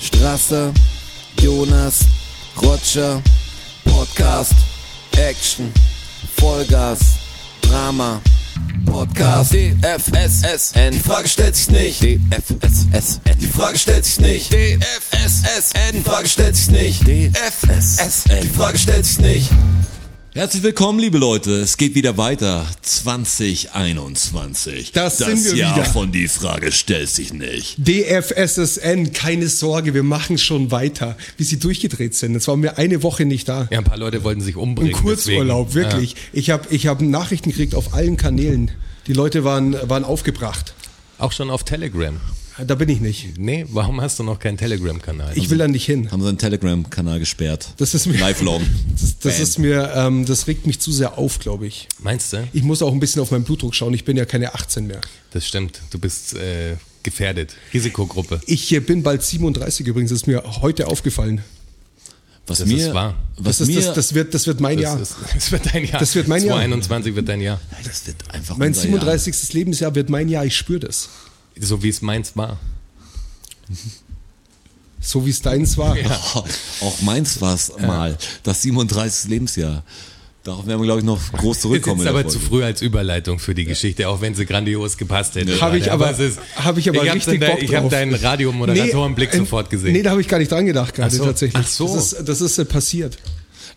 Straße, Jonas, Roger, Podcast, Action, Vollgas, Drama, Podcast, DFSSN, die Frage stellt sich nicht, DFSSN, die Frage stellt sich nicht, DFSSN, die Frage stellt sich nicht, DFSSN, die Frage stellt sich nicht. Herzlich willkommen, liebe Leute. Es geht wieder weiter. 2021. Das sind wir Jahr wieder. von die Frage stellt sich nicht. DFSSN, keine Sorge, wir machen schon weiter, bis sie durchgedreht sind. Jetzt waren wir eine Woche nicht da. Ja, ein paar Leute wollten sich Ein umbringen. Kurzurlaub, deswegen. wirklich. Ich habe ich hab Nachrichten gekriegt auf allen Kanälen. Die Leute waren, waren aufgebracht. Ja. Auch schon auf Telegram. Da bin ich nicht. Nee, warum hast du noch keinen Telegram-Kanal? Ich will da nicht hin. Haben sie einen Telegram-Kanal gesperrt. Das ist mir. Lifelong. Das, das Bam. ist mir, ähm, das regt mich zu sehr auf, glaube ich. Meinst du? Ich muss auch ein bisschen auf meinen Blutdruck schauen. Ich bin ja keine 18 mehr. Das stimmt. Du bist äh, gefährdet. Risikogruppe. Ich äh, bin bald 37 übrigens, ist mir heute aufgefallen. Was Das mir, ist wahr. Was Das, ist, mir, das, das, wird, das wird mein Das, Jahr. ist, das wird dein Jahr. Das wird mein Jahr. 2021 wird dein Jahr. das wird einfach mein unser Jahr. 37. Lebensjahr wird mein Jahr. Ich spüre das. So wie es meins war. So wie es deins war. Oh, auch meins war es mal. Das 37. Lebensjahr. Darauf werden wir, glaube ich, noch groß Ist zurückkommen. jetzt in der aber zu Folge. früh als Überleitung für die Geschichte, auch wenn sie grandios gepasst hätte. Hab ich gerade. aber- es ist- hab ich aber hab's richtig in der- Bock Ich habe drauf. deinen Radiomoderatorenblick äh, sofort gesehen. Nee, da habe ich gar nicht dran gedacht gerade Ach so. tatsächlich. Ach so. Das ist, das ist äh, passiert.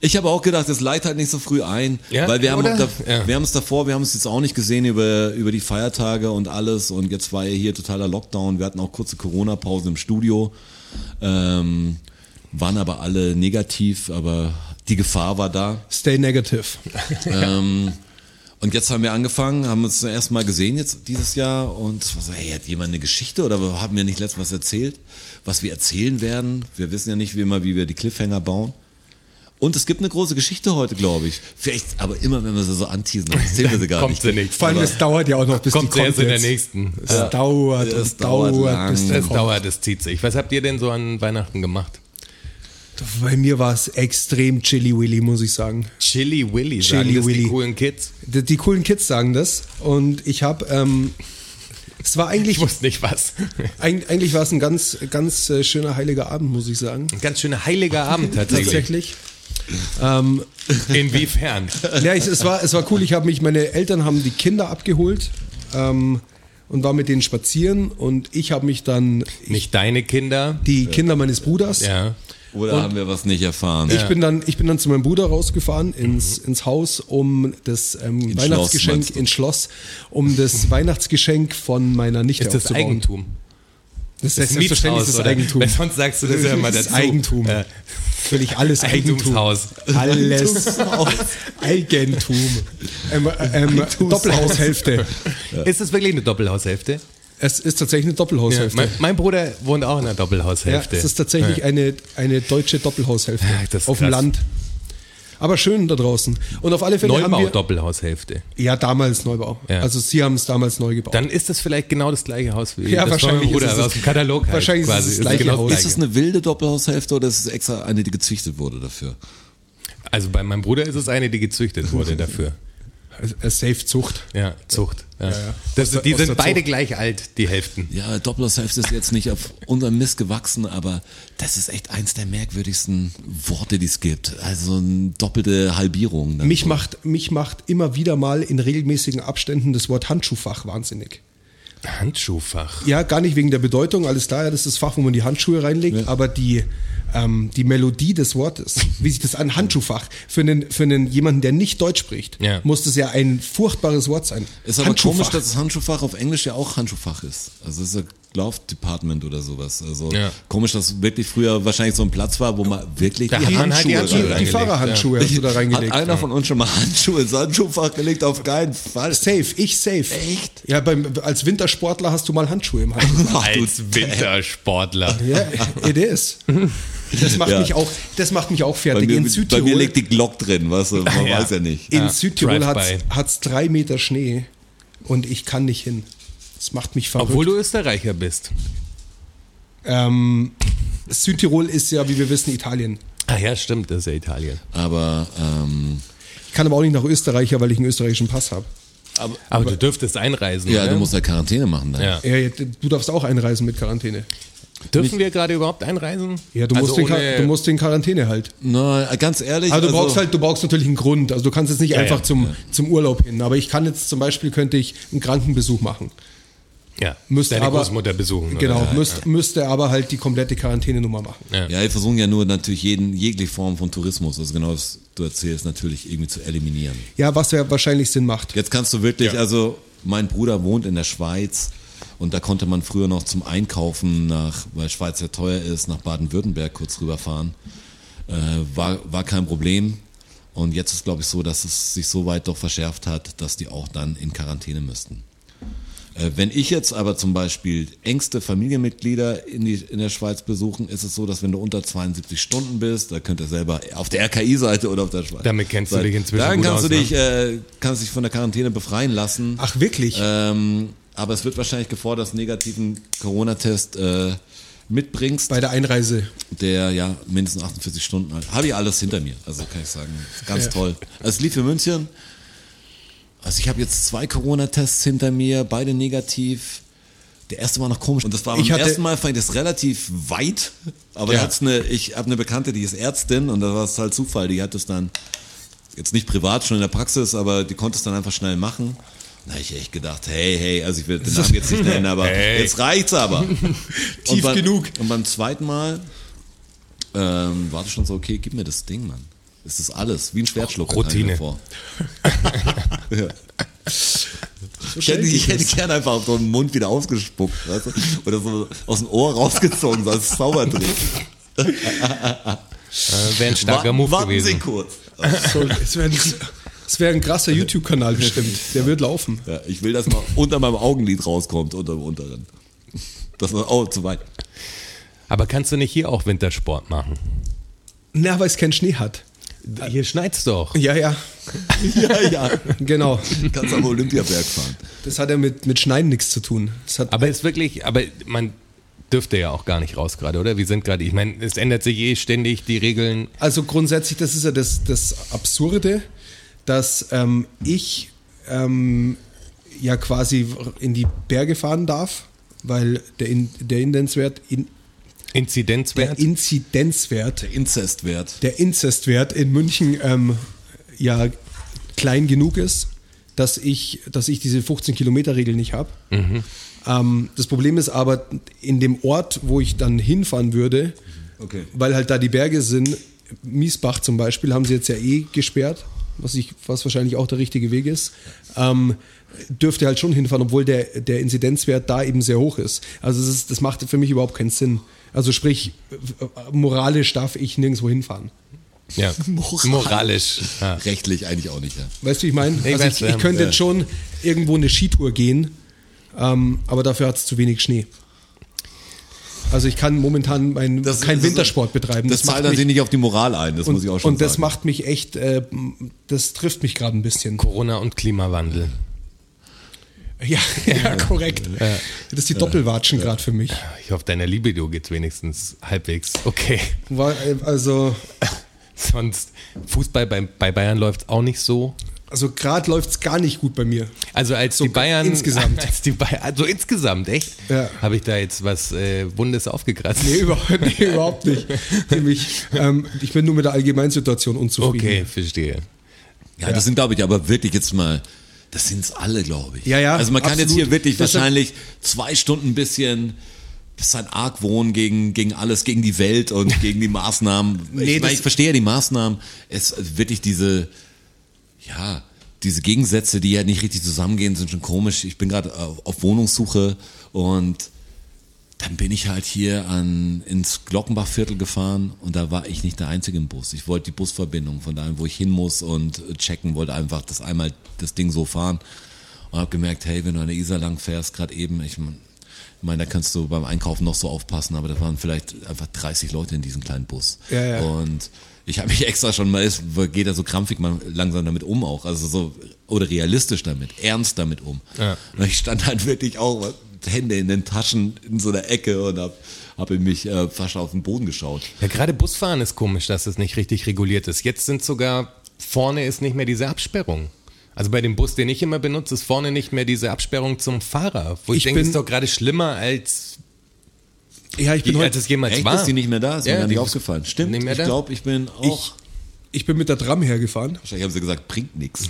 Ich habe auch gedacht, das leitet halt nicht so früh ein, Ja, weil wir haben, oder? da, Ja. wir haben es davor, wir haben es jetzt auch nicht gesehen über, über die Feiertage und alles und jetzt war ja hier totaler Lockdown, wir hatten auch kurze Corona-Pausen im Studio, ähm, waren aber alle negativ, aber die Gefahr war da. Stay negative. Ähm, und jetzt haben wir angefangen, haben uns zum ersten Mal gesehen jetzt dieses Jahr und es war so, hey, hat jemand eine Geschichte oder haben wir nicht letztens was erzählt, was wir erzählen werden? Wir wissen ja nicht wie immer, wie wir die Cliffhanger bauen. Und es gibt eine große Geschichte heute, glaube ich. Vielleicht, aber immer wenn wir sie so anteasen, dann erzählen wir sie gar Kommt nicht. sie nicht. Vor allem, Aber es dauert ja auch noch, bis kommt die sie kommt erst in der jetzt. nächsten. Es dauert, Es es dauert dauert, lang. bis die Es kommt. dauert, es zieht sich. Was habt ihr denn so an Weihnachten gemacht? Bei mir war es extrem chilly willy, muss ich sagen. Chili Willy, sagen Chili das die Willy. coolen Kids. Die, die coolen Kids sagen das und ich habe, ähm, es war Ich eigentlich, wusste nicht was. eig- eigentlich war es ein ganz, ganz äh, schöner heiliger Abend, muss ich sagen. Ein ganz schöner heiliger Abend tatsächlich. Tatsächlich. Ähm, Inwiefern? Ja, ich, es, war, es war cool. Ich habe mich, meine Eltern haben die Kinder abgeholt ähm, und war mit denen spazieren und ich habe mich dann Nicht deine Kinder. die Kinder meines Bruders. Ja. Oder haben wir was nicht erfahren? Ich bin, dann, ich bin dann zu meinem Bruder rausgefahren ins, Mhm. ins Haus, um das ähm, Schloss, Weihnachtsgeschenk meinst du? ins Schloss, um das Weihnachtsgeschenk von meiner Nichte Ist das aufzubauen. Eigentum? Das ist selbstverständlich das oder? Eigentum. Weil sonst sagst du das ja immer Das dazu. ist Eigentum. Äh, Völlig alles Eigentum. Eigentumshaus. Alles Eigentum. Ähm, ähm, Doppelhaushälfte. Ist das wirklich eine Doppelhaushälfte? Es ist tatsächlich eine Ja, Doppelhaushälfte. mein, mein Bruder wohnt auch in einer Ja, Doppelhaushälfte. es ist tatsächlich Ja. eine, eine deutsche Doppelhaushälfte Ja, das ist auf dem krass. Land. Aber schön da draußen. Und auf alle Fälle haben wir... Neubau-Doppelhaushälfte. Ja, damals Neubau. Ja. Also sie haben es damals neu gebaut. Dann ist das vielleicht genau das gleiche Haus wie Ja, das von wahrscheinlich meinem Bruder ist es aber aus das- dem Katalog. Halt wahrscheinlich ist es quasi. das gleiche genau Haus. ist es eine wilde Doppelhaushälfte oder ist es extra eine, die gezüchtet wurde dafür? Also bei meinem Bruder ist es eine, die gezüchtet wurde dafür. Äh, Safe-Zucht. Ja, Zucht. Ja. ja. Das, Aus der- die aus sind der beide Zucht. gleich alt, die Hälften. Ja, Doppelhaushälfte ist jetzt nicht auf unserem Mist gewachsen, aber das ist echt eins der merkwürdigsten Worte, die es gibt. Also eine doppelte Halbierung. dann Mich so. macht, mich macht immer wieder mal in regelmäßigen Abständen das Wort Handschuhfach wahnsinnig. Handschuhfach. Ja, gar nicht wegen der Bedeutung, alles klar, ja, das ist das Fach, wo man die Handschuhe reinlegt, aber die, ähm, die Melodie des Wortes, wie sich das an Handschuhfach, für einen, für einen jemanden, der nicht Deutsch spricht, Ja. muss das ja ein furchtbares Wort sein. Ist aber komisch, Handschuhfach. dass das Handschuhfach auf Englisch ja auch Handschuhfach ist. Also es ist ja Glove Department oder sowas. Also Ja. komisch, dass wirklich früher wahrscheinlich so ein Platz war, wo man wirklich Da hat man halt die Handschuhe Die, die reingelegt, Fahrerhandschuhe hast du da Hat reingelegt. einer von uns schon mal Handschuhe ins Handschuhfach gelegt? Auf keinen Fall. Safe, ich safe. Echt? Ja, beim, als Wintersportler hast du mal Handschuhe im Handschuh. Ach, du Als Wintersportler. Ja, it is. Das macht, Ja. mich, auch, das macht mich auch bei fertig. mir, in bei Südtirol, mir liegt die Glock drin, weißt du? Man Ja. weiß ja nicht. in Ah, Südtirol Drive-by. hat es drei Meter Schnee und ich kann nicht hin. Das macht mich verrückt. Obwohl du Österreicher bist. ähm, Südtirol ist ja, wie wir wissen, Italien. Ah ja, stimmt, das ist ja Italien. Aber ähm, Ich kann aber auch nicht nach Österreich, weil ich einen österreichischen Pass habe. Aber, du dürftest einreisen. Ja, oder? du musst ja Quarantäne machen dann. Ja. Ja, ja, du darfst auch einreisen mit Quarantäne. Dürfen wir gerade überhaupt einreisen? Ja, du, Also musst den, Quar- du musst den Quarantäne halt. Na, ganz ehrlich. Also du brauchst halt, du brauchst natürlich einen Grund. Also du kannst jetzt nicht einfach ja, zum, zum Urlaub hin. Aber ich kann jetzt zum Beispiel, könnte ich einen Krankenbesuch machen. ja, Müsste deine aber, Großmutter besuchen. Genau, oder? müsst, müsste aber halt die komplette Quarantänenummer machen. Ja, wir versuchen ja nur natürlich jeden, jegliche Form von Tourismus, also genau was du erzählst, natürlich irgendwie zu eliminieren. Ja, was ja wahrscheinlich Sinn macht. Jetzt kannst du wirklich, Ja. also mein Bruder wohnt in der Schweiz und da konnte man früher noch zum Einkaufen nach, weil Schweiz ja teuer ist, nach Baden-Württemberg kurz rüberfahren. Äh, war, war kein Problem. Und jetzt ist, glaube ich, so, dass es sich so weit doch verschärft hat, dass die auch dann in Quarantäne müssten. Äh, Wenn ich jetzt aber zum Beispiel engste Familienmitglieder in, die, in der Schweiz besuchen, ist es so, dass wenn du unter 72 Stunden bist, da könnt ihr selber auf der RKI-Seite oder auf der Schweiz. Damit kennst du dich inzwischen Dann gut kannst aus, du ne? dich, äh, kannst dich von der Quarantäne befreien lassen. Ach, wirklich? Ähm, aber es wird wahrscheinlich gefordert, dass du einen negativen Corona-Test äh, mitbringst, Bei der Einreise. der ja mindestens 48 Stunden alt. Habe ich alles hinter mir, also kann ich sagen. Ist Ganz Ja. toll. Also es lief für München. Also ich habe jetzt zwei Corona-Tests hinter mir, beide negativ. Der erste war noch komisch und das war Ich beim hatte- ersten Mal fand ich das relativ weit, aber Ja. da hat's eine, ich habe eine Bekannte, die ist Ärztin und da war es halt Zufall, die hat es dann jetzt nicht privat, schon in der Praxis, aber die konnte es dann einfach schnell machen. Da habe ich echt gedacht, hey, hey, also ich will den Namen jetzt nicht nennen, aber Hey. jetzt reicht's aber. Tief beim, genug. Und beim zweiten Mal ähm, warte schon so, okay, gib mir das Ding, Mann. Das ist alles, wie ein Schwertschlucker. kam ich mir Routine. Vor. Äh, ja. Ich hätte, ich hätte gern einfach so einen Mund wieder ausgespuckt, weißt du? Oder so aus dem Ohr rausgezogen, so als Zaubertrick. Äh, Wäre ein starker Wa- Move warten Sie gewesen. kurz. So, es wäre wär ein krasser YouTube-Kanal bestimmt. Der wird laufen. Ja, ich will, dass mal unter meinem Augenlid rauskommt, unter dem unteren. Das war, oh, zu weit. Aber kannst du nicht hier auch Wintersport machen? Na, weil es keinen Schnee hat. Hier schneit's doch. Ja, ja, Ja, ja. genau. Kannst am Olympiaberg fahren. Das hat ja mit, mit Schneiden nichts zu tun. Das hat, Aber ist wirklich, aber man dürfte ja auch gar nicht raus gerade, oder? Wir sind gerade, ich meine, es ändert sich eh ständig die Regeln. also grundsätzlich, das ist ja das, das Absurde, dass ähm, ich ähm, ja quasi in die Berge fahren darf, weil der, in, der Indenzwert, in, der Inzidenzwert. Inzidenzwert, Inzestwert. der Inzestwert in München ähm, ja klein genug ist, dass ich, dass ich diese 15-Kilometer-Regel nicht habe. Ähm, das Problem ist aber, in dem Ort, wo ich dann hinfahren würde, Okay. weil halt da die Berge sind, Miesbach zum Beispiel, haben sie jetzt ja eh gesperrt, was, ich, was wahrscheinlich auch der richtige Weg ist, ähm, dürfte halt schon hinfahren, obwohl der, der Inzidenzwert da eben sehr hoch ist. Also das, ist, das macht für mich überhaupt keinen Sinn. Also sprich, moralisch darf ich nirgendwo hinfahren. ja. Moralisch. Moralisch. Ja. Rechtlich eigentlich auch nicht, ja. Weißt du, wie ich meine? Ich Also weiß, ich, ich ähm, könnte ja. jetzt schon irgendwo eine Skitour gehen, ähm, aber dafür hat es zu wenig Schnee. Also ich kann momentan mein, Das- keinen das- Wintersport betreiben. Das, zahlt dann sie nicht auf die Moral ein, das muss ich auch schon und sagen. das macht mich echt, äh, das trifft mich gerade ein bisschen. Corona und Klimawandel. Ja, ja korrekt. Das ist die Doppelwatschen gerade für mich. Ich hoffe, deiner Libido geht's wenigstens halbwegs. Okay. War, äh, also Sonst, Fußball bei, bei Bayern läuft auch nicht so. also gerade läuft es gar nicht gut bei mir. Also als So die Bayern insgesamt. als die Bayern, also insgesamt, echt? Ja. Habe ich da jetzt was äh, Wundes aufgekratzt? Nee, überhaupt, nee, überhaupt nicht. Nämlich, ähm, ich bin nur mit der Allgemeinsituation unzufrieden. okay, verstehe. ja, das sind, glaube ich, aber wirklich jetzt mal, das sind es alle, glaube ich. Ja, ja, Also man kann jetzt absolut. hier wirklich Deshalb- wahrscheinlich zwei Stunden ein bisschen, das ist ein Argwohn gegen, gegen alles, gegen die Welt und gegen die Maßnahmen. Nee, ich, meine, das- ich verstehe ja die Maßnahmen. Es äh, wirklich diese, ja, diese Gegensätze, die ja nicht richtig zusammengehen, sind schon komisch. Ich bin gerade äh, auf Wohnungssuche und dann bin ich halt hier an, ins Glockenbachviertel gefahren und da war ich nicht der Einzige im Bus. Ich wollte die Busverbindung von daheim, wo ich hin muss und äh, checken wollte einfach das einmal das Ding so fahren und habe gemerkt, hey, wenn du an der Isar lang fährst, gerade eben, ich mein- ich meine, da kannst du beim Einkaufen noch so aufpassen, aber da waren vielleicht einfach 30 Leute in diesem kleinen Bus. Ja, ja. Und ich habe mich extra schon mal, es geht ja so krampfig mal langsam damit um auch, also so, oder realistisch damit, ernst damit um. Ja. Und ich stand halt wirklich auch mit Hände in den Taschen in so einer Ecke und habe hab in mich äh, fast auf den Boden geschaut. Ja, gerade Busfahren ist komisch, dass es nicht richtig reguliert ist. Jetzt sind sogar vorne ist nicht mehr diese Absperrung. Also bei dem Bus, den ich immer benutze, ist vorne nicht mehr diese Absperrung zum Fahrer. Wo ich, Ich denke, bin- ist doch gerade schlimmer als Ja, ich bin Wie alt heute. es jemals Echt, war. dass die nicht mehr da ist? Ist Ja, mir gar nicht die ist aufgefallen. Stimmt, nicht mehr ich da. glaube, ich bin auch... Ich, ich bin mit der Tram hergefahren. wahrscheinlich haben sie gesagt, bringt nichts.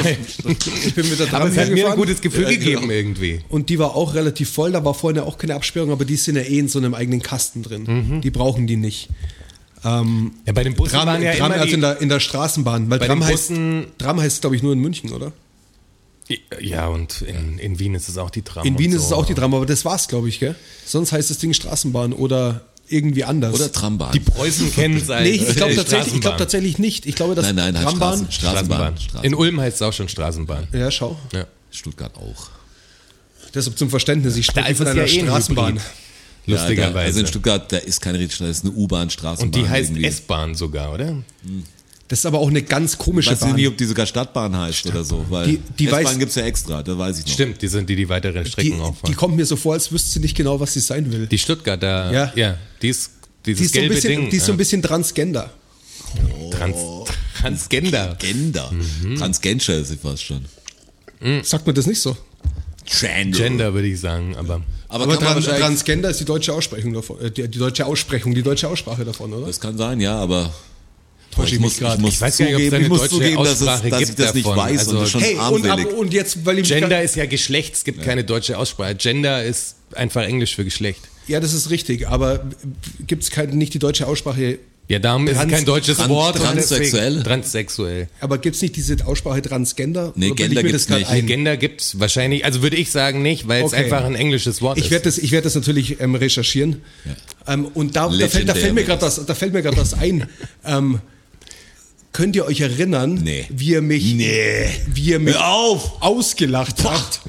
Ich bin mit der Tram Aber es hat mir ein hergefahren. Äh, gutes Gefühl Ja, genau. gegeben irgendwie. und die war auch relativ voll, da war vorhin ja auch keine Absperrung, aber die sind ja eh in so einem eigenen Kasten drin. Die brauchen die nicht. Ähm, Ja, bei den Bussen Tram, waren ja Tram immer also in, die, der, in der Straßenbahn, weil Bei Tram den heißt, Bussen- Tram heißt, glaube ich, nur in München, oder? Ja, und in, in Wien ist es auch die Tram. In Wien und ist es so. auch die Tram, aber das war's, glaube ich, gell? Sonst heißt das Ding Straßenbahn oder irgendwie anders. Oder Trambahn. Die Preußen kennen es als Nee, ich glaube äh, tatsächlich, ich glaub Straßenbahn. tatsächlich nicht. Ich glaube, dass nein, nein, halt Trambahn. Straßen, Straßenbahn. Straßenbahn. In Ulm heißt es auch schon Straßenbahn. Ja, schau. Ja. Stuttgart auch. Deshalb zum Verständnis, ich spreche ist von es einer ja eh ein Straßenbahn. Hybrid. Ja, da, also Lustigerweise. in Stuttgart, da ist keine Redstraße, das ist eine U-Bahn, Straßenbahn. und die heißt irgendwie. S-Bahn sogar, oder? Das ist aber auch eine ganz komische Ich weiß Bahn. nicht, ob die sogar Stadtbahn heißt oder so, weil Die- die weiß- S-Bahn gibt es ja extra, da weiß ich noch. Stimmt, die sind die, die weiteren Strecken die, auffahren. die kommt mir so vor, als wüsste sie nicht genau, was sie sein will. Die Stuttgarter, Ja. ja, die ist, dieses Die ist, so ein gelbe bisschen, Ding. die ist so ein Oh. ja. bisschen Transgender. Oh. Trans, Mhm. Transgender. Gender. Transgender ist sie fast schon. Hm. Sagt man das nicht so? Gender. Gender würde ich sagen, aber Aber, Aber kann man Tran wahrscheinlich, Transgender ist die deutsche Aussprechung davon, äh, die, die deutsche Aussprechung, die deutsche Aussprache davon, oder? Das kann sein, ja, aber. Täusche ich mich gerade. muss Ich weiß gar nicht, ob es zugeben, eine ich muss deutsche zugeben, dass, es, Aussprache dass ich gibt das nicht davon. weiß und Also- das ist schon hey, und, ab, armselig. und jetzt, weil ich mich Gender grad- ist ja Geschlecht, es gibt keine deutsche Aussprache. Gender ist einfach Englisch für Geschlecht. Ja, das ist richtig, aber gibt es nicht die deutsche Aussprache, Ja, darum ist es Trans- kein deutsches Trans- Wort. und deswegen- transsexuell? Transsexuell. aber gibt es nicht diese Aussprache Transgender? Nee, Oder bilde Gender ich mir gibt's das grad nicht. ein? Gender gibt's wahrscheinlich, also würde ich sagen nicht, weil es Okay. einfach ein englisches Wort Ich ist. werde das, ich werd das natürlich ähm, recherchieren. Ähm, und da, da, fällt, da fällt mir Legendär gerade das, da fällt mir grad das ein. ähm, könnt ihr euch erinnern, Nee. wie ihr mich, Nee. wie ihr mich Hör auf! ausgelacht habt?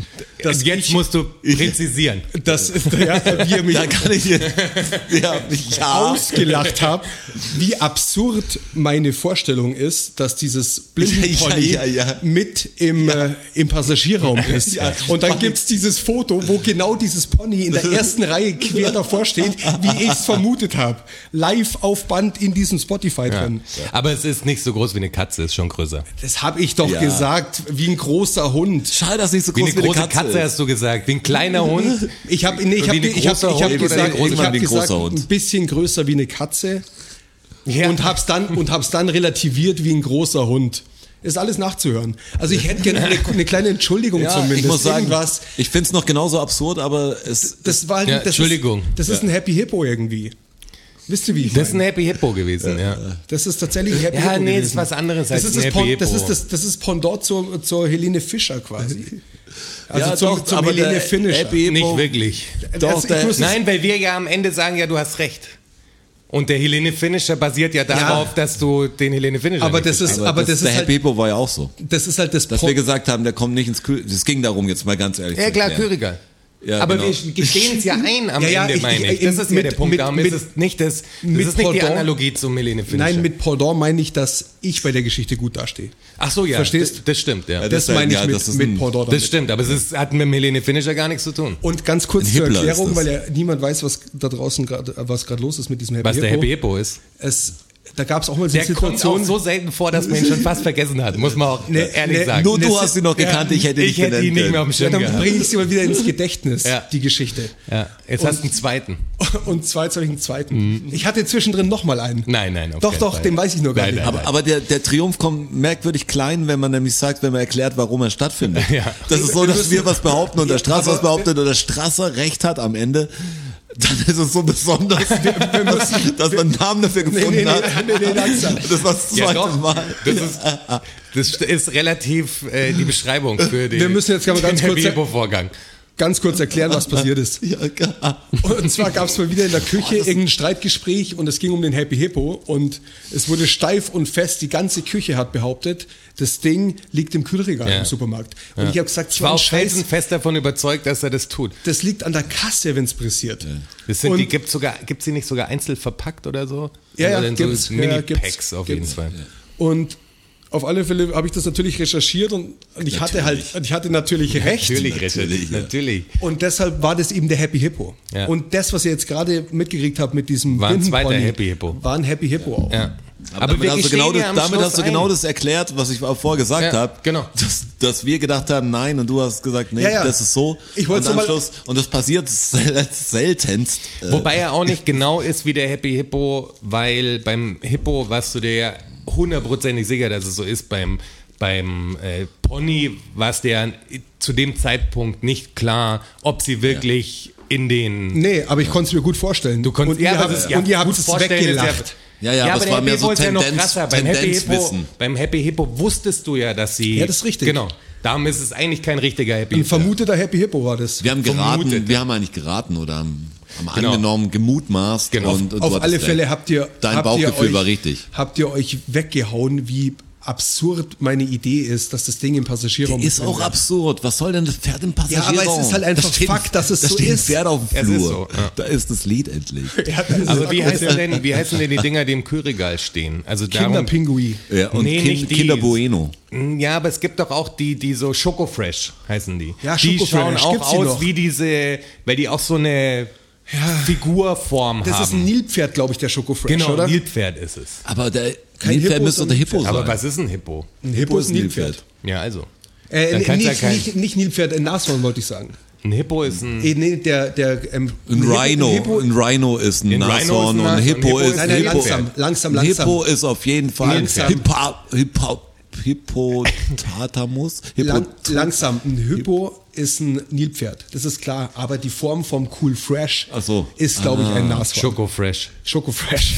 Dass Jetzt ich- musst du präzisieren. dass, ja, wie ihr mich Da kann ich jetzt. ja, ja. ausgelacht habt, wie absurd meine Vorstellung ist, dass dieses Blindenpony Ja, ja, ja. mit im, äh, im Passagierraum ist. Ja. Und dann gibt's dieses Foto, wo genau dieses Pony in der ersten Reihe quer davor steht, wie ich es vermutet habe. Live auf Band in diesem Spotify Ja. drin. Aber es ist nicht so groß wie eine Katze, ist schon größer. Das habe ich doch Ja. gesagt, wie ein großer Hund. Schade, dass nicht so Wie groß eine wie eine große Katze, Katze, hast du gesagt, wie ein kleiner Hund. Ich habe nee, ich Wie hab, ein ich hab, ich großer hab Hund oder gesagt, ein großer ich Mann hab wie ein gesagt großer Hund. ein bisschen größer wie eine Katze. Ja. und hab's dann und hab's dann relativiert wie ein großer Hund. Ist alles nachzuhören. Also ich hätte gerne eine, eine kleine Entschuldigung Ja, zumindest. ich muss sagen, Irgendwas. ich finde es noch genauso absurd, aber es. Das war halt Ja, das Entschuldigung. Ist, das ist ein Happy Hippo irgendwie. Wisst ihr wie? Ich Das ist ein meine? Happy Hippo gewesen, ja. das ist tatsächlich ein Happy Ja, Hippo. nee, das gewesen. ist was anderes das als ist ein das, Happy Pon, das Hippo. ist das, das ist Pendant zur, zur Helene Fischer quasi. Also Ja, zum, doch, zum aber der Helene Finisher. Happy- Nicht wirklich. Also Doch, ich der- muss es- Nein, weil wir ja am Ende sagen, ja, du hast recht. Und der Helene Finisher basiert ja darauf, dass du den Helene Finisher aber nicht das ist, aber das, der ist Happy halt, Hippo war ja auch so. das ist halt das Dass Pon- wir gesagt haben, der kommt nicht ins Kühl. Es ging darum, jetzt mal ganz ehrlich. Ja, zu klar, erklären. Küriger. Ja, aber genau. wir gestehen es ja ein am Ja, ja, Ende, ich- meine ich- ich. Das ist mit- ja der Punkt. mit- Darum mit- ist es nicht, das, mit das ist nicht die Pendant- Analogie zum Helene Finisher. Nein, mit Pendant meine ich, dass ich bei der Geschichte gut dastehe. Ach so, ja. Verstehst? Das, das stimmt, ja. Ja, Ah, Das, Das, meine ich ja, mit, das ist mit ein- Pendant. damit. stimmt, aber es ist, hat mit dem Helene Finisher gar nichts zu tun. Und ganz kurz Ein zur Hippler ist das. Erklärung, weil ja niemand weiß, was da draußen gerade was gerade los ist mit diesem Happy Was Hippo. der Happy Hippo ist. Es, da gab es auch mal so Der eine kommt auch Situation. so selten vor, dass man ihn schon fast vergessen hat, muss man auch Ne, ehrlich ne, sagen. Nur du Das- hast ihn noch gekannt, ich hätte ich dich hätte ihn genannt. äh. nicht mehr auf dem äh, ja, Schirm dann gehabt. bringe ich sie mal wieder ins Gedächtnis, Ja. die Geschichte. Ja, jetzt Und- hast du einen zweiten. Und zwei, jetzt habe ich einen zweiten. Ich hatte zwischendrin nochmal einen. Mhm. Nein, nein, auf Doch, keinen doch, Fall. den weiß ich nur gar Nein, nicht. nein, Aber, aber der, der Triumph kommt merkwürdig klein, wenn man nämlich sagt, wenn man erklärt, warum er stattfindet. Ja. Das ist so, dass wir was behaupten und der Straße Aber- was behauptet und der Straße recht hat am Ende. Dann ist es so besonders, dass, dass man einen Namen dafür gefunden nee, nee, hat. nee, nee, nee, langsam. das war das Ja, zweite doch. Mal. Das ist, das ist relativ äh, die Beschreibung für den, Wir müssen jetzt aber ganz den kurz- Hippo-Vorgang. Ganz kurz erklären, was passiert ist. Ja, klar. Und zwar gab es mal wieder in der Küche irgendein Streitgespräch und es ging um den Happy Hippo und es wurde steif und fest, die ganze Küche hat behauptet, das Ding liegt im Kühlregal Ja. im Supermarkt. Und Ja. ich habe gesagt, Ich so war ein auch Scheiß, felsenfest davon überzeugt, dass er das tut. das liegt an der Kasse, wenn es pressiert. Das sind, Und- die gibt's sogar, gibt's die nicht sogar einzeln verpackt oder so? Ja, ja, Oder in gibt's, so ja, ja, gibt's, Mini-Packs auf jeden gibt's. Fall. Und auf alle Fälle habe ich das natürlich recherchiert und ich hatte halt, ich hatte natürlich recht. Natürlich, natürlich. ja. natürlich. Und deshalb war das eben der Happy Hippo. Ja. Und das, was ihr jetzt gerade mitgekriegt habt mit diesem War ein zweiter Blindenpony, Happy Hippo. War ein Happy Hippo auch. Ja. Aber damit wir hast du, gestehen genau dir das, am damit Schluss hast du genau ein. das erklärt, was ich auch vorher gesagt Ja, habe. genau. Dass, dass wir gedacht haben, nein, und du hast gesagt, nee, Ja, ja. das ist so. Ich wollt's und am nur mal- Schluss, und das passiert sel- seltenst. Äh, Wobei er auch nicht genau ist wie der Happy Hippo, weil beim Hippo warst du dir ja hundertprozentig sicher, dass es so ist. Beim, beim äh, Pony war es dir ja zu dem Zeitpunkt nicht klar, ob sie wirklich in den. Nee, aber ich konnte es mir gut vorstellen. Du konntest- und ihr ja, habt, das ist ja und ihr habt gut es vorstellen ist ja- weggelacht. ja, ja, aber bei es war Happy mehr so Hippo ist ja noch Tendenz, krasser. Beim Happy, Hippo, Tendenzwissen. beim Happy Hippo wusstest du ja, dass sie. Ja, das ist richtig. Genau. Darum ist es eigentlich kein richtiger Happy Ein Hippo. vermuteter Happy Hippo war das. Wir haben geraten, Vermutet. wir haben eigentlich geraten oder haben, haben Genau. angenommen, gemutmaßt. Genau. Und, und du Auf hattest alle recht. Fälle habt ihr. Dein habt ihr Bauchgefühl euch, war richtig. Habt ihr euch weggehauen, wie absurd meine Idee ist, dass das Ding im Passagierraum Ist drin auch absurd. Was soll denn das Pferd im Ja, Passagierraum? aber es ist halt einfach Da steht ein- Fakt, dass es da so steht ist. Ein Pferd auf dem Es ist Flur. so, ja. Da ist das Lied endlich. Ja, das ist Aber wie akkurat, heißen, ja. denn, wie heißen denn die Dinger, die im Kühlregal stehen? Also darum, Kinderpingui. Ja, und Nee, kind, nicht die. Kinder Bueno. Hm, Ja, aber es gibt doch auch die, die so Schokofresh heißen die. Ja, die Schokofresh, schauen auch gibt's die aus noch? wie diese, weil die auch so eine Figurform Das haben. ist ein Nilpferd, glaube ich, der Schokofresh, genau, oder? ein Nilpferd ist es. Aber der Kein Nilpferd Hippo, müsste doch der Hippo sein. Aber was ist ein Hippo? ein Hippo ist ein Nilpferd. Ja, also. Äh, Dann n- kann's ja nicht, kein- nicht, nicht Nilpferd, ein Nashorn wollte ich sagen. Ein Hippo ist ein. Eh, nee, der, der, ähm, Ein Rhino, Hippo, ein Rhino ist ein Ein Rhino ist ein Nashorn und ein Nashorn. Hippo ist nein, ein nein, Hippo. langsam, langsam, Ein langsam. Hippo ist auf jeden Fall Langsam. Hippa, Hippa, Hippotatamus. Hippo, lang, langsam, ein Hippo ist ein Nilpferd, das ist klar. Aber die Form vom Cool Fresh Ach so. Ah. ist, glaube ich, ein Nashorn. Schokofresh. Schokofresh.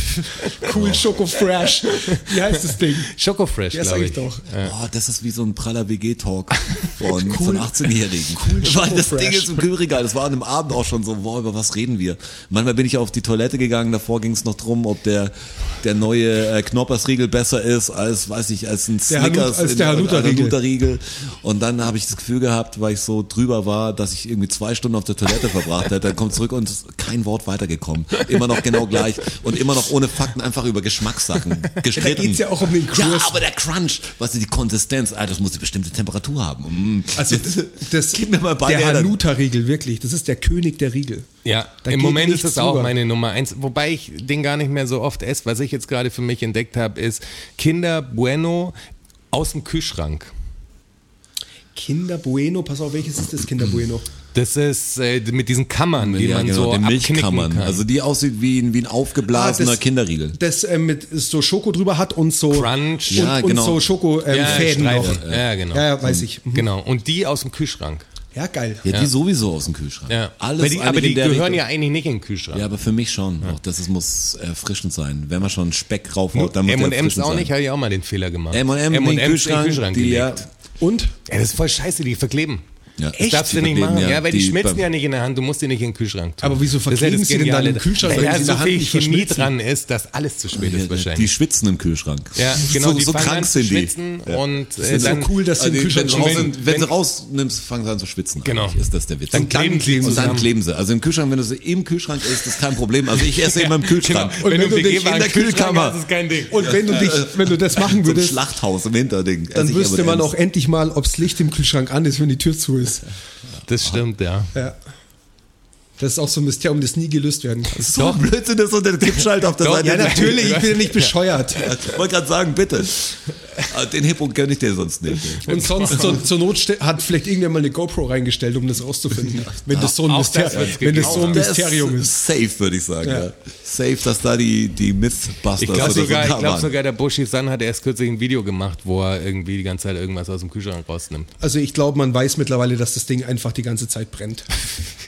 cool Schokofresh. Wie heißt das Ding? Schokofresh, Ja, sag glaube ich ich. doch. Oh, das ist wie so ein praller WG-Talk von, von 18-Jährigen. Weil das Schokofresh. Ding ist im Kühlregal. Das war an dem Abend auch schon so, boah, über was reden wir? Manchmal bin ich auf die Toilette gegangen, davor ging es noch drum, ob der, der neue äh, Knoppersriegel besser ist als, weiß ich, als ein Der Hanut- Snickers. als in- der oder Hanuta-Riegel. Hanuta-Riegel. Und dann habe ich das Gefühl gehabt, weil ich so drüber war, dass ich irgendwie zwei Stunden auf der Toilette verbracht hätte. Dann kommt zurück und ist kein Wort weitergekommen. Immer noch genau gleich. Und immer noch ohne Fakten einfach über Geschmackssachen gestritten. geht's ja auch um den Ja, Crisp. aber der Crunch, was ist die Konsistenz? Ah, das muss eine bestimmte Temperatur haben. Mm. Also, das, Gib mir mal beide der her, dann- Hanuta-Riegel, wirklich. Das ist der König der Riegel. Ja, Da im geht Moment ist nichts es auch drüber. meine Nummer eins. Wobei ich den gar nicht mehr so oft esse. Was ich jetzt gerade für mich entdeckt habe, ist Kinder Bueno aus dem Kühlschrank. Kinder Bueno, pass auf, welches ist das Kinder Bueno? Das ist äh, mit diesen Kammern, die ja, man genau, so den abknicken Milchkammern. kann. Also die aussieht wie ein, wie ein aufgeblasener Ah, das- Kinderriegel. Das äh, mit so Schoko drüber hat und so und, Crunch. Ja, genau. und so Schokofäden ähm, Fäden noch. Streifen. Ja, genau. Ja, ja, weiß ich. Mhm. Genau. Und die aus dem Kühlschrank. Ja, geil. Ja, die sowieso aus dem Kühlschrank. Ja. Alles Weil die, eigentlich aber die in der gehören Richtung. ja eigentlich nicht in den Kühlschrank. Ja, aber für mich schon. Auch das ist, muss erfrischend sein. Wenn man schon Speck Nur raufhaut, dann muss der M&M's erfrischend auch sein. nicht, habe ich auch mal den Fehler gemacht. M&M in den Kühlschrank, die, gelegt. ja. Ja. Und? das ist voll scheiße, die verkleben. Ja. Das Echt? darfst Die du nicht verkleben, machen. Ja, ja. weil die, Die schmelzen beim- ja nicht in der Hand, du musst die nicht in den Kühlschrank tun. Aber wieso Das ist verkleben das sie denn dann Geniale. im Kühlschrank, Weil wenn da sie in so der Hand viel nicht Chemie verschmelzen? dran ist, dass alles zu spät ist wahrscheinlich. Die schwitzen im Kühlschrank. Ja, genau, so, die so fangen an krank zu sind die. schwitzen und, äh, ist so dann- cool, dass sie Also im Kühlschrank wenn, sie schon raus, schmelzen. wenn, wenn sie rausnimmst, fangen sie an zu schwitzen. Genau. eigentlich, Ist das der Witz. Dann kleben sie Und dann zusammen. kleben sie. Also im Kühlschrank, wenn du sie im Kühlschrank isst, ist kein Problem. Also ich esse immer im Kühlschrank. Genau. Und wenn, wenn du du dich begehbar in der einen Kühlschrank Kühlkammer- hast, ist kein Ding. Und wenn du dich, wenn du das machen So ein würdest, Schlachthaus im Hinterding. dann wüsste man auch noch. endlich mal, ob das Licht im Kühlschrank an ist, wenn die Tür zu ist. das stimmt, ja. Ja. Das ist auch so ein Mysterium, das nie gelöst werden kann. So ein Blödsinn ist und der Kippschalt auf der Doch, Seite. Ja, natürlich, ich bin ja nicht bescheuert. Ich wollte gerade sagen, bitte. Aber Den Hippo gönne ich dir sonst nicht. Und sonst zur, zur Not ste- hat vielleicht irgendwer mal eine GoPro reingestellt, um das rauszufinden. Wenn das so ein, Auch Myster das wird's wenn das so ein gegeben. Mysterium ist. Safe, würde ich sagen. Ja. Ja. Safe, dass da die, die Mythbusters Ich glaube oder so sogar, da ich glaub waren. sogar, der Buschi San hat erst kürzlich ein Video gemacht, wo er irgendwie die ganze Zeit irgendwas aus dem Kühlschrank rausnimmt. Also ich glaube, man weiß mittlerweile, dass das Ding einfach die ganze Zeit brennt.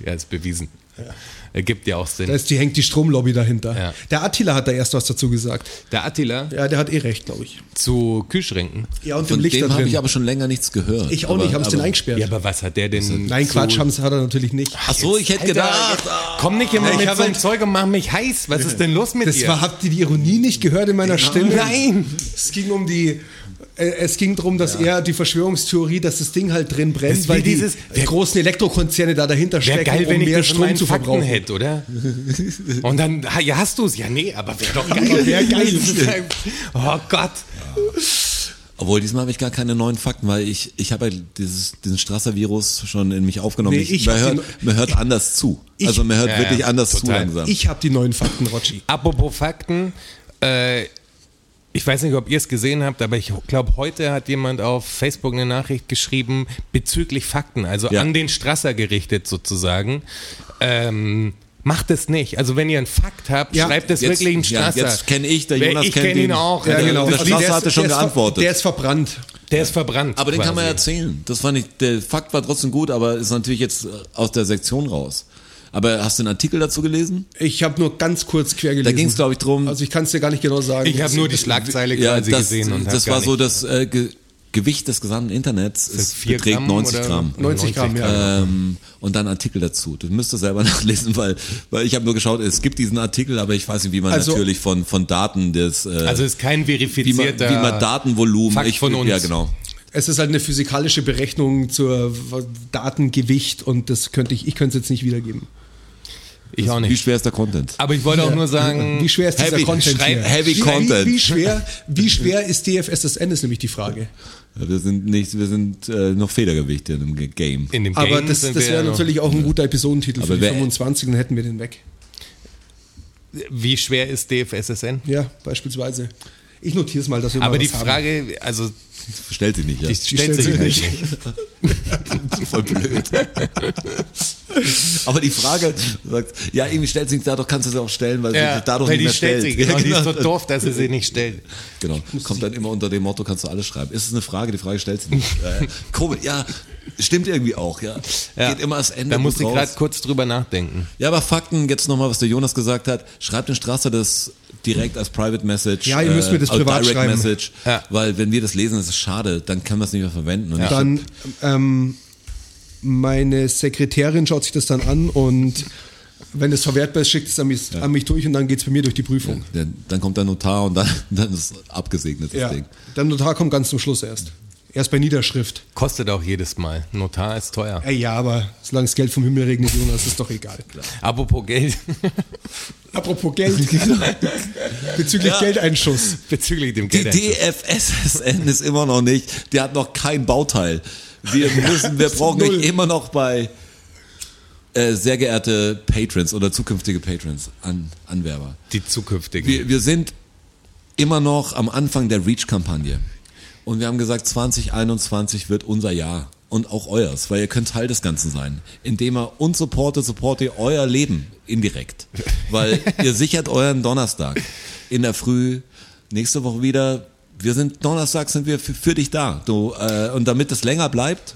Ja, ist bewiesen. Ergibt ja auch Da Sinn. ist, die hängt die Stromlobby dahinter. Ja. Der Attila hat da erst was dazu gesagt. Der Attila Ja, der hat eh recht, glaube ich. zu Kühlschränken. Ja, und dem Von Licht da dem drin. habe Ich, ich aber schon länger nichts gehört. auch aber, nicht, haben es den aber- eingesperrt. Ja, aber was hat der denn? Nein, zu- Quatsch, haben's, hat er natürlich nicht. Ach so, ich hätte Alter, gedacht. ah, Komm nicht immer Ich mit hab so einem halt- Zeug und mach mich heiß. Was ist denn los mit Das dir? war, habt ihr die Ironie nicht gehört in meiner Stimme? Nein! Es ging um die. äh, Es ging darum, dass er die Verschwörungstheorie, dass das Ding halt drin brennt, Das ist weil wie die dieses- großen Elektrokonzerne da dahinter Wäre stecken, geil, wenn um ich mehr das in Strom meinen zu Fakten verbrauchen. hätte, oder? Und dann, ha, ja, hast du es. Ja, nee, aber wäre doch geil. Aber wär geil. Das ist ein- Oh Gott. Obwohl, diesmal habe ich gar keine neuen Fakten, weil ich, ich habe ja dieses, diesen Strasser-Virus schon in mich aufgenommen. Nee, ich man, hab die hört, man hört anders zu. also man hört Ja, ja, wirklich anders zu total. langsam. Ich habe die neuen Fakten, Rotschi. Apropos Fakten, äh, ich weiß nicht, ob ihr es gesehen habt, aber ich glaube, heute hat jemand auf Facebook eine Nachricht geschrieben bezüglich Fakten, also Ja. an den Strasser gerichtet sozusagen. Ähm, macht es nicht. Also wenn ihr einen Fakt habt, Ja, schreibt es Jetzt- wirklich einen ja, Strasser. Jetzt kenne ich, der Wer- Jonas ich kennt kenn ihn auch. Der, Ja, genau. der Das- der Strasser ist- hatte schon der ist ver- geantwortet. Der ist verbrannt. Der ist verbrannt. aber den kann man quasi. ja erzählen. Das fand ich, der Fakt war trotzdem gut, aber ist natürlich jetzt äh, aus der Sektion raus. Aber hast du einen Artikel dazu gelesen? Ich habe nur ganz kurz quer gelesen. Da ging es, glaube ich, drum. Also ich kann es dir gar nicht genau sagen. Ich habe nur die Schlagzeile quasi das, gesehen und das hab war gar so nicht- das äh, Ge Gewicht des gesamten Internets. Es vier beträgt Gramm 90 oder- Gramm. 90 Gramm, Äh, ja. Ähm, und dann Artikel dazu. Du müsstest selber nachlesen, weil, weil ich habe nur geschaut, es gibt diesen Artikel, aber ich weiß nicht, wie man Also- natürlich von, von Daten des äh, Also ist kein wie, man, wie verifizierter. man Datenvolumen Fakt von uns. Ja, genau. Es ist halt eine physikalische Berechnung zur w- Datengewicht und das könnte ich, ich könnte es jetzt nicht wiedergeben. ich auch Wie nicht. schwer ist der Content? Aber ich wollte auch nur sagen, Wie schwer ist dieser Heavy- Content schreib- hier? Heavy wie, Content. Wie, wie, schwer, wie schwer ist DFSSN, ist nämlich die Frage. Wir sind nicht, wir sind äh, noch Federgewicht in dem Ge- Game. in dem Game Aber das, sind das wir wäre ja noch- natürlich auch ein guter Episodentitel Aber für die wer- 25, dann hätten wir den weg. Wie schwer ist DFSSN? Ja, beispielsweise. Ich notiere es mal, dass wir Aber mal die was haben. Frage, also Stellt sich nicht, ja. die stellt sich stellt nicht. sich Voll blöd. Aber die Frage sagt, ja, irgendwie stellt sie nicht dadurch, kannst du sie auch stellen, weil sie Ja, sich dadurch weil nicht die mehr stellt stellt. sich, genau, Ja, die ist so genau. doof, dass sie sie nicht stellt. Genau. Kommt dann immer unter dem Motto, kannst du alles schreiben. Ist es eine Frage? Die Frage stellt sich nicht. Äh, Komisch, ja, stimmt irgendwie auch, ja. Ja. Geht immer ans Ende. Da gut musste ich raus. gerade kurz drüber nachdenken. Ja, aber Fakten, jetzt nochmal, was der Jonas gesagt hat. Schreibt den Strasser das direkt als Private Message. äh, Ja, ihr müsst mir das als privat Direct schreiben. Message. Ja. Weil wenn wir das lesen, ist es schade, dann können wir es nicht mehr verwenden. Und ich Dann ähm, meine Sekretärin schaut sich das dann an und wenn es verwertbar ist, schickt es an mich, an mich durch und dann geht es bei mir durch die Prüfung. Dann, dann kommt der Notar und dann, dann ist abgesegnet das Ja. Ding. Der Notar kommt ganz zum Schluss erst. Erst bei Niederschrift. Kostet auch jedes Mal. Notar ist teuer. Ey, ja, aber solange es Geld vom Himmel regnet, Jonas, ist doch egal. Apropos Geld, Apropos Geld. Genau. Bezüglich Geldeinschuss. bezüglich dem Die Geld. DFSSN ist immer noch nicht, die hat noch kein Bauteil. Wir müssen, wir brauchen null. euch immer noch bei äh, sehr geehrte Patrons oder zukünftige Patrons, An, Anwerber. die zukünftigen. Wir, wir sind immer noch am Anfang der Reach-Kampagne. Und wir haben gesagt, 2021 wird unser Jahr. Und auch euers, weil ihr könnt Teil des Ganzen sein. Indem ihr uns supportet, supportet ihr euer Leben indirekt. Weil ihr sichert euren Donnerstag in der Früh, nächste Woche wieder. Wir sind Donnerstag sind wir für, für dich da. Du, äh, und damit es länger bleibt,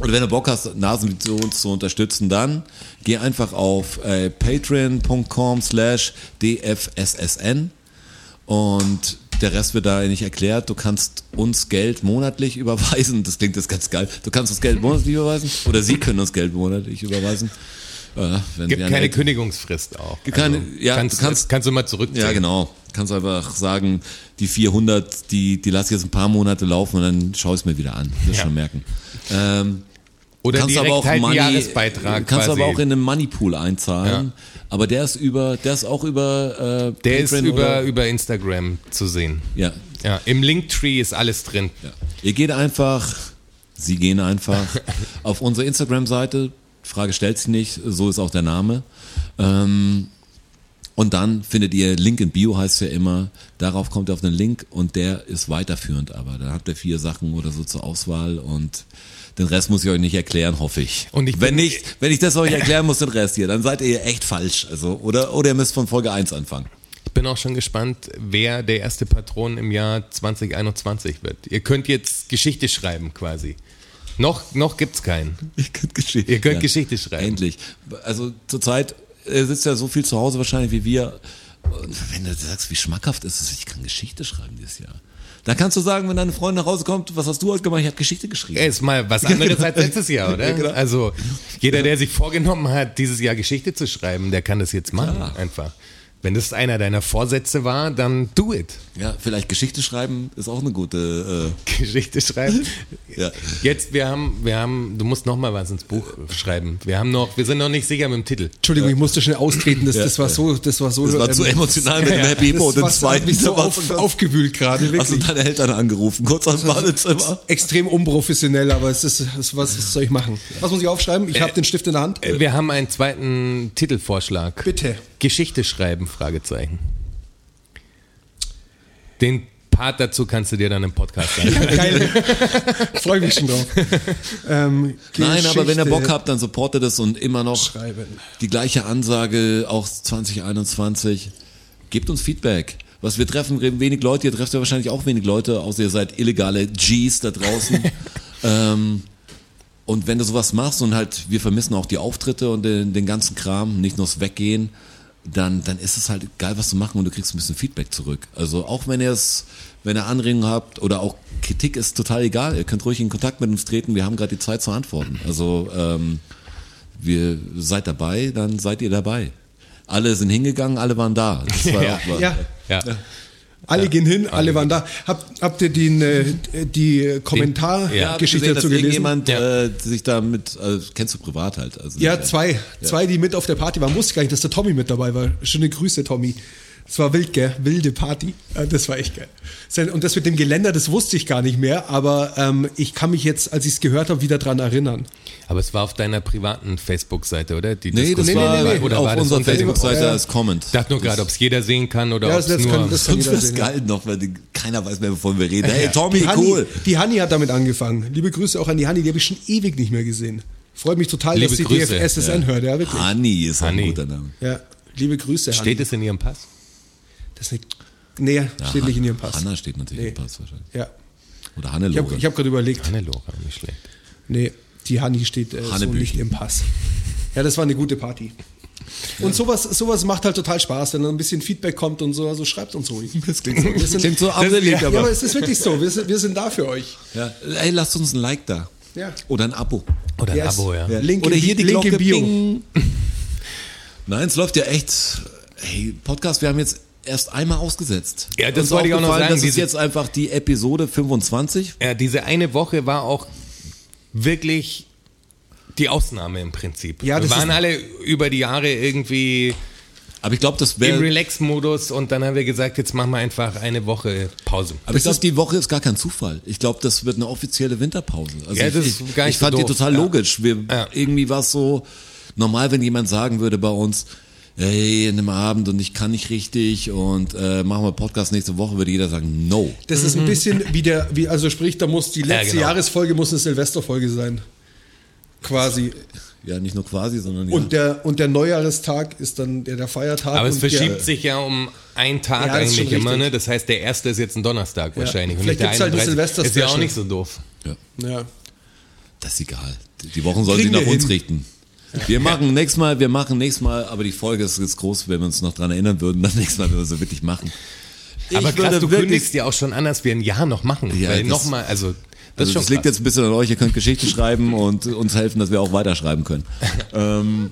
und wenn du Bock hast, Nasen zu uns zu unterstützen, dann geh einfach auf äh, patreon.com slash dfssn und der Rest wird da nicht erklärt. Du kannst uns Geld monatlich überweisen. Das klingt jetzt ganz geil. Du kannst uns Geld monatlich überweisen oder sie können uns Geld monatlich überweisen. Äh, wenn Gibt sie eine keine Eltern- Kündigungsfrist auch. Also, Gibt keine- ja, kannst, du kannst- kannst du mal zurückziehen. ja, genau. Kannst einfach sagen, die 400, die, die lass ich jetzt ein paar Monate laufen und dann schau ich es mir wieder an. Das Ja. schon merken. Ähm, Oder kannst direkt aber auch halt Money, einen Jahresbeitrag kannst quasi. aber auch in einen Moneypool einzahlen. Ja. Aber der ist über, der ist auch über. Äh, Der ist Patreon über, oder- über Instagram zu sehen. ja, Ja, im Linktree ist alles drin. ja. Ihr geht einfach, Sie gehen einfach auf unsere Instagram-Seite. Frage stellt sich nicht, so ist auch der Name. Ähm, und dann findet ihr Link in Bio heißt ja immer. Darauf kommt ihr auf den Link und der ist weiterführend. Aber da habt ihr vier Sachen oder so zur Auswahl und den Rest muss ich euch nicht erklären, hoffe ich. Und ich wenn bin- nicht, wenn ich das euch erklären muss, den Rest hier, dann seid ihr echt falsch. Also oder oder ihr müsst von Folge 1 anfangen. Ich bin auch schon gespannt, wer der erste Patron im Jahr 2021 wird. Ihr könnt jetzt Geschichte schreiben quasi. Noch, noch gibt's keinen. Ihr könnt Geschichte. Ihr könnt schreiben. Geschichte schreiben. Endlich. Also zurzeit äh, sitzt ja so viel zu Hause wahrscheinlich wie wir. Und wenn du sagst, wie schmackhaft ist es, ich kann Geschichte schreiben dieses Jahr. Dann kannst du sagen, wenn deine Freundin nach Hause kommt, was hast du heute gemacht? Ich habe Geschichte geschrieben. Ey, Ist mal was anderes als letztes Jahr, oder? Ja, genau. Also jeder, der sich vorgenommen hat, dieses Jahr Geschichte zu schreiben, der kann das jetzt machen einfach. Wenn das einer deiner Vorsätze war, dann do it. Ja, vielleicht Geschichte schreiben ist auch eine gute. Geschichte schreiben. Äh, ja. Jetzt, wir haben, wir haben, du musst noch mal was ins Buch schreiben. Wir haben noch, wir sind noch nicht sicher mit dem Titel. Entschuldigung, ich musste schnell austreten. Das, das war so, das war so. Das war ähm, zu emotional mit dem ja, Happy Hippo das und dem war- hat zweiten. Also mich so da war auf, so- aufgewühlt gerade, Hast du wirklich. deine Eltern angerufen, kurz aus dem Badezimmer? Extrem unprofessionell, aber es ist, es, was, was soll ich machen? Was muss ich aufschreiben? Ich habe den Stift in der Hand. Äh, Wir haben einen zweiten Titelvorschlag. Bitte. Geschichte schreiben, Fragezeichen. Den Part dazu kannst du dir dann im Podcast sagen. äh, Geil. Freue mich schon drauf. Ähm, Nein, aber wenn ihr Geschichte Bock habt, dann supportet es und immer noch Schreiben. die gleiche Ansage, auch 2021. Gebt uns Feedback. Was wir treffen, reden wenig Leute, ihr trefft ja wahrscheinlich auch wenig Leute, außer ihr seid illegale Gs da draußen. ähm, und wenn du sowas machst und halt, wir vermissen auch die Auftritte und den, den ganzen Kram, nicht nur das Weggehen, dann, dann ist es halt geil, was zu machen und du kriegst ein bisschen Feedback zurück. Also auch wenn ihr es, wenn ihr Anregungen habt oder auch Kritik ist total egal, ihr könnt ruhig in Kontakt mit uns treten, wir haben gerade die Zeit zu antworten. Also ähm, wir seid dabei, dann seid ihr dabei. Alle sind hingegangen, alle waren da. Das war Ja. auch, mal- Ja, ja. alle gehen hin, alle waren da. Habt, habt ihr den, äh, die Ja, hab Kommentargeschichte gesehen, dass dazu gelesen? irgendjemand Ja. äh, sich damit, äh, kennst du privat halt. Also Ja, nicht, äh, zwei. Zwei, die mit auf der Party waren. Wusste gar nicht, dass der Tommy mit dabei war. Schöne Grüße, Tommy. Es war wild, gell? Wilde Party. Äh, Das war echt geil. Sein- Und das mit dem Geländer, das wusste ich gar nicht mehr, aber ähm, ich kann mich jetzt, als ich es gehört habe, wieder dran erinnern. Aber es war auf deiner privaten Facebook-Seite, oder? Die Nee, das Diskussion- war nee, nee, nee. Oder war auf das unserer unter dem- Facebook-Seite Ja. als Comment. Ich dachte nur gerade, ob es jeder sehen kann oder Ja, ob das- das es nur... kann- das- Sonst jeder ist sehen, geil noch, weil die, keiner weiß mehr, wovon wir reden. Hey, Tommy, Die Hanni, cool. die Hanni hat damit angefangen. Liebe Grüße auch an die Hanni, die habe ich schon ewig nicht mehr gesehen. Freut mich total, Liebe dass die Grüße, DFS es anhört. Ja, wirklich. Hanni ist Hanni. ein guter Name. Ja, liebe Grüße, Hanni. steht es in ihrem Pass? Das ist eine, nee, steht nicht in ihrem Pass. Hanna steht natürlich Nee. im Pass wahrscheinlich. Ja. Oder Ich habe Hannelore. hab gerade überlegt. Hannelore, nicht schlecht. Nee, die Hanni steht äh, so Hanebüchen. nicht im Pass. Ja, das war eine gute Party. Und sowas, sowas macht halt total Spaß, wenn dann ein bisschen Feedback kommt und so, also schreibt uns ruhig. Das klingt so. Wir sind, Klingt so ja, abgelehnt, aber. Ja, aber aber. es ist wirklich so, wir sind, wir sind da für euch. Ja. Ey, lasst uns ein Like da. Ja. Oder ein Abo. Oder ein Yes. Abo, ja. Ja. Link Oder im- hier die Link im Glocke. Bio. Bing. Nein, es läuft ja echt. Hey, Podcast, wir haben jetzt erst einmal ausgesetzt. Ja, das Uns wollte ich auch noch aufgefallen, sagen, Das ist diese- jetzt einfach die Episode 25. Ja, diese eine Woche war auch wirklich die Ausnahme im Prinzip. Ja, wir das waren ist- alle über die Jahre irgendwie Aber ich glaube, das im wäre. Relax-Modus und dann haben wir gesagt, jetzt machen wir einfach eine Woche Pause. Aber ich glaube, die Woche ist gar kein Zufall. Ich glaube, das wird eine offizielle Winterpause. Also Ja, ich, das ist ich, gar nicht ich fand so die doof. total Ja. logisch. Wir, Ja. Irgendwie war es so normal, wenn jemand sagen würde bei uns, hey, in einem Abend und ich kann nicht richtig und äh, machen wir Podcast nächste Woche, würde jeder sagen, no. Das ist ein bisschen wie der, wie, also sprich, da muss die letzte genau. Jahresfolge muss eine Silvesterfolge sein. Quasi. Ja, nicht nur quasi, sondern ja. Und, der, und der Neujahrestag ist dann der, der Feiertag. Aber es und der- verschiebt sich ja um einen Tag Ja, das ist eigentlich schon immer, richtig. ne? Das heißt, der erste ist jetzt ein Donnerstag wahrscheinlich. Vielleicht der gibt's halt ein 31. Ist ja auch Silvester-Special. nicht so doof. ja. Ja. Das ist egal. Die Wochen sollen Kriegen sich nach wir uns hin. richten. Wir machen nächstes Mal, wir machen nächstes Mal, aber die Folge ist jetzt groß, wenn wir uns noch dran erinnern würden, dann nächstes Mal, wenn wir sie wirklich machen. Aber Ich krass, würde du wirklich- kündigst ja auch schon an, dass wir ein Jahr noch machen. Ja, weil das- nochmal, also das Also ist schon das liegt krass. jetzt ein bisschen an euch, ihr könnt Geschichte schreiben und uns helfen, dass wir auch weiterschreiben können. ähm,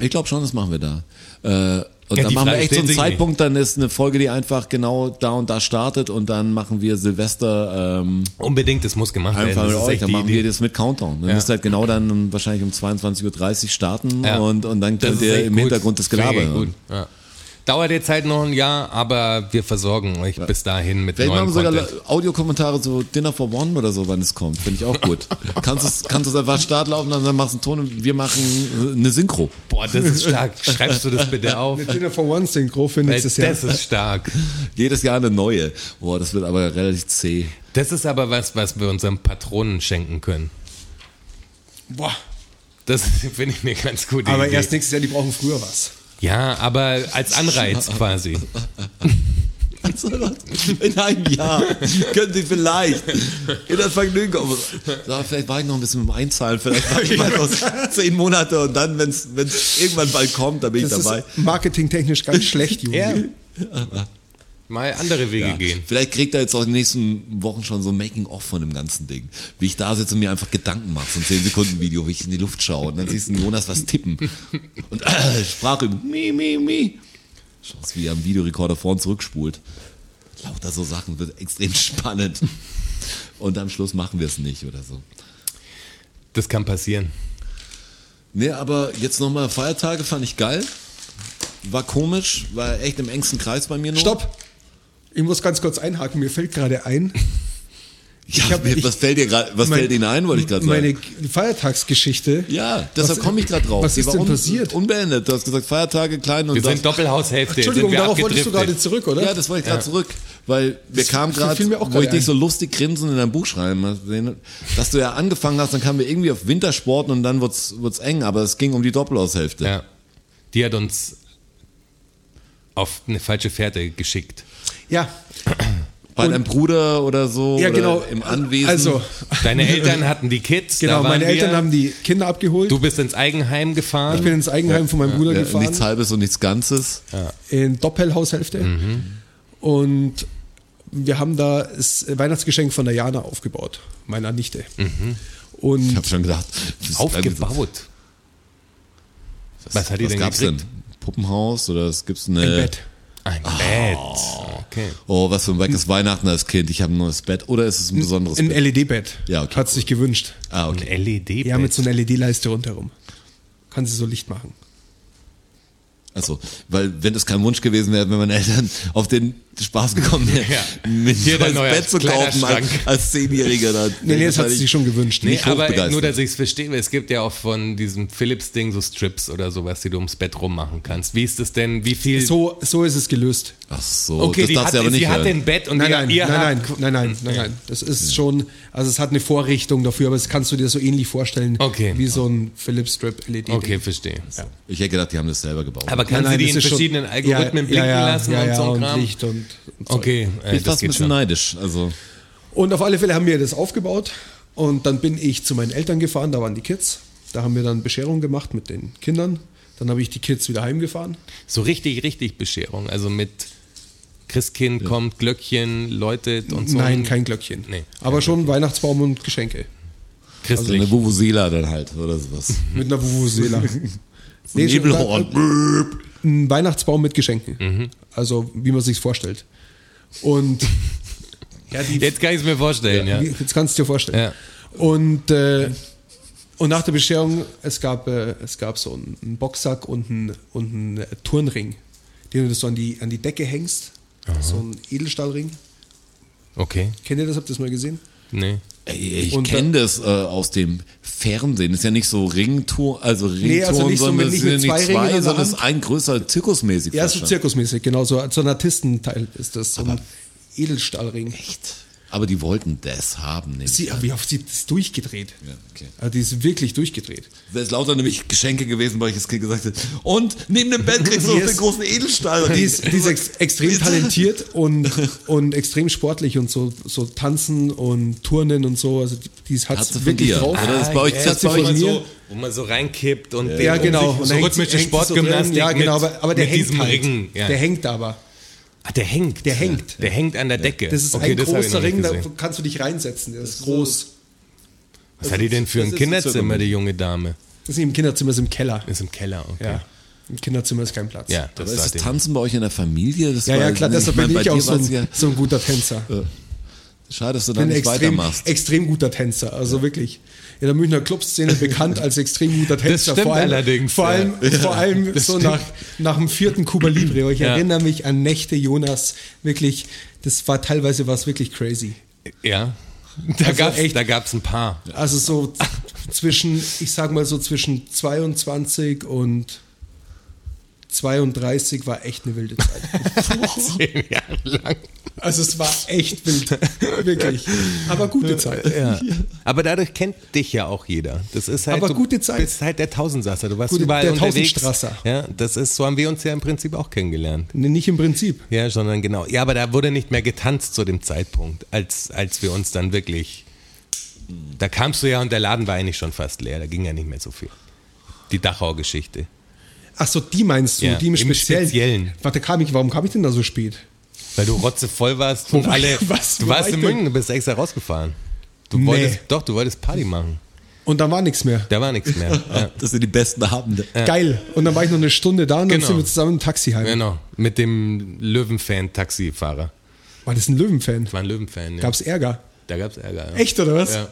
ich glaube schon, das machen wir da. Äh, und Ja, dann die machen wir Frage echt so stellt einen sich nicht. Zeitpunkt, dann ist eine Folge, die einfach genau da und da startet und dann machen wir Silvester ähm, Unbedingt, das muss gemacht werden. einfach Das mit ist euch, echt dann die machen wir Idee. das mit Countdown. Dann Ja. müsst ihr halt genau dann um, wahrscheinlich um 22.30 Uhr starten Ja. und, und dann Das könnt ist ihr echt im gut. Hintergrund das Finde ich Gelaber echt hören. gut. Ja. Dauert jetzt halt noch ein Jahr, aber wir versorgen euch bis dahin mit Vielleicht neuem machen wir sogar Content. Audiokommentare so Dinner for One oder so, wann es kommt. Finde ich auch gut. kannst es kannst es einfach Start laufen, dann machst du einen Ton und wir machen äh, eine Synchro. Boah, das ist stark. Schreibst du das bitte auf? Eine Dinner for One Synchro für Weil nächstes das Jahr. ist stark. Jedes Jahr eine neue. Boah, das wird aber relativ zäh. Das ist aber was, was wir unseren Patronen schenken können. Boah. Das finde ich eine ganz gute Aber Idee. erst nächstes Jahr, die brauchen früher was. ja, aber als Anreiz quasi. Also, Leute, In einem Jahr können Sie vielleicht in das Vergnügen kommen. Ja, vielleicht war ich noch ein bisschen beim Einzahlen, vielleicht war ich mal noch zehn Monate und dann, wenn es irgendwann bald kommt, dann bin ich Das dabei. ist marketingtechnisch ganz schlecht, Juli. Ja. Mal andere Wege gehen. Vielleicht kriegt er jetzt auch in den nächsten Wochen schon so ein Making-of von dem ganzen Ding. Wie ich da sitze und mir einfach Gedanken mache, so ein 10-Sekunden-Video, wie ich in die Luft schaue und dann siehst du Jonas was tippen. Und äh, Sprachübung, mi, mi, mi. Schaust, wie er am Videorekorder vor und zurückspult. Lauter so Sachen, wird extrem spannend. Und am Schluss machen wir es nicht oder so. Das kann passieren. Nee, aber jetzt nochmal Feiertage fand ich geil. War komisch, war echt im engsten Kreis bei mir nur. Stopp! Ich muss ganz kurz einhaken, mir fällt gerade ein, Ja, Ich hab- mir- ich- was fällt dir gerade, was Mein- fällt Ihnen ein, wollte ich gerade Meine sagen. G- Feiertagsgeschichte. Ja, deshalb komme ich gerade drauf. Was Die ist war denn un- passiert? Unbeendet. Du hast gesagt, Feiertage klein und Wir das, sind Doppelhaushälfte. Entschuldigung, sind wir darauf wolltest du gerade abgedriftet. zurück, oder? Ja, das wollte ich gerade zurück, weil wir Das kamen fiel gerade, mir auch wo ich gerade dich ein. so lustig grinsend in deinem Buch schreiben hast, gesehen, dass du ja angefangen hast, dann kamen wir irgendwie auf Wintersporten und dann wird's, wird's eng, aber es ging um die Doppelaushälfte. Ja. Die hat uns auf eine falsche Fährte geschickt. Ja, Bei deinem Bruder oder so, ja oder genau. im Anwesen. Also, Deine Eltern hatten die Kids. da genau, waren meine Eltern wir. haben die Kinder abgeholt. Du bist ins Eigenheim gefahren. ich bin ins Eigenheim von meinem Bruder ja, gefahren. nichts halbes und nichts Ganzes. in Doppelhaushälfte. Und wir haben da das Weihnachtsgeschenk von der Jana aufgebaut, meiner Nichte. Ich Und habe schon gedacht, das ist- aufgebaut. Was hat die was denn gab's gekriegt? denn? Puppenhaus oder es gibt's eine ein Bett. Ein Bett. Okay. Oh, was für ein wackes Weihnachten als Kind. Ich habe ein neues Bett oder ist es ein besonderes Ein Bett? LED-Bett. Ja, okay, Hat sich gewünscht. ah, Ein okay. Mhm. LED-Bett. Ja, mit so einer LED-Leiste rundherum. Kann sie so Licht machen. Also, weil wenn das kein Wunsch gewesen wäre, wenn meine Eltern auf den Spaß gekommen wären, Ja. mir Hier der ein neue Bett zu kaufen als, Kleiderschrank. als Zehnjähriger. dann- Nee, nee, das hat sie sich schon gewünscht. Nee, nicht aber hochbegeistert. nur, dass ich es verstehe, weil es gibt ja auch von diesem Philips-Ding so Strips oder sowas, die du ums Bett rummachen kannst. Wie ist es denn, wie viel... Oh, So, so ist es gelöst. Ach so, okay, das die darfst hat, du aber nicht sie hat hören. ein Bett und Nein, ihr, nein, ihr nein, habt, nein, nein, nein, nein, nein. Das ist schon, also es hat eine Vorrichtung dafür, aber das kannst du dir so ähnlich vorstellen Okay. wie so ein Philips Strip E LED. Okay, verstehe. Ich hätte gedacht, die haben das selber gebaut. Aber kannst Nein, du die das in ist schon- verschiedenen Algorithmen ja, blicken ja, lassen ja, und ja, so ein Kram? Licht und, und Zeug. okay, äh, ich bin das fast ein geht bisschen schon. neidisch. Also, Und auf alle Fälle haben wir das aufgebaut und dann bin ich zu meinen Eltern gefahren, da waren die Kids. Da haben wir dann Bescherung gemacht mit den Kindern. Dann habe ich die Kids wieder heimgefahren. So richtig, richtig Bescherung. Also mit Christkind kommt, Glöckchen, läutet und so. Nein, ein kein Glöckchen. Nee, Aber schon Weihnachtsbaum und Geschenke. also Christlich. eine Vuvuzela dann halt oder sowas. Mhm. Mit einer Vuvuzela. Nee, schon- Nebelhorn. Ein Weihnachtsbaum mit Geschenken. Mhm. Also, wie man sich's vorstellt. Und Jetzt kann ich es mir vorstellen, ja. Wie- Jetzt kannst du dir vorstellen. Und, äh, und nach der Bescherung, es gab, äh, es gab so einen einen Boxsack und einen, und einen äh, Turnring, den du so an die, an die Decke hängst. So ein Edelstahlring. Okay, Kennt ihr das? Habt ihr das mal gesehen? nee. Ey, Ich Und kenne das äh, aus dem Fernsehen. Ist ja nicht so Rington, also Rington, also nicht so sondern mit- es nicht sind ja mit zwei nicht Ringen in zwei, der sondern es ist Hand. ein größer zirkusmäßig. Ja, fast so schon. zirkusmäßig, genau. So, so ein Artistenteil ist das. So ein Edelstahlring. Echt? Aber die wollten das haben. Nämlich. Sie, wie oft sie das ist durchgedreht? Ja, okay. Also die ist wirklich durchgedreht. Das ist lauter nämlich Geschenke gewesen, weil ich das Kind gesagt habe. Und neben dem Bett kriegst du noch Die den ist- großen Edelstahl. Die ist, die ist ex extrem talentiert und, und extrem sportlich und so, so tanzen und turnen und so. Also die, die hat Hat sie es von wirklich dir, drauf. Ah, oder? Das ist bei euch- ja, das ist bei wo euch man mir. so, wo man so reinkippt und Ja, um genau. sich Und so hängt- rhythmische hängt sie so drin. Sportgymnastik. Ja, genau, mit, aber, aber der mit hängt diesem halt. Ring. Ja. Der hängt aber. ah, der hängt. Der hängt. Der hängt an der Decke. Das ist Okay, ein das hab ich noch großer nicht Ring, da gesehen. kannst du dich reinsetzen. Der ist, groß. Was hat die denn für das ein ist ein Kinderzimmer, Zirkel. die junge Dame? Das ist nicht im Kinderzimmer, das ist im Keller. Ist im Keller, okay. Ja. Im Kinderzimmer ist kein Platz. Ja, Aber das ist das sagt ihm. Tanzen bei euch in der Familie? Das Ja, war- ja, klar, deshalb meine, bin bei ich dir auch so war's ein, so ein guter Tänzer. Schade, dass du da Ein nicht extrem, weitermachst. extrem guter Tänzer, also wirklich. In der Münchner Clubszene bekannt als extrem guter Tänzer. stimmt vor allem, allerdings, Vor ja. allem, vor allem so nach, nach dem vierten Cuba Libre. Ich Ja. erinnere mich an Nächte Jonas. Wirklich, das war teilweise was wirklich crazy. Ja. Da Also gab's echt- da gab's ein paar. Also so z- zwischen, ich sag mal so zwischen 22 und 32 war echt eine wilde Zeit. Zehn Jahre lang. Also es war echt wild. Wirklich. Aber gute Zeit. Ja. Aber dadurch kennt dich ja auch jeder. Das ist halt, Aber du gute Zeit. bist halt der Tausendsasser. Du warst Gute- überall der unterwegs. Tausendstrasser. Ja, das ist, so haben wir uns ja im Prinzip auch kennengelernt. Nee, Ne, Nicht im Prinzip. Ja, sondern genau. Ja, aber da wurde nicht mehr getanzt zu dem Zeitpunkt, als, als wir uns dann wirklich. Da kamst du ja und der Laden war eigentlich schon fast leer, da ging ja nicht mehr so viel. Die Dachau-Geschichte. Ach so, die meinst du, Ja, die im im Speziellen. Speziellen. Warte, kam ich, warum kam ich denn da so spät? Weil du rotzevoll warst und Wo war- alle. was? du Wo warst war ich in denn? München, du bist extra rausgefahren. Du Nee. wolltest, doch, du wolltest Party machen. Und dann war nichts mehr. Da war nichts mehr. Ja. Das sind die besten Abende. Geil. Und dann war ich noch eine Stunde da und dann Genau. sind wir zusammen im Taxi heim. Genau. Mit dem Löwenfan-Taxifahrer. War das ein Löwenfan? Ich war ein Löwenfan. Ja. Gab's Ärger? da gab's Ärger. Ja. Echt, oder was? Ja.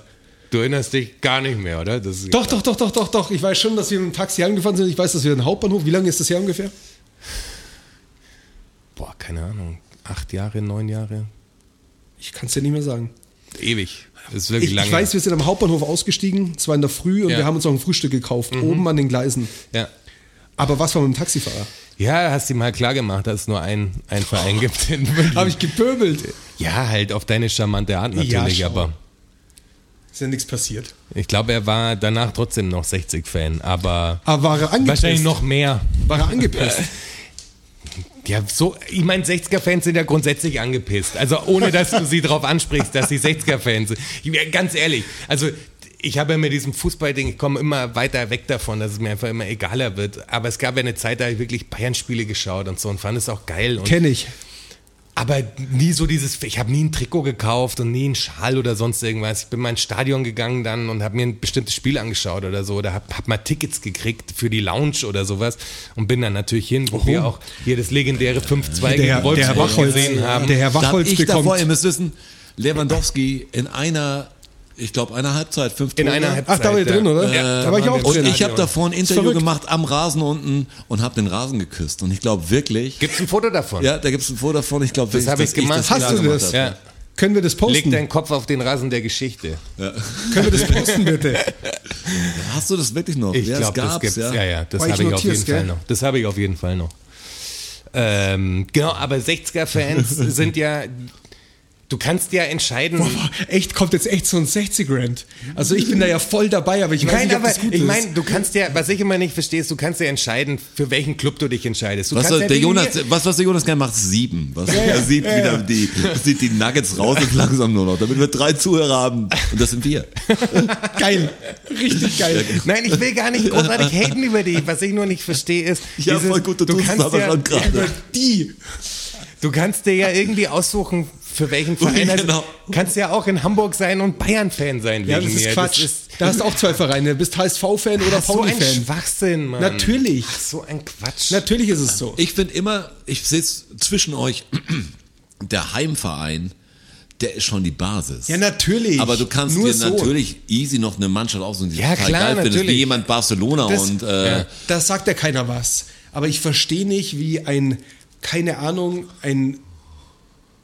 Du erinnerst dich gar nicht mehr, oder? Das ist Doch, doch, doch, doch, doch, doch. Ich weiß schon, dass wir mit dem Taxi heimgefahren sind. Ich weiß, dass wir den Hauptbahnhof. Wie lange ist das her ungefähr? Boah, keine Ahnung. Acht Jahre, neun Jahre. Ich kann es dir nicht mehr sagen. ewig. Das ist wirklich Ich, lange. ich weiß, wir sind am Hauptbahnhof ausgestiegen, es war in der Früh und Ja. Mhm. wir haben uns auch ein Frühstück gekauft, oben an den Gleisen. ja. Aber was war mit dem Taxifahrer? ja, hast ihm halt klar gemacht, dass es nur einen, einen Verein gibt. In München. Habe ich gepöbelt. ja, halt auf deine charmante Art natürlich, schau. aber Ist ja nichts passiert. ich glaube, er war danach trotzdem noch 60-Fan, aber Aber war er angepisst? wahrscheinlich noch mehr. War er angepisst? Ja, so, ich meine, 60er-Fans sind ja grundsätzlich angepisst. Also ohne, dass du sie darauf ansprichst, dass sie 60er-Fans sind. Ich, ja, ganz ehrlich, also ich habe ja mit diesem Fußballding, ich komme immer weiter weg davon, dass es mir einfach immer egaler wird. Aber es gab ja eine Zeit, da habe ich wirklich Bayern-Spiele geschaut und so und fand es auch geil. Und, Kenne ich. aber nie so dieses, ich habe nie ein Trikot gekauft und nie einen Schal oder sonst irgendwas. Ich bin mal ins Stadion gegangen dann und habe mir ein bestimmtes Spiel angeschaut oder so. Oder habe hab mal Tickets gekriegt für die Lounge oder sowas und bin dann natürlich hin, wo wir auch hier das legendäre 5-2 gegen der Herr Wolfsburg Wachholz, gesehen haben. der Herr Da hab Wachholz ich davor, ihr bekommt. müsst wissen, Lewandowski in einer, ich glaube, einer Halbzeit, fünf In Tore. einer Halbzeit. Ach, da war ihr ja. drin, oder? Ja, da war ich auch Und drin. ich habe davor ein Interview verrückt. gemacht am Rasen unten und habe den Rasen geküsst. Und ich glaube wirklich, Gibt's ein Foto davon? ja, da gibt es ein Foto davon. Ich glaube wirklich, hab ich dass gemacht. das Hast klar du gemacht das? hab. Ja. Können wir das Leg posten? deinen Kopf auf den Rasen der Geschichte. Können wir das posten, bitte? Hast du das wirklich noch? Ich ja, glaube, das das gab's, gibt's. Ja, ja. ja, das Boah, ich habe ich auf notier's, jeden gell? Fall noch. Das habe ich auf jeden Fall noch. Ähm, genau, aber 60er-Fans sind ja. Du kannst ja entscheiden. Boah, Oh, echt, kommt jetzt echt so ein 60-Rand. Also ich bin da ja voll dabei, aber ich weiß Nein, nicht, ob aber das gut ich ist. meine, du kannst ja, was ich immer nicht verstehe, ist, du kannst ja entscheiden, für welchen Club du dich entscheidest. Du Was, kannst ja der wegen Jonas, mir- was, was der Jonas gerne macht, ist sieben. Was, er sieht wieder die, sieht die Nuggets raus und langsam nur noch, damit wir drei Zuhörer haben. Und das sind wir. geil. Richtig geil. Nein, ich will gar nicht großartig haten über die. Was ich nur nicht verstehe, ist, Ja, voll gut, du tust es aber schon Über gerade. die. Du kannst dir ja irgendwie aussuchen, für welchen Verein. Ja, Also, genau. Kannst ja auch in Hamburg sein und Bayern-Fan sein Ja, wegen das ist mir. Quatsch. Das ist da hast du auch zwei Vereine. Du bist HSV-Fan oder Ach, so ein Pauli-Fan. Schwachsinn, Mann. Natürlich. Ach, so ein Quatsch. Natürlich ist es so. Ich finde immer, ich sehe es zwischen euch, der Heimverein, der ist schon die Basis. ja, natürlich. Aber du kannst Nur dir so. natürlich easy noch eine Mannschaft aussuchen. die Ja, total klar, geil findest, natürlich. Wie jemand Barcelona Das- und äh, ja. Da sagt ja keiner was. Aber ich verstehe nicht, wie ein, keine Ahnung, ein,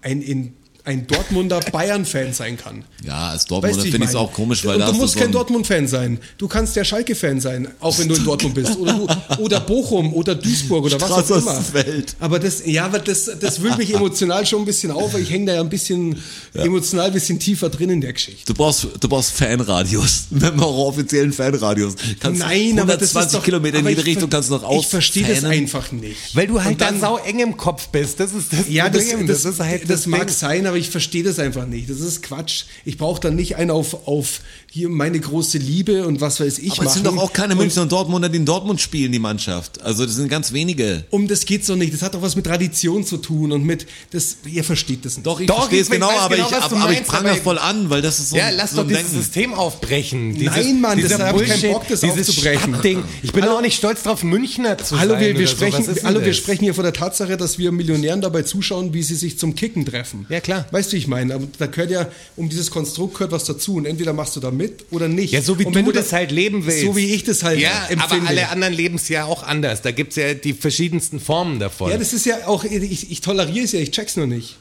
ein, in, ein Dortmunder Bayern-Fan sein kann. ja, als Weißt Dortmunder du, wie finde ich es meine? auch komisch, weil Und da du hast musst so kein einen- Dortmund-Fan sein. Du kannst der Schalke-Fan sein, auch wenn du in Dortmund bist. Oder, du, oder Bochum oder Duisburg oder was auch immer. Strassersfeld. Aber das, ja, aber das, das wühlt mich emotional schon ein bisschen auf, weil ich hänge da ja ein bisschen emotional ein bisschen tiefer drin in der Geschichte. Du brauchst, du brauchst Fanradios, wenn man auch offiziellen Fanradios. Kannst 120 Nein, aber das ist doch, Kilometer in aber jede ich Richtung ver- kannst du noch aus. Ich verstehe das fanen. einfach nicht. Weil du halt Und dann sau eng im Kopf bist. Das ist das Ja, das, Problem. das, das, ist halt das mag Ding. sein, aber ich verstehe das einfach nicht. Das ist Quatsch. Ich brauche dann nicht einen auf, auf hier meine große Liebe und was weiß ich Aber es sind doch machen. auch keine Und Münchner und Dortmunder, die in Dortmund spielen, die Mannschaft. Also das sind ganz wenige. Um das geht's doch nicht. Das hat doch was mit Tradition zu tun und mit das. Ihr versteht das nicht. Doch, ich Doch, verstehe es ich weiß genau, aber genau, ich, was du aber, aber ich meinst, prangere aber- voll an, weil das ist so Ja, ein, lass so doch ein dieses Denken. System aufbrechen. Dieses, Nein, Mann, dieser deshalb hab ich keinen Bullshit, Bock, das dieses aufzubrechen. Stadtding. Ich bin Hallo. auch nicht stolz drauf, Münchner zu Hallo, sein. wir, wir, oder so. sprechen, Was ist denn hallo wir das? sprechen hier von der Tatsache, dass wir Millionären dabei zuschauen, wie sie sich zum Kicken treffen. Ja, klar. Weißt du, wie ich meine, aber da gehört ja, um dieses Konstrukt gehört was dazu und entweder machst du da mit oder nicht. Ja, so wie und du das halt leben willst. So wie ich das halt Ja, empfinde. aber alle anderen leben es ja auch anders. Da gibt es ja die verschiedensten Formen davon. ja, das ist ja auch, ich, ich toleriere es ja, ich check's nur nicht.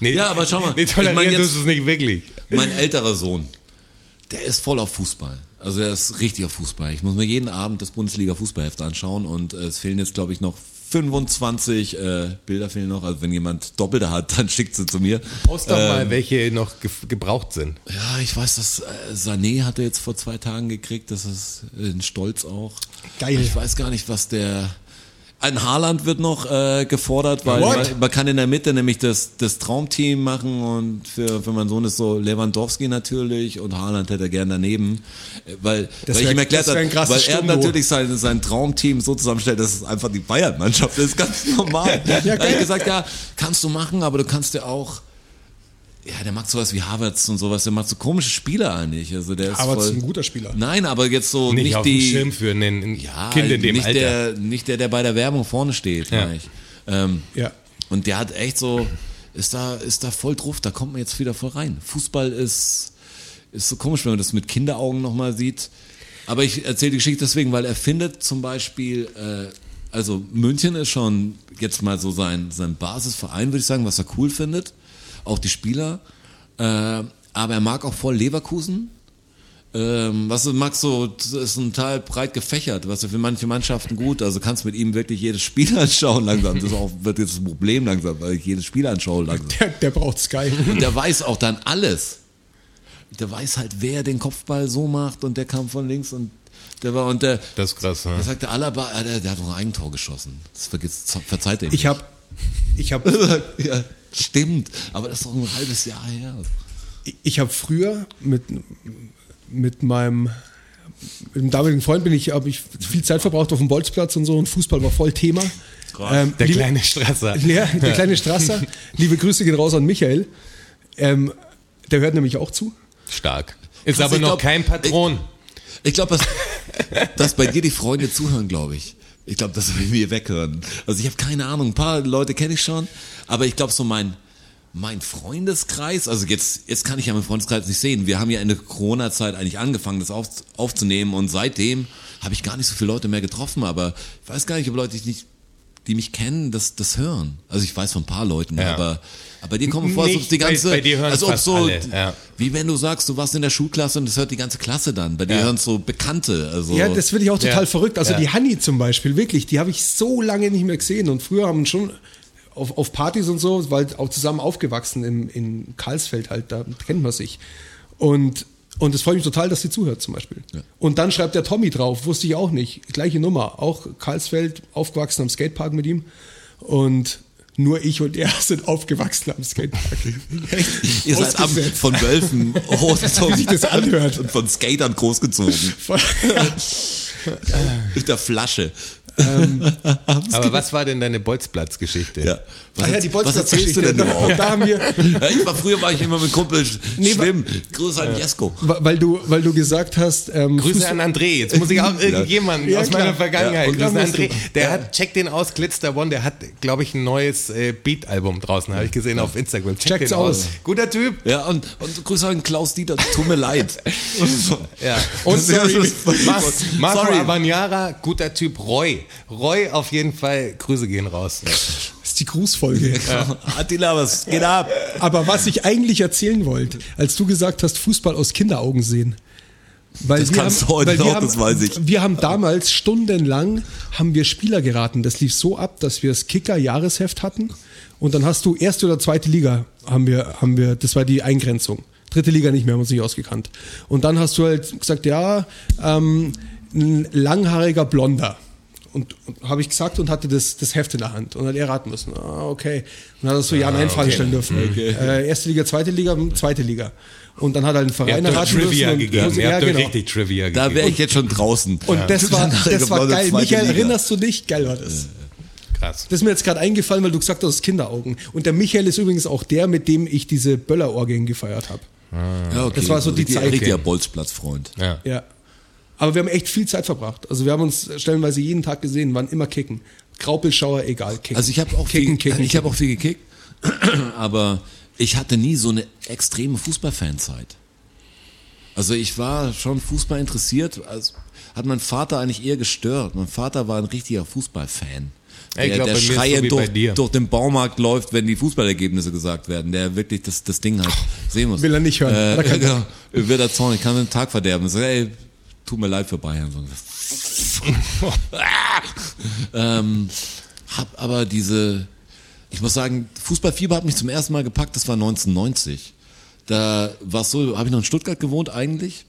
nee, Ja, aber schau mal, Nee, ich mein tolerieren ich jetzt- tust du es nicht wirklich. Mein älterer Sohn, der ist voll auf Fußball. Also er ist richtig auf Fußball. Ich muss mir jeden Abend das Bundesliga-Fußballheft anschauen und äh, es fehlen jetzt, glaube ich, noch 25 äh, Bilder fehlen noch. Also wenn jemand Doppelte hat, dann schickt sie zu mir. Post doch mal, welche noch ge gebraucht sind. Ja, ich weiß, dass äh, Sané hat er jetzt vor zwei Tagen gekriegt. Das ist in Stolz auch. Geil. Ich weiß gar nicht, was der. Ein Haaland wird noch äh, gefordert, weil What? man, man kann in der Mitte nämlich das, das Traumteam machen und für, für meinen Sohn ist so Lewandowski natürlich und Haaland hätte er gern daneben, äh, weil, Das weil ich wär- ihm erklärt das wär ein habe, krasses weil er Sturmduo. natürlich sein, sein Traumteam so zusammenstellt, dass es einfach die Bayern-Mannschaft ist, ganz normal. Ja, da hab ich geil. gesagt, ja, kannst du machen, aber du kannst ja auch ja, der macht sowas wie Havertz und sowas. Der macht so komische Spieler eigentlich. Also der ist Havertz voll, ist ein guter Spieler. Nein, aber jetzt so nicht, Nicht, auf den die Schirm führen, ein ja, Kind in dem nicht der, Alter. nicht der, der bei der Werbung vorne steht. Ja. meine Ich. Ähm, Ja. Und der hat echt so ist da ist da voll drauf. Da kommt man jetzt wieder voll rein. Fußball ist ist so komisch, wenn man das mit Kinderaugen nochmal sieht. Aber ich erzähle die Geschichte deswegen, weil er findet zum Beispiel, äh, also München ist schon jetzt mal so sein, sein Basisverein, würde ich sagen, was er cool findet. Auch die Spieler. Äh, aber er mag auch voll Leverkusen. Ähm, was du magst, so das ist ein Teil breit gefächert, was weißt du, für manche Mannschaften gut. Also kannst mit ihm wirklich jedes Spiel anschauen langsam. Das ist auch, wird jetzt ein Problem langsam, weil ich jedes Spiel anschaue langsam. Der, der braucht Sky. Und der weiß auch dann alles. Der weiß halt, wer den Kopfball so macht und der kam von links und der war und der. Das ist krass, ne? Da sagt der Alaba, ah, der, der hat doch ein Eigentor geschossen. Das vergisst, verzeiht dem. Ich habe ich hab, nicht. ja, stimmt, aber das ist doch ein halbes Jahr her. ich hab früher mit, mit meinem mit dem damaligen Freund bin ich, habe ich viel Zeit verbraucht auf dem Bolzplatz und so und Fußball war voll Thema. Ähm, Der liebe- kleine Strasser. Ja, der kleine Strasser. Liebe Grüße gehen raus an Michael. Ähm, der hört nämlich auch zu. Stark. Ist Krass, aber ich noch glaub- kein Patron. Ich glaube, dass, dass bei dir die Freunde zuhören, glaube ich. Ich glaube, dass wir mir weghören. Also ich habe keine Ahnung, ein paar Leute kenne ich schon, aber ich glaube so mein mein Freundeskreis, also jetzt jetzt kann ich ja meinen Freundeskreis nicht sehen. Wir haben ja in der Corona Zeit eigentlich angefangen das auf, aufzunehmen und seitdem habe ich gar nicht so viele Leute mehr getroffen, aber ich weiß gar nicht, ob Leute die nicht die mich kennen, das das hören. Also ich weiß von ein paar Leuten, Ja. aber aber dir kommen vor, als Nicht, ob die bei- ganze bei dir hören als ob fast so alle, ja. wie wenn du sagst, du warst in der Schulklasse und das hört die ganze Klasse dann. Bei dir Ja. hören so Bekannte. Also Ja, das finde ich auch total Ja. verrückt. Also Ja. die Hanni zum Beispiel, wirklich, die habe ich so lange nicht mehr gesehen. Und früher haben schon auf, auf Partys und so, weil auch zusammen aufgewachsen in, in Karlsfeld halt, da kennt man sich. Und, und es freut mich total, dass sie zuhört zum Beispiel. Und dann schreibt der Tommy drauf, wusste ich auch nicht. Gleiche Nummer, auch Karlsfeld, aufgewachsen am Skatepark mit ihm. Und nur ich und er sind aufgewachsen am Skatepark. Ihr seid am, Ausgesetzt. von Wölfen oh, so sich das anhört. und von Skatern großgezogen. Mit der Flasche. Aber was war denn deine Bolzplatz-Geschichte? Ja. Was, Ach ja, erz- die was erzählst du Bolzplatz-Geschichte. denn überhaupt? Da haben wir, Ja, ich war, früher war ich immer mit Kumpel sch- Nee, wa- schwimmen. Grüße an Jesko. wa- weil du, weil du gesagt hast, ähm, Grüße Fußball- an André. Jetzt muss ich auch irgendjemanden Ja, aus klar. meiner Ja, Vergangenheit und dann grüßen. bist du- André, der hat, check den aus, Glitster One, der hat, glaube ich, ein neues äh, Beat-Album draußen, habe ich gesehen auf Instagram. Check Checkt's den aus. aus. Guter Typ. Ja, und, und Grüße an Klaus Dieter. Tut mir leid. Ja. Und Das ist- sorry, das ist- Mas, Marco Sorry. Abanyara, guter Typ. Roy. Roy auf jeden Fall. Grüße gehen raus. Das ist die Grußfolge. Attila, was geht ab? Aber was ich eigentlich erzählen wollte, als du gesagt hast, Fußball aus Kinderaugen sehen. Weil Das kannst du heute weil wir auch, das weiß ich. Wir haben damals stundenlang haben wir Spieler geraten. Das lief so ab, dass wir das Kicker-Jahresheft hatten und dann hast du erste oder zweite Liga haben wir, haben wir, das war die Eingrenzung. Dritte Liga nicht mehr, haben uns nicht ausgekannt. Und dann hast du halt gesagt, ja, ähm, ein langhaariger Blonder. Und, und habe ich gesagt und hatte das, das Heft in der Hand. Und hat er raten müssen. Ah, okay. Und dann hat er so Ah, Ja, Nein, Fragen stellen dürfen. Mhm. Äh, erste Liga, zweite Liga, hm, zweite Liga. Und dann hat er halt einen Ihr Verein habt euch erraten Trivia müssen. gegeben. Und, Ihr ja, habt euch genau. richtig Trivia Da wäre gegeben. ich jetzt schon draußen. und das war, das war Blonde geil. zweite Michael, Liga. erinnerst du dich? Geil war das. Krass. Das ist mir jetzt gerade eingefallen, weil du gesagt hast, Kinderaugen. Und der Michael ist übrigens auch der, mit dem ich diese Böller-Orgien gefeiert habe. Ja, okay. Das war so die Richtig- Zeit. Richtiger Bolzplatzfreund. Ja. Ja. Aber wir haben echt viel Zeit verbracht. Also wir haben uns stellenweise jeden Tag gesehen, wann immer kicken. Graupelschauer, egal, kicken. Also ich habe auch, kicken, viel- kicken. ich hab auch viel gekickt, aber ich hatte nie so eine extreme Fußballfanzeit. Also ich war schon Fußball interessiert, also hat mein Vater eigentlich eher gestört. Mein Vater war ein richtiger Fußballfan. Ja, ich Der, glaub, der bei mir ist so wie schreiend bei durch, dir. durch den Baumarkt läuft, wenn die Fußballergebnisse gesagt werden, der wirklich das, das Ding halt sehen muss. Will er nicht hören. Äh, Hat er keinen genau. wird er zornig, kann den Tag verderben. Ich Sag, ey, tut mir leid für Bayern. So, ähm, hab aber diese, ich muss sagen, Fußballfieber hat mich zum ersten Mal gepackt, das war 1990. Da war es so, habe ich noch in Stuttgart gewohnt eigentlich.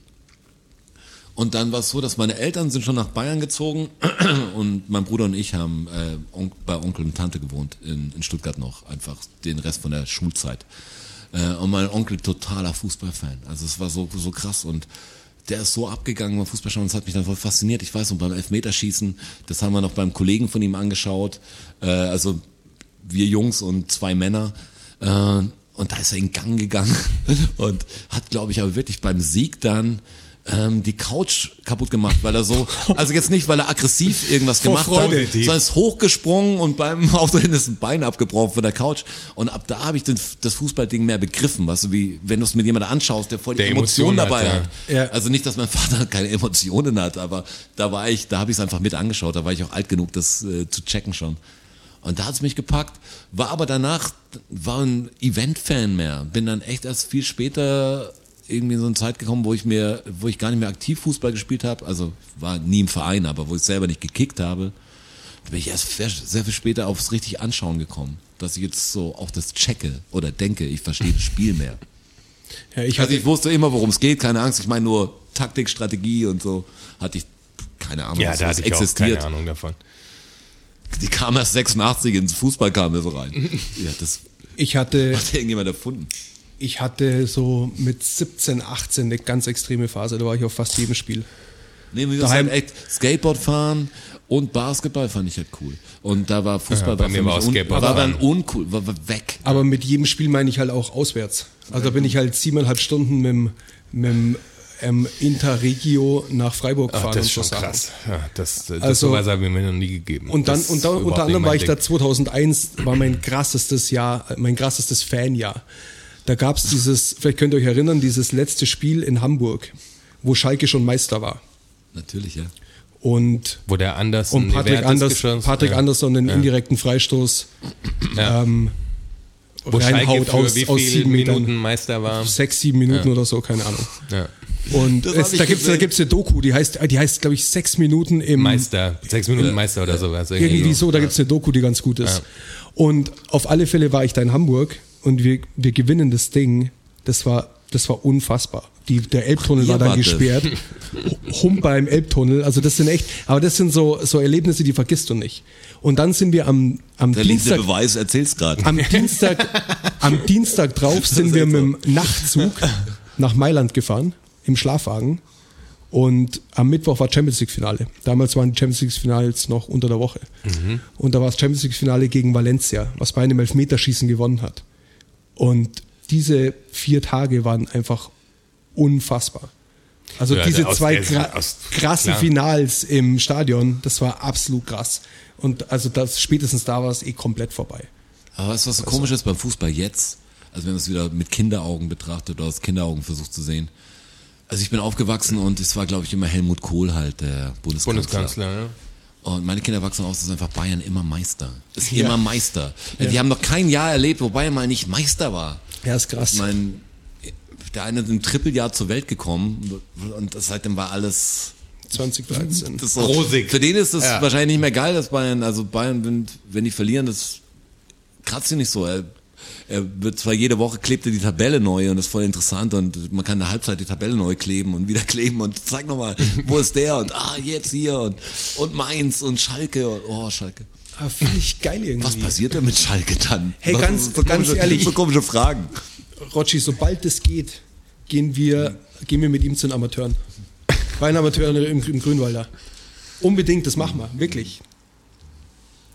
Und dann war es so, dass meine Eltern sind schon nach Bayern gezogen und mein Bruder und ich haben äh, on bei Onkel und Tante gewohnt in, in Stuttgart noch, einfach den Rest von der Schulzeit. Äh, und mein Onkel totaler Fußballfan. Also es war so, so krass und der ist so abgegangen beim Fußballschauen, das hat mich dann voll fasziniert. Ich weiß, und beim Elfmeterschießen, das haben wir noch beim Kollegen von ihm angeschaut. Äh, also wir Jungs und zwei Männer. Äh, und da ist er in Gang gegangen und hat, glaube ich, aber wirklich beim Sieg dann ähm, die Couch kaputt gemacht, weil er so, also jetzt nicht, weil er aggressiv irgendwas gemacht Freude, hat, die- sondern ist hochgesprungen und beim Auftreten ist ein Bein abgebrochen von der Couch. Und ab da habe ich den, das Fußballding mehr begriffen, weißt du, wie wenn du es mit jemandem anschaust, der voll die Der Emotionen Emotionen dabei hat, hat. ja. Ja. Also nicht, dass mein Vater keine Emotionen hat, aber da war ich, da habe ich es einfach mit angeschaut, da war ich auch alt genug, das äh, zu checken schon. Und da hat es mich gepackt, war aber danach, war ein Event-Fan mehr. Bin dann echt erst viel später irgendwie in so eine Zeit gekommen, wo ich mir, wo ich gar nicht mehr aktiv Fußball gespielt habe. Also ich war nie im Verein, aber wo ich selber nicht gekickt habe, da bin ich erst sehr, sehr viel später aufs richtig Anschauen gekommen. Dass ich jetzt so auch das checke oder denke, ich verstehe das Spiel mehr. Ja, ich Also hatte, ich wusste immer, worum es geht, keine Angst. Ich meine nur Taktik, Strategie und so. Hatte ich keine Ahnung, Ja, dass da das hatte ich auch keine Ahnung davon. Die kam erst 86 ins Fußball kam das rein. ja, das ich hatte hat irgendjemand erfunden. Ich hatte so mit 17, 18 eine ganz extreme Phase, da war ich auf fast jedem Spiel. Nee, mir Daheim- ist halt echt Skateboard fahren und Basketball fand ich halt cool. Und da war Fußball Ja, bei war mir für war mich auch Skateboard war fahren. dann uncool, war, war weg. Aber mit jedem Spiel meine ich halt auch auswärts. Also da bin ich halt siebeneinhalb Stunden mit dem, mit dem ähm, Interregio nach Freiburg gefahren. Ach, Ah, das ist schon und so Sachen. krass. Ja, das, das Also- sowas habe ich mir noch nie gegeben. Und dann, Das ist und dann überhaupt unter anderem nicht war ich da mein 2001, war mein krassestes Jahr, mein krassestes Fanjahr. Da gab es dieses, vielleicht könnt ihr euch erinnern, dieses letzte Spiel in Hamburg, wo Schalke schon Meister war. Natürlich, ja. Und Ding. Wo der Anders Und Patrick, Anders, Patrick ja. Andersson einen indirekten Freistoß Ja. ähm, Wo Schalke reinhaut für aus, wie aus viele sieben Minuten Metern. Meister war. Sechs, sieben Minuten oder so, keine Ahnung. Ja. Und Ähm, Das es, hab ich da gibt es gesehen. gibt's eine Doku, die heißt, die heißt glaube ich, sechs Minuten im. Meister. Sechs Minuten Meister oder sowas. Irgendwie so, da gibt es eine Doku, die ganz gut ist. Und auf alle Fälle war ich da in Hamburg und wir, wir gewinnen das Ding. Das war, das war unfassbar. Die, der Elbtunnel Ach, war ihr dann wart das. gesperrt. Humper im Elbtunnel. Also das sind echt, aber das sind so, so Erlebnisse, die vergisst du nicht. Und dann sind wir am, am Der linke Dienstag. Beweis erzählt's gerade. Am Dienstag, am Dienstag drauf sind wir mit dem Nachtzug nach Mailand gefahren, im Schlafwagen. Und am Mittwoch war Champions League-Finale. Damals waren die Champions League-Finals noch unter der Woche. Mhm. Und da war das Champions League-Finale gegen Valencia, was bei einem Elfmeterschießen gewonnen hat. Und diese vier Tage waren einfach unfassbar. Also Ja, diese aus zwei der- gra aus- krassen klar. Finals im Stadion, das war absolut krass. Und also das spätestens da war es eh komplett vorbei. Aber weißt du, was so komisch ist beim Fußball jetzt? Also wenn man es wieder mit Kinderaugen betrachtet oder aus Kinderaugen versucht zu sehen. Also ich bin aufgewachsen und es war, glaube ich, immer Helmut Kohl halt, der Bundeskanzler. Bundeskanzler, ja. Und meine Kinder wachsen aus, dass einfach Bayern immer Meister. Ist immer Meister. Die haben noch kein Jahr erlebt, wo Bayern mal nicht Meister war. Ja, ist krass. Ich meine, der eine ist im Trippeljahr zur Welt gekommen und das seitdem war alles. 2013. Das ist so- Rosig. Für den ist das Ja. wahrscheinlich nicht mehr geil, dass Bayern, also Bayern, wenn, wenn die verlieren, das kratzt ihn nicht so. Er, er wird zwar jede Woche klebt er die Tabelle neu und das ist voll interessant und man kann in der Halbzeit die Tabelle neu kleben und wieder kleben und zeig nochmal, wo ist der und ah, jetzt hier und, und Mainz und Schalke und oh, Schalke. Ah, Finde ich geil irgendwie. Was passiert denn mit Schalke dann? Hey, Was- ganz- so ganz komische, ehrlich, So ich- komische Fragen. Rotschi, sobald es geht, gehen wir, gehen wir mit ihm zu den Amateuren. Bei den Amateuren im, im Grünwalder. Unbedingt, das machen wir, wirklich.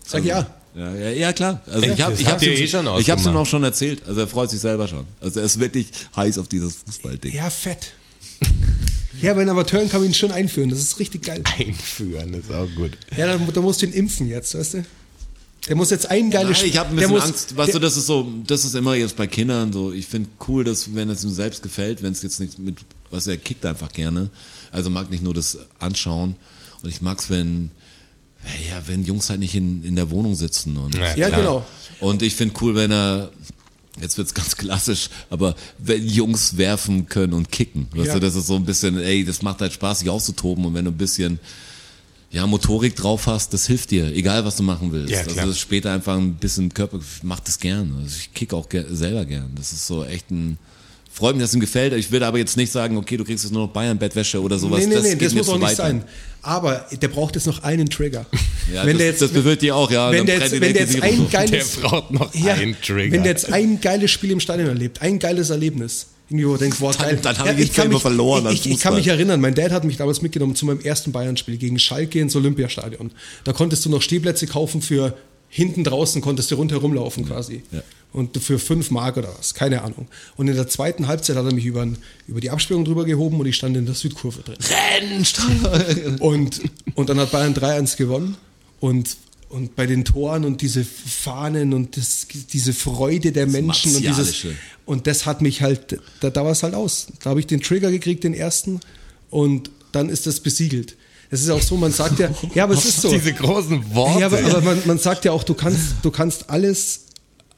Sag ja. Ja, ja, ja klar. Also ich habe das ich habt hab's ihr ihm, eh schon ich hab's ihm ausgemacht. auch schon erzählt. Also er freut sich selber schon. Also er ist wirklich heiß auf dieses Fußballding. Ja, fett. Ja, bei den Amateuren kann man ihn schon einführen, das ist richtig geil. Einführen ist auch gut. Ja, da, da musst du ihn impfen jetzt, weißt du? Der muss jetzt ein Nein, geiles ich habe ein der bisschen muss- Angst, weißt du, das ist so, das ist immer jetzt bei Kindern so. Ich finde cool, dass wenn es ihm selbst gefällt, wenn es jetzt nicht mit, was er kickt einfach gerne. Also mag nicht nur das Anschauen und ich mag's, wenn, ja, wenn Jungs halt nicht in, in der Wohnung sitzen und Ja, klar. genau. Und ich finde cool, wenn er, jetzt wird's ganz klassisch, aber wenn Jungs werfen können und kicken. Weißt Ja. du, das ist so ein bisschen, ey, das macht halt Spaß, sich auszutoben und wenn du ein bisschen, ja, Motorik drauf hast, das hilft dir, egal was du machen willst. Ja, also klar. das ist später einfach ein bisschen Körper, ich mach das gern. Also ich kick auch ger selber gern. Das ist so echt ein, freut mich, dass ihm gefällt. Ich würde aber jetzt nicht sagen, okay, du kriegst jetzt nur noch Bayern-Bettwäsche oder sowas. Nee, nee, nee, geht das mir muss zu auch nicht weit. ne? sein. Aber der braucht jetzt noch einen Trigger. Ja, das, das bewirkt die auch, ja. wenn Dann der brennt jetzt, die wenn der Decke jetzt sich ein runter. geiles, Der braucht noch ja, einen Trigger. wenn der jetzt ein geiles Spiel im Stadion erlebt, ein geiles Erlebnis, irgendwie wo er denkt, boah, Dann- geil. dann haben wir die kann selber mich, verloren als Ich, ich, ich Fußball. kann mich erinnern, mein Dad hat mich damals mitgenommen zu meinem ersten Bayern-Spiel gegen Schalke ins Olympiastadion. Da konntest du noch Stehplätze kaufen für hinten draußen, konntest du rundherum laufen quasi. ja. Und für fünf Mark oder was, keine Ahnung. Und in der zweiten Halbzeit hat er mich über, über die Absperrung drüber gehoben und ich stand in der Südkurve drin. Und, und dann hat Bayern 3-1 gewonnen. Und, und bei den Toren und diese Fahnen und das, diese Freude der Menschen und dieses. Martialische. Und das hat mich halt, da, da war es halt aus. Da habe ich den Trigger gekriegt, den ersten, und dann ist das besiegelt. Es ist auch so, man sagt ja, ja, aber es ist so. Diese großen Worte. Ja, aber, aber man, man sagt ja auch, du kannst, du kannst alles,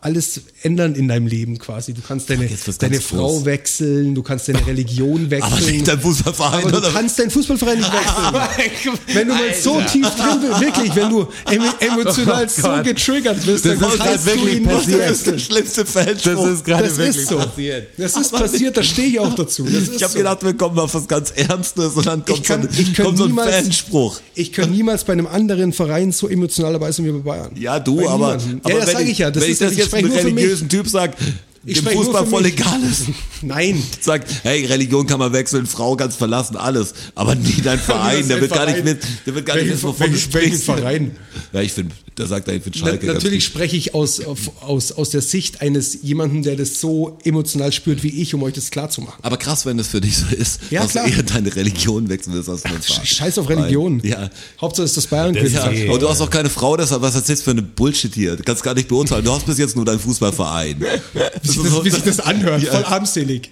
alles ändern in deinem Leben quasi. Du kannst deine, jetzt wird's deine ganz Frau groß. wechseln, du kannst deine Religion wechseln. Aber nicht dein Fußballverein, Aber du oder? Oh kannst deinen Fußballverein nicht wechseln. wenn du mal so tief drin bist, wirklich, wenn du emo- emotional Oh so Gott. getriggert bist, Das dann ist halt kannst du wirklich ihn nicht passiert. Das ist der wechseln. schlimmste Fälschung. Das ist gerade Das wirklich ist so. passiert. Das ist passiert, da stehe ich auch dazu. Das ist ich habe so. gedacht, wir kommen auf was ganz Ernstes und dann kommt, ich kann, so, ein- ich kann kommt so ein niemals, Fanspruch. Ich kann niemals bei einem anderen Verein so emotional dabei sein wie bei Bayern. Ja, du, bei aber, niemandem. aber ja, das wenn sage ich ja. Das wenn ist, ich das jetzt spreche einem nur für mich. religiösen Typ sage, dem spreche nur Fußball für voll mich. egal ist, Nein. sagt, hey, Religion kann man wechseln, Frau kannst verlassen, alles, aber nie dein Verein, der wird gar nicht mit, der wird gar nicht wissen, wovon du welchen, welchen sprichst. Verein? Ja, ich finde, da sagt er, ich finde Na, Schalke ganz natürlich gut. spreche ich aus, auf- aus, aus der Sicht eines jemanden, der das so emotional spürt wie ich, um euch das klarzumachen. Aber krass, wenn das für dich so ist, Ja, dass klar. du eher deine Religion wechseln willst, als dein Verein. Scheiß auf Religion. Ja. Hauptsache ist das bayern das Ja, Nee. und du hast auch keine Frau, deshalb, was erzählst du für eine Bullshit hier? Du kannst gar nicht beurteilen. Du hast bis jetzt nur deinen Fußballverein. Das ist so- Wie sich das anhört, voll armselig.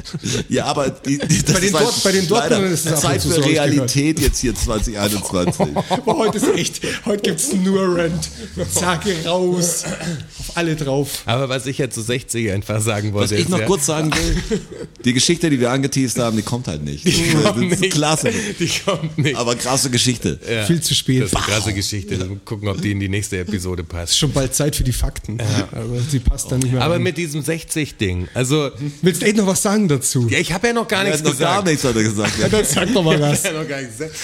Ja, aber die, die, das Bei den ist halt Dort- bei den Dortmundern leider ist es ab und Zeit zu für so, hab ich Realität jetzt hier 2021. Boah, heute ist echt, heute gibt's nur Rent. Zack, raus. Auf alle drauf. Aber was ich ja zu 60 einfach sagen wollte. Was ich ist noch ja, kurz sagen will, die Geschichte, die wir angeteased haben, die kommt halt nicht. Die das kommt ist nicht. klasse. Die kommt nicht. Aber krasse Geschichte. Ja. Viel zu spät. Das ist eine krasse Geschichte. Mal gucken, ob die in die nächste Episode passt. Schon bald Zeit für die Fakten. Aber sie passt dann nicht mehr. Aber rein. mit diesem 60-Ding, also, Willst du echt noch was sagen dazu? ja, ich habe ja noch gar Er nichts hat noch gar gesagt. nichts hat er gesagt. Ja. Dann sag doch mal was. Ich hab ja noch gar nicht gesagt.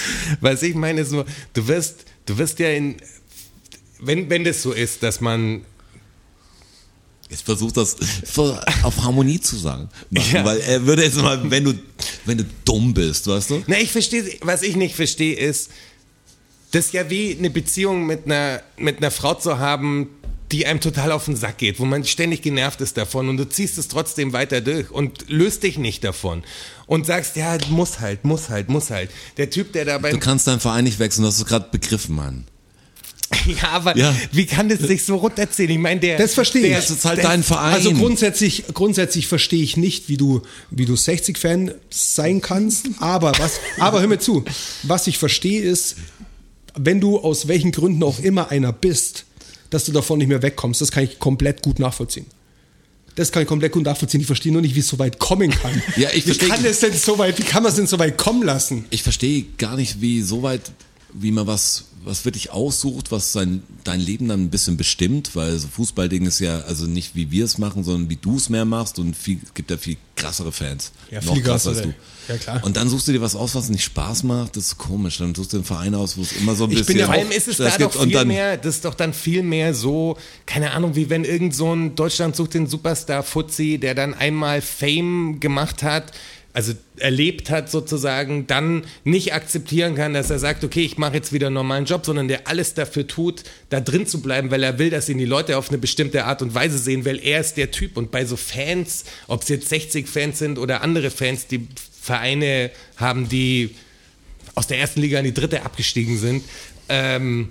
Was ich meine ist nur, du wirst, du wirst ja in, wenn, wenn das so ist, dass man, Jetzt versucht das ver- auf Harmonie zu sagen. Machen, Ja. Weil er würde jetzt mal, wenn du, wenn du dumm bist, weißt du? na, ich verstehe, was ich nicht verstehe ist, das ist ja wie eine Beziehung mit einer, mit einer Frau zu haben, die einem total auf den Sack geht, wo man ständig genervt ist davon und du ziehst es trotzdem weiter durch und löst dich nicht davon und sagst, ja, muss halt, muss halt, muss halt. Der Typ, der dabei Du kannst deinen Verein nicht wechseln, du hast es gerade begriffen, Mann. Ja, aber Ja. wie kann das sich so runterziehen? Ich meine, der. Das verstehe der- ich. Das ist halt der- dein Verein. Also grundsätzlich, grundsätzlich verstehe ich nicht, wie du, wie du 60-Fan sein kannst. Aber was, aber hör mir zu. Was ich verstehe ist, wenn du aus welchen Gründen auch immer einer bist, dass du davon nicht mehr wegkommst, das kann ich komplett gut nachvollziehen. Das kann ich komplett gut nachvollziehen. Ich verstehe nur nicht, wie es so weit kommen kann. Ja, ich wie verstehe- kann es denn so weit, wie kann man es denn so weit kommen lassen? ich verstehe gar nicht, wie so weit, wie man was, was wirklich aussucht, was sein, dein Leben dann ein bisschen bestimmt, weil so Fußballding ist ja, also nicht wie wir es machen, sondern wie du es mehr machst und viel, gibt ja viel krassere Fans. Ja, Noch viel krasser krassere. Ja, klar. Und dann suchst du dir was aus, was nicht Spaß macht, das ist komisch. Dann suchst du einen Verein aus, wo es immer so ein Ich bisschen. bin ja Vor allem ist es da das doch gibt und viel dann, mehr, das ist doch dann viel mehr so, keine Ahnung, wie wenn irgend so ein Deutschland sucht den Superstar-Fuzzi, der dann einmal Fame gemacht hat, also erlebt hat sozusagen, dann nicht akzeptieren kann, dass er sagt, okay, ich mache jetzt wieder einen normalen Job, sondern der alles dafür tut, da drin zu bleiben, weil er will, dass ihn die Leute auf eine bestimmte Art und Weise sehen, weil er ist der Typ. Und bei so Fans, ob es jetzt 60 Fans sind oder andere Fans, die Vereine haben, die aus der ersten Liga in die dritte abgestiegen sind. Ähm,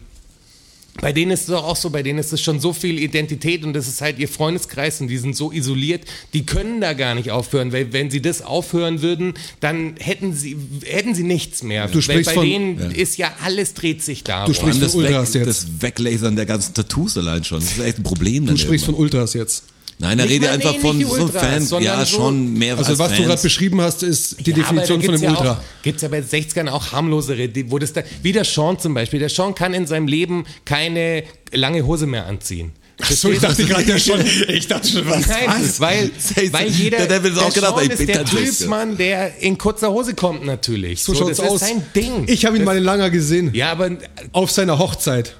bei denen ist es doch auch so, bei denen ist es schon so viel Identität und das ist halt ihr Freundeskreis und die sind so isoliert, die können da gar nicht aufhören, weil wenn sie das aufhören würden, dann hätten sie, hätten sie nichts mehr. Du weil sprichst bei von- denen ist ja alles dreht sich darum. Du sprichst- Und das, von Ultras Weg, jetzt. das Weglasern der ganzen Tattoos allein schon. Das ist echt ein Problem. Du sprichst von Ultras jetzt. Nein, da Nicht rede ich mal- einfach nee, von nicht die so Ultras, Fans. sondern Ja, so- schon mehr Also als was du Fans. gerade beschrieben hast, ist die Definition von einem ja Ultra. Gibt es ja bei 60ern auch harmlosere, die- wo das da, wie der Sean zum Beispiel. Der Sean kann in seinem Leben keine lange Hose mehr anziehen. Achso, ich dachte gerade ja schon, ich dachte schon, was? Nein, weil, Selbst- weil jeder, Der Devil ist auch gedacht, Sean ich bin ist der tatsächlich- Typsmann, der in kurzer Hose kommt natürlich. So, schaut's das aus. ist sein Ding. Ich habe ihn mal in Langer gesehen. ja, aber, Auf seiner Hochzeit.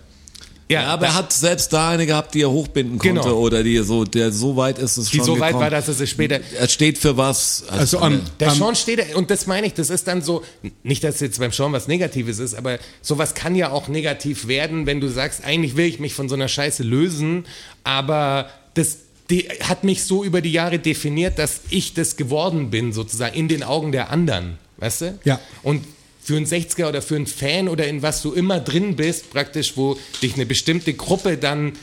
ja, Ja, aber er hat selbst da eine gehabt, die er hochbinden konnte Genau. oder die so, der so weit ist es die schon Hm. so weit gekommen. war, dass er sich später... Er steht für was. Also am, Der am Sean steht, da- und das meine ich, das ist dann so, nicht, dass jetzt beim Sean was Negatives ist, aber sowas kann ja auch negativ werden, wenn du sagst, eigentlich will ich mich von so einer Scheiße lösen, aber das die, hat mich so über die Jahre definiert, dass ich das geworden bin, sozusagen, in den Augen der anderen, weißt du? Ja. Und für einen 60er oder für einen Fan oder in was du immer drin bist, praktisch, wo dich eine bestimmte Gruppe dann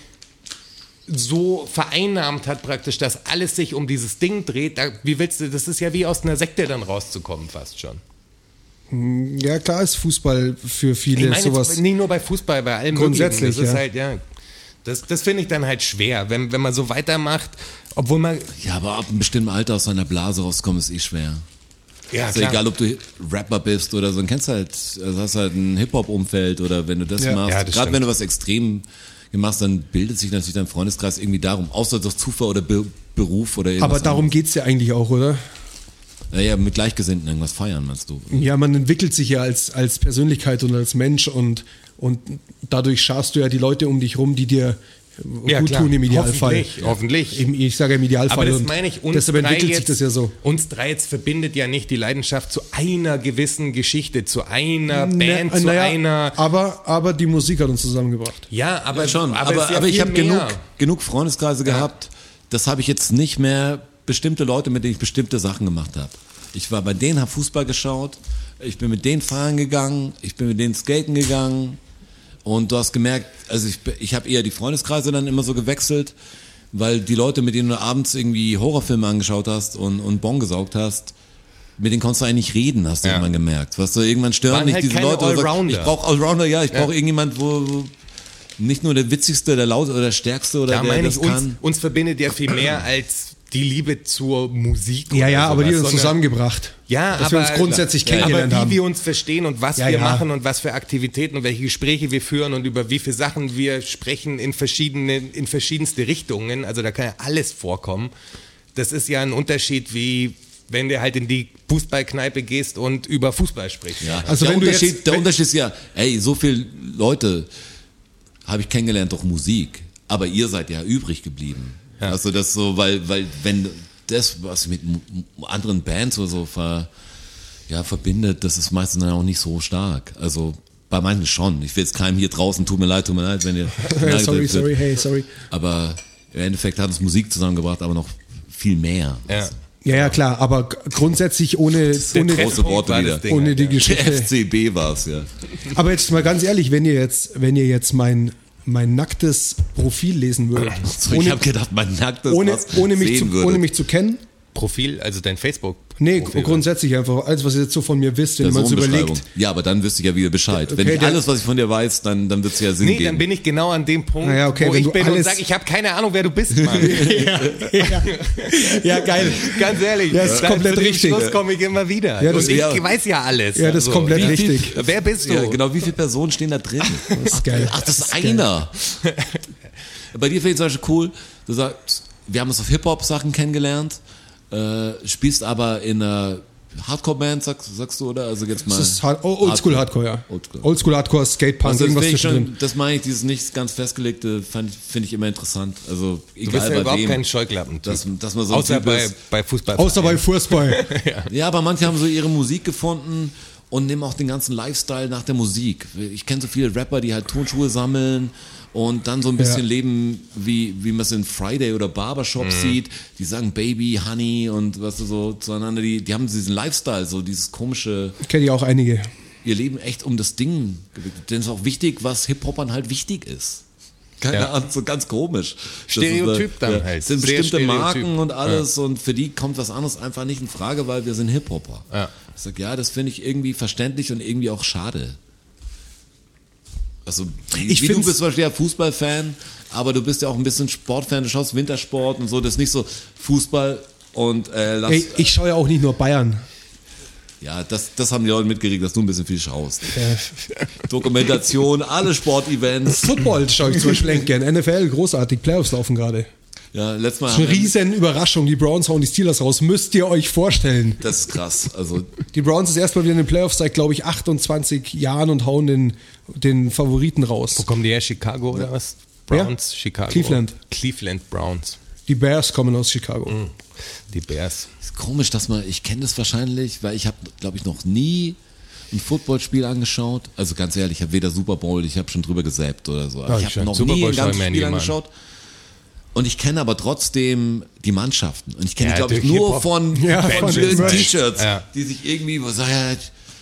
so vereinnahmt hat praktisch, dass alles sich um dieses Ding dreht. Da, wie willst du, das ist ja wie aus einer Sekte dann rauszukommen fast schon. ja klar ist Fußball für Ich viele meine jetzt sowas. nicht nur bei Fußball, bei allem Grundsätzlich, Möglichen. ja. Das ist halt, ja. Das, das finde ich dann halt schwer, wenn, wenn man so weitermacht, obwohl man. Ja, aber ab einem bestimmten Alter aus seiner Blase rauskommen ist eh schwer. Ja, Also egal, ob du Rapper bist oder so, dann kennst du halt, also hast halt ein Hip-Hop-Umfeld oder wenn du das Ja. machst. Ja, das Gerade stimmt. wenn du was extrem machst, dann bildet sich natürlich dein Freundeskreis irgendwie darum, außer durch Zufall oder Be Beruf oder irgendwas. Aber darum geht es ja eigentlich auch, oder? anderes. Naja, mit Gleichgesinnten irgendwas feiern, meinst du? Ja, man entwickelt sich ja als, als Persönlichkeit und als Mensch und, und dadurch schaffst du ja die Leute um dich rum, die dir Ja, gut klar. tun im Idealfall. Hoffentlich, hoffentlich. Im, ich sage im Idealfall. Aber das und meine ich, uns deshalb drei entwickelt sich jetzt, das ja so. Uns drei jetzt verbindet ja nicht die Leidenschaft zu einer gewissen Geschichte, zu einer Band, Na- zu naja, einer. aber, aber die Musik hat uns zusammengebracht. Ja, aber Ja, schon, aber, es aber, ist ja ich viel habe mehr. genug, genug Freundeskreise gehabt. Das habe ich jetzt nicht mehr bestimmte Leute, mit denen ich bestimmte Sachen gemacht habe. Ich war bei denen, habe Fußball geschaut, ich bin mit denen fahren gegangen, ich bin mit denen skaten gegangen und du hast gemerkt, also ich, ich habe eher die Freundeskreise dann immer so gewechselt, weil die Leute, mit denen du abends irgendwie Horrorfilme angeschaut hast und, und Bon gesaugt hast, mit denen konntest du eigentlich nicht reden, hast du Ja. irgendwann gemerkt. Weißt du, irgendwann stören Waren nicht halt diese keine Leute. wo du sagst, Allrounder. Ich brauche Allrounder, ja, ich brauche irgendjemand, wo, wo nicht nur der witzigste, der laut oder der stärkste oder Da der meine das ich, uns, kann. uns verbindet ja viel mehr als die Liebe zur Musik. Ja, oder ja, aber die hat sowas, uns Also sondern- zusammengebracht. Ja, dass aber, wir uns grundsätzlich ja, kennengelernt aber wie haben. wir uns verstehen und was Ja, wir ja. machen und was für Aktivitäten und welche Gespräche wir führen und über wie viele Sachen wir sprechen in verschiedenen, in verschiedenste Richtungen. Also da kann ja alles vorkommen. Das ist ja ein Unterschied wie wenn du halt in die Fußballkneipe gehst und über Fußball sprichst. Ja. Also der, wenn du Unterschied, jetzt- der wenn- Unterschied ist ja, ey, so viele Leute habe ich kennengelernt durch Musik, aber ihr seid ja übrig geblieben. Also das so, weil, weil wenn das, was mit m- m- anderen Bands oder so ver, ja, verbindet, das ist meistens dann auch nicht so stark. Also bei manchen schon. Ich will jetzt keinem hier draußen, tut mir leid, tut mir leid, wenn ihr... Ja, sorry, sorry, hey, sorry. Aber im Endeffekt hat uns Musik zusammengebracht, aber noch viel mehr. Also Ja. Ja, ja, klar, aber g- grundsätzlich ohne, Der ohne, Treffpunkt Worte war das wieder. Ding ohne halt, die ja. Geschichte. FCB war es, ja. Aber jetzt mal ganz ehrlich, wenn ihr jetzt, wenn ihr jetzt mein, mein nacktes Profil lesen würdet, So, ich ohne, habe gedacht, mein nacktes ohne, was ohne, mich sehen zu, ohne mich zu kennen, Profil, also dein Facebook. nee, Profil. grundsätzlich einfach, alles, was ihr jetzt so von mir wisst, wenn man es Personenbeschreibung. überlegt, Ja, aber dann wüsste ich ja wieder Bescheid. Wenn Okay, ich der- alles, was ich von dir weiß, dann, dann wird es ja Sinn Nee, geben. dann bin ich genau an dem Punkt, Naja, Ah okay, wo wenn ich du bin und alles- sage, ich habe keine Ahnung, wer du bist, Mann. Ja, geil. Ganz ehrlich, Ja, ist dann komplett zu dem richtig. Schluss komme ich immer wieder. Ja, das- und ich ja. weiß ja alles. Also, Ja, das ist komplett wie- richtig. Wer bist du? ja, genau, wie viele Personen stehen da drin? Das ist geil. Ach, das ist einer. Bei dir finde ich zum Beispiel cool, du sagst, wir haben uns auf Hip-Hop-Sachen kennengelernt, äh, spielst aber in einer Hardcore-Band, sagst, sagst du, oder? Also jetzt mal. Das ist hard, oh, Oldschool Hardcore, ja. Oldschool. Oldschool Hardcore, Skatepunk, Also das, irgendwas finde ich zwischendrin. schon, das meine ich, dieses nicht ganz festgelegte fand- finde ich immer interessant. Also Du bist egal ja bei überhaupt wem. kein Scheuklappen. dass, dass man so ein Außer Typ bei, ist. bei Fußball. Außer bei Fußball. Ja, aber manche haben so ihre Musik gefunden und nehmen auch den ganzen Lifestyle nach der Musik. Ich kenne so viele Rapper, die halt Tonschuhe sammeln und dann so ein bisschen Ja. leben, wie, wie man es in Friday oder Barbershop Mhm. sieht. Die sagen Baby, Honey und was weißt du, so zueinander. Die, die haben diesen Lifestyle, so dieses komische, Kenne ich auch einige. ihr Leben echt um das Ding gewickelt. Denn es ist auch wichtig, was Hip-Hopern halt wichtig ist. Keine Ja. Ahnung, so ganz komisch. Das Stereotyp ist, dann halt. Es sind Sehr bestimmte stereotyp. Marken und alles und für die kommt was anderes einfach nicht in Frage, weil wir sind Hip-Hopper. Ja. Ich sag, ja, das finde ich irgendwie verständlich und irgendwie auch schade. Also, Ich ich wie du find's- bist zum Beispiel ja Fußballfan, aber du bist ja auch ein bisschen Sportfan, du schaust Wintersport und so, das ist nicht so Fußball und äh, lass, Ey, ich schaue ja auch nicht nur Bayern. ja, das, das haben die Leute mitgeregt, dass du ein bisschen viel schaust. Dokumentation, alle Sportevents. Football schaue ich zum Beispiel echt gern. NFL, großartig. Playoffs laufen gerade. Ah, Ja, letztes Mal. Das ist eine haben wir- riesen Überraschung. Die Browns hauen die Steelers raus. Müsst ihr euch vorstellen. Das ist krass. Also, Die Browns ist erstmal wieder in den Playoffs seit, glaube ich, 28 Jahren und hauen den, den Favoriten raus. Kommen die her? Chicago oder was? Ja. Browns, Chicago. Cleveland. Cleveland Browns. Die Bears kommen aus Chicago. Die Bears. ist komisch, dass man, ich kenne das wahrscheinlich, weil ich habe, glaube ich, noch nie ein Footballspiel angeschaut. Also ganz ehrlich, ich habe weder Super Bowl, ich habe schon drüber gesäppt oder so. Aber Ja, ich ich habe hab noch Super nie Bowl ein ganzes schau ich mir Spiel nie mal an. angeschaut. Und ich kenne aber trotzdem die Mannschaften. Und ich kenne, Ja, glaube ich, durch nur Hip-Hop. von, Ja, von von schönen den Merch. T-Shirts, Ja. die sich irgendwie, was sag ja,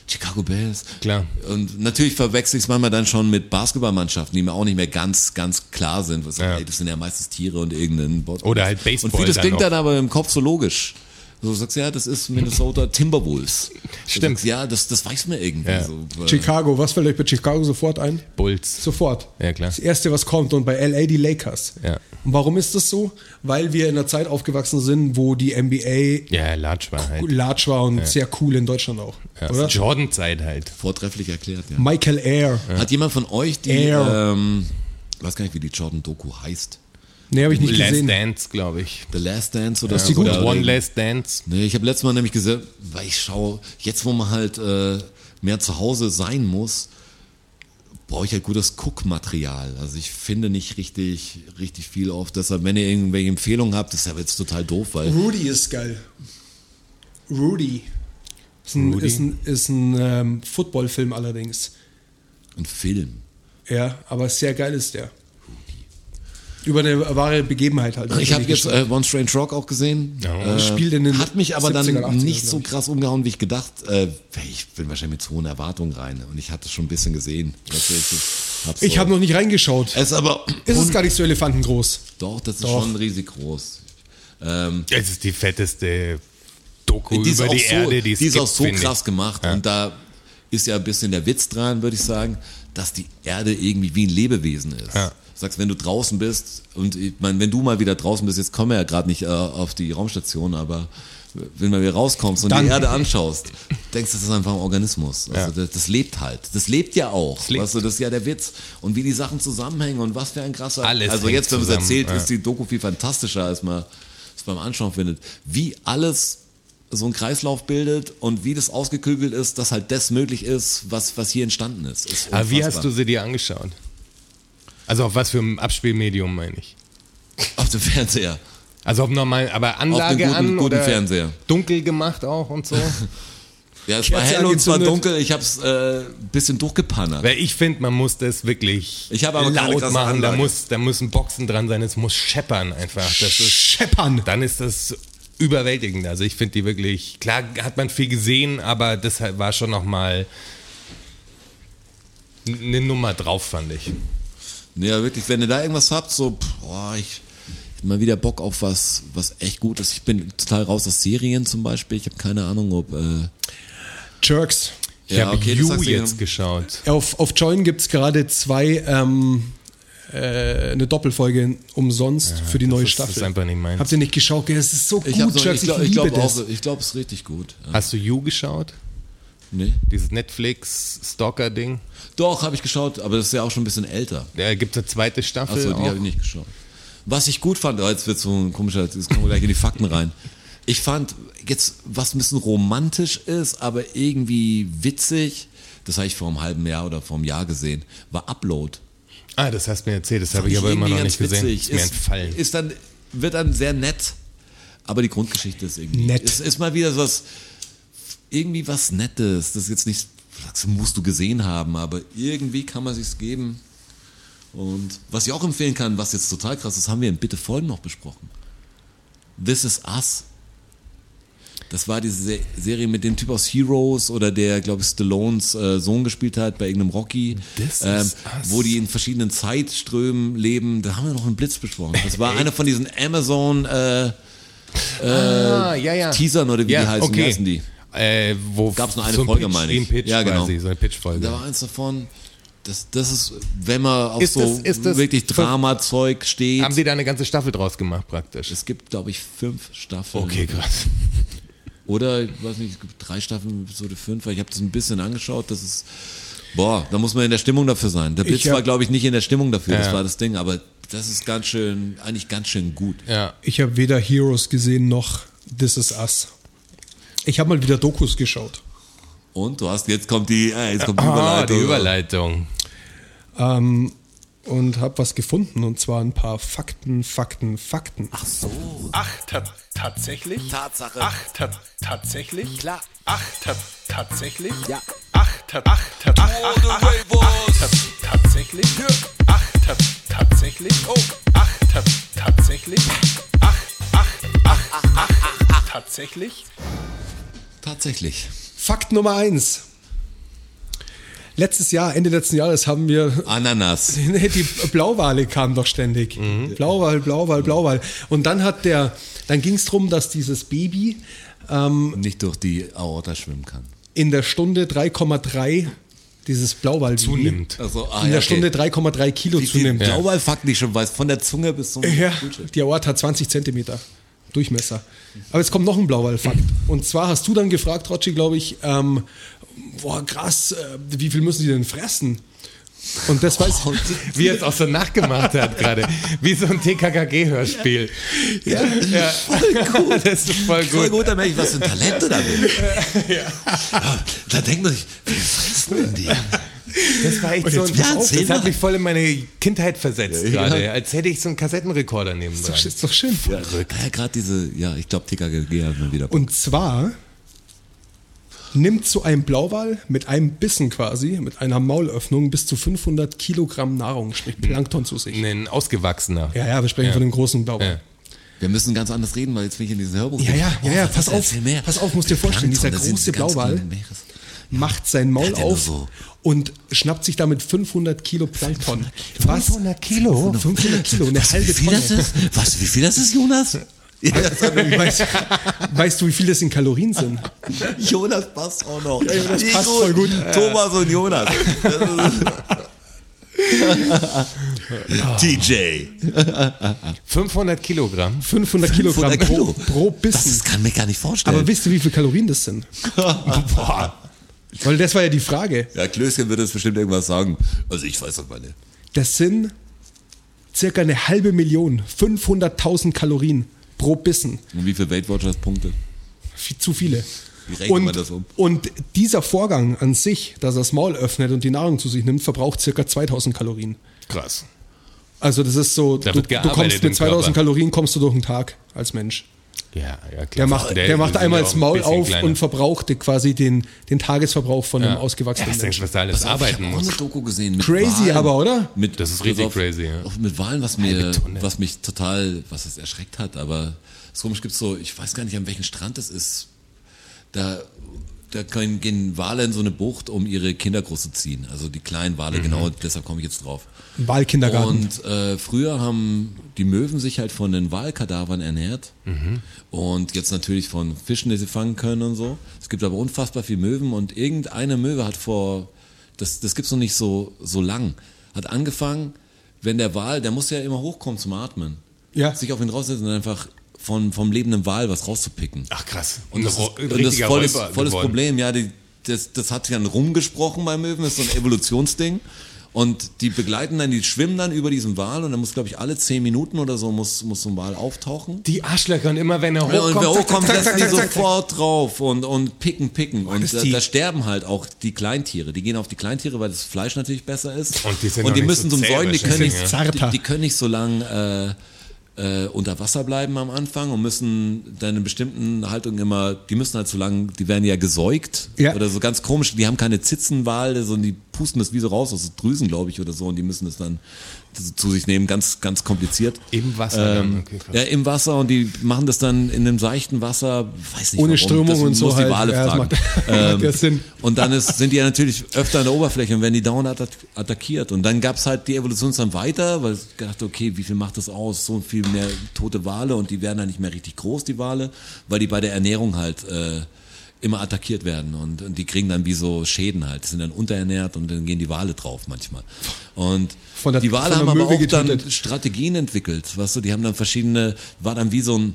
Chicago Bears. Klar. Und natürlich verwechsel ich es manchmal dann schon mit Basketballmannschaften, die mir auch nicht mehr ganz, ganz klar sind. Was, Ja. ey, das sind ja meistens Tiere und irgendein Bot. Oder halt Baseball Und vieles dann klingt noch. dann aber im Kopf so logisch. So sagst du, ja, das ist Minnesota Timberwolves. Du Stimmt. sagst, ja, das, das weiß man irgendwie. Ja. So, äh, Chicago, was fällt euch bei Chicago sofort ein? Bulls. Sofort. Ja, klar. Das erste, was kommt, und bei LA die Lakers. Ja. Und warum ist das so? Weil wir in einer Zeit aufgewachsen sind, wo die NBA Ja, Large war halt. large war und sehr cool in Deutschland auch. Ja, Oder? Jordan-Zeit halt. Vortrefflich erklärt, ja. Michael Air. Hat jemand von euch die, Air. ähm, weiß gar nicht, wie die Jordan-Doku heißt? Nee, habe ich nicht Last gesehen. Dance, glaube ich. The Last Dance oder die so? gut? Oder- One Last Dance. Nee, ich habe letztes Mal nämlich gesagt, weil ich schaue, jetzt wo man halt äh, mehr zu Hause sein muss, brauche ich halt gutes Guckmaterial. Also ich finde nicht richtig, richtig viel auf. Deshalb, wenn ihr irgendwelche Empfehlungen habt, das ist ja jetzt total doof, Mhm. weil Rudy ist geil. Rudy. Ist ein, Rudy? Ist ein, ist ein ähm, Footballfilm allerdings. ein Film. Ja, aber sehr geil ist der. Über eine wahre Begebenheit halt. Ich habe natürlich jetzt äh, One Strange Rock auch gesehen. Ja. Äh, Spielt in den hat mich aber 70er, dann 80er, nicht so glaub ich. krass umgehauen, wie ich gedacht. Äh, ich bin wahrscheinlich mit hohen Erwartungen rein ne? und ich hatte schon ein bisschen gesehen. Weißt du, Ich habe Ich habe noch nicht Äh, reingeschaut. es ist aber Ist es gar nicht so elefantengroß? doch, das ist Doch. schon riesig groß. Ähm, Es ist die fetteste Doku die ist über auch die so, Erde, die es ist gibt, auch so finde ich. krass gemacht Ja. und da ist ja ein bisschen der Witz dran, würde ich sagen, dass die Erde irgendwie wie ein Lebewesen ist. Ja. Sagst, wenn du draußen bist und ich mein, wenn du mal wieder draußen bist, jetzt kommen wir ja gerade nicht äh, auf die Raumstation, aber wenn du wieder rauskommst und Dann- die Erde anschaust, denkst du, das ist einfach ein Organismus. Also Ja. das, das lebt halt. Das lebt ja auch. lebt. Weißt du, das ist ja der Witz. Und wie die Sachen zusammenhängen und was für ein krasser. Alles also hängt jetzt, wenn man es zusammen, erzählt, ja. ist die Doku viel fantastischer, als man es beim Anschauen findet. Wie alles so einen Kreislauf bildet und wie das ausgeklügelt ist, dass halt das möglich ist, was, was hier entstanden ist. ist Aber Ah, wie unfassbar. hast du sie dir angeschaut? Also auf was für ein Abspielmedium meine ich? auf dem Fernseher? Also auf normal, aber Anlage guten- an guten oder Fernseher. dunkel gemacht auch und so. Ja, es war Kerze hell und es war angezündet. dunkel. Ich habe es äh, ein bisschen durchgepannert. Weil ich finde, man muss das wirklich Ich habe aber keine laut krasse machen. Da Anlage. muss, da müssen Boxen dran sein. Es muss scheppern einfach. Das ist, Scheppern. dann ist das überwältigend. Also ich finde die wirklich. Klar hat man viel gesehen, aber das halt war schon noch mal eine Nummer drauf, fand ich. Ja, wirklich, wenn ihr da irgendwas habt, so, pff, boah, ich ich hab mal wieder Bock auf was, was echt gut ist. Ich bin total raus aus Serien zum Beispiel. Ich habe keine Ahnung, ob. Äh, Jerks. Ich habe okay, das You sagst du jetzt ja. geschaut. Auf, auf Join gibt es gerade zwei, ähm, äh, eine Doppelfolge umsonst für die neue ist- das Staffel. ist einfach nicht meins. Habt ihr nicht geschaut? gell? Es ist so Ich, gut, hab so, Jerks. ich Ich, glaube, ich liebe glaub das. auch, ich glaube, es ist richtig gut. Ja. Hast du You geschaut? Nee. Dieses Netflix-Stalker-Ding? Doch, habe ich geschaut, aber das ist ja auch schon ein bisschen älter. Da gibt es eine zweite Staffel. Achso, die auch. habe ich nicht geschaut. Was ich gut fand, oh, jetzt wird so ein komischer, jetzt kommen wir gleich in die Fakten rein. Ich fand jetzt, was ein bisschen romantisch ist, aber irgendwie witzig, das habe ich vor einem halben Jahr oder vor einem Jahr gesehen, war Upload. Ah, das hast du mir erzählt, das habe Fand ich aber immer irgendwie noch ganz nicht gesehen. witzig. Ist mir entfallen. Ist dann, wird dann sehr nett, aber die Grundgeschichte ist irgendwie. Nett. Ist, ist mal wieder so was, irgendwie was Nettes. Das ist jetzt nicht, das musst du gesehen haben, aber irgendwie kann man sich's geben. Und was ich auch empfehlen kann, was jetzt total krass ist, haben wir in Bitte Folgen noch besprochen. This is Us. Das war diese Se Serie mit dem Typ aus Heroes oder der, glaube ich, Stallones äh, Sohn gespielt hat bei irgendeinem Rocky, Ähm, This is Us. wo die in verschiedenen Zeitströmen leben. Da haben wir noch einen Blitz besprochen. Das war einer von diesen Amazon äh, ah, ja, ja. Teasern oder wie die heißen. Wie heißen die? Äh, wo Gab's nur eine so ein Folge, Pitch, meine wie ich. Ein Pitch Ja, genau. Quasi, so eine Da Pitch-Folge. war eins davon. Das, das ist, wenn man auf Ist so das- ist das- wirklich Drama-Zeug steht. Haben sie da eine ganze Staffel draus gemacht, praktisch? Es gibt, glaube ich, fünf Staffeln. Okay, krass. Oder, ich weiß nicht, es gibt drei Staffeln, Episode fünf, weil ich habe das ein bisschen angeschaut. Das ist, boah, da muss man in der Stimmung dafür sein. Der Blitz hab- war, glaube ich, nicht in der Stimmung dafür, Ja. das war das Ding, aber das ist ganz schön, eigentlich ganz schön gut. Ja. Ich habe weder Heroes gesehen noch This Is Us. Ich habe mal wieder Dokus geschaut. Und du hast, jetzt kommt die, äh, jetzt kommt die Ah, Überleitung. die Überleitung. Ähm, und habe was gefunden und zwar ein paar Fakten, Fakten, Fakten. Ach, Ach, ta tatsächlich? Tatsache. Ach, ta tatsächlich? Klar. Ach, ta tatsächlich? Ja. Ach, ta ach, ta ach, ach, ach, ach, ta tatsächlich? Ach, ta tatsächlich? Oh. Ach, ta tatsächlich? Ach, ach, ach, ach, ach, ach, tatsächlich? Tatsächlich. Fakt Nummer eins. Letztes Jahr, Ende letzten Jahres haben wir Ananas. Nee, die Blauwale kamen doch ständig. Mhm. Blauwal, Blauwal, Blauwal. Und dann hat der, dann ging es darum, dass dieses Baby Nicht durch die Aorta schwimmen kann. in der Stunde 3,3 dieses Blauwal Zunimmt. Also, ah, In ja, der okay. Stunde 3,3 Kilo Wie viel zunimmt. Blauwallfakt nicht schon weiß, von der Zunge bis zum Ja, die Aorta hat 20 Zentimeter Durchmesser. Aber jetzt kommt noch ein Blauwallfakt. Und zwar hast du dann gefragt, Rotschi, glaube ich, ähm, boah, krass, äh, wie viel müssen die denn fressen? Und das weiß Wie er es aus der Nacht gemacht hat gerade. Wie so ein TKKG-Hörspiel. ja, Ja. Voll gut. Das ist voll Voll gut. gut, da merke ich, was für ein Talent du da bist. ja. Da denkt man sich, wie fressen denn die? Das war echt so ein Ja, erzähl Das hat mal. mich voll in meine Kindheit versetzt Ja. gerade. Als hätte ich so einen Kassettenrekorder neben das ist doch schön. Ja, Äh, gerade diese, ja, ich glaube, TKG hat mal wieder. Und zwar nimmt so ein Blauwal mit einem Bissen quasi, mit einer Maulöffnung bis zu 500 Kilogramm Nahrung, sprich Plankton zu sich. Ein ausgewachsener. Ja, ja, wir sprechen Mhm. Ja. von dem großen Blauwal. Ja. wir müssen ganz anders reden, weil jetzt bin ich in diesem Hörbuch. Ja, ja, Oh, ja, ja, verdammt, pass auf, erzähl mehr. pass auf, musst dir vorstellen, Plankton, dieser das sind große ganz Blauwal. kleinen Meeres- macht sein Maul Ja, nur auf so. und schnappt sich damit 500 Kilo Plankton. Was? 500 Kilo? 500 Kilo, eine Weißt du, halbe wie viel das Tonne. ist? Weißt du, wie viel das ist, Jonas? Ja, das hat nämlich- Weißt, weißt du, wie viel das in Kalorien sind? Jonas passt auch noch. Jonas Wie passt voll gut. Thomas und Jonas. DJ. 500 Kilogramm. 500 Kilogramm 500 Kilo. Pro, pro Das Bissen. ist- kann mir gar nicht vorstellen. Aber wisst ihr, wie viel Kalorien das sind? Weil das war ja die Frage. Ja, Klößchen wird jetzt bestimmt irgendwas sagen. Also ich weiß das meine. Das sind circa eine halbe Million, 500.000 Kalorien pro Bissen. Und wie viele Weight Watchers Punkte? Viel- zu viele. Wie rechnet Und, man das um? und dieser Vorgang an sich, dass er das Maul öffnet und die Nahrung zu sich nimmt, verbraucht circa 2000 Kalorien. Krass. Also das ist so, Da du, wird du gearbeitet kommst im mit 2000 Körper. Kalorien kommst du durch den Tag als Mensch. Ja, ja, klar. Der macht, der, macht sind einmal ja das auch ein Maul bisschen auf kleiner. und verbraucht quasi den, den Tagesverbrauch von einem Ja. ausgewachsenen ja, Menschen. Menschen. Was da alles arbeiten ich hab muss. auch eine Doku gesehen. Mit Crazy Wahlen. aber, oder? Mit, Das ist pass richtig crazy, ja. Auch mit Wahlen, was, mir, Halbe Tonne. was mich total, was es erschreckt hat, aber es komisch gibt so, ich weiß gar nicht, an welchem Strand es ist. Da, da können, gehen Wale in so eine Bucht, um ihre Kinder großzuziehen. Also die kleinen Mhm. Wale, genau, deshalb komme ich jetzt drauf. Ein Wahlkindergarten. Und äh, früher haben die Möwen sich halt von den Walkadavern ernährt und jetzt natürlich von Fischen, die sie fangen können und so. Es gibt aber unfassbar viel Möwen und irgendeine Möwe hat vor, das, das gibt's noch nicht so, so lang, hat angefangen, wenn der Wal, der muss ja immer hochkommen zum Atmen, Ja. sich auf ihn draufsetzen und einfach von, vom lebenden Wal was rauszupicken. Ach krass. Und das, Ro- ist, Hm. und das ist richtiger voll das, Räuber voll das geworden. Problem, ja, die, das, das hat dann rumgesprochen bei Möwen, das ist so ein Evolutionsding. Und die begleiten dann, die schwimmen dann über diesen Wal und dann muss, glaube ich, alle zehn Minuten oder so muss, muss so ein Wal auftauchen. Die Arschlöcher und immer wenn er Ja, und hochkommt, wer zack, hochkommt, zack, zack, setzen die zack, zack, Oh, sofort drauf und, und picken, picken. Und das da, die- da sterben halt auch die Kleintiere. Die gehen auf die Kleintiere, weil das Fleisch natürlich besser ist. Und die sind noch nicht müssen so zum zäh Säugen, die können, wahrscheinlich, nicht, ja. Zarter. die, die können nicht so lange äh, äh, unter Wasser bleiben am Anfang und müssen dann in bestimmten Haltungen immer, die müssen halt so lange, die werden ja gesäugt Ja. oder so ganz komisch, die haben keine Zitzenwale, sondern die pusten das wie so raus aus den Drüsen, glaube ich, oder so und die müssen das dann zu- zu sich nehmen, ganz, ganz kompliziert. Im Wasser dann, okay, krass. Ähm, ja, im Wasser und die machen das dann in einem seichten Wasser, weiß nicht Ohne warum. Strömung das und so muss halt. die Wale Ja, das fragen. Ähm, macht- macht ja Sinn. Und dann ist, sind die ja natürlich öfter an der Oberfläche und werden die dauernd atta attackiert. Und dann gab's halt die Evolution dann weiter, weil es gedacht, okay, wie viel macht das aus? So viel mehr tote Wale und die werden dann nicht mehr richtig groß, die Wale, weil die bei der Ernährung halt äh, immer attackiert werden und, und die kriegen dann wie so Schäden halt, die sind dann unterernährt und dann gehen die Wale drauf manchmal. Und Von der- die Wale von der haben aber Möwe auch dann getötet. Strategien entwickelt, weißt du, die haben dann verschiedene, war dann wie so ein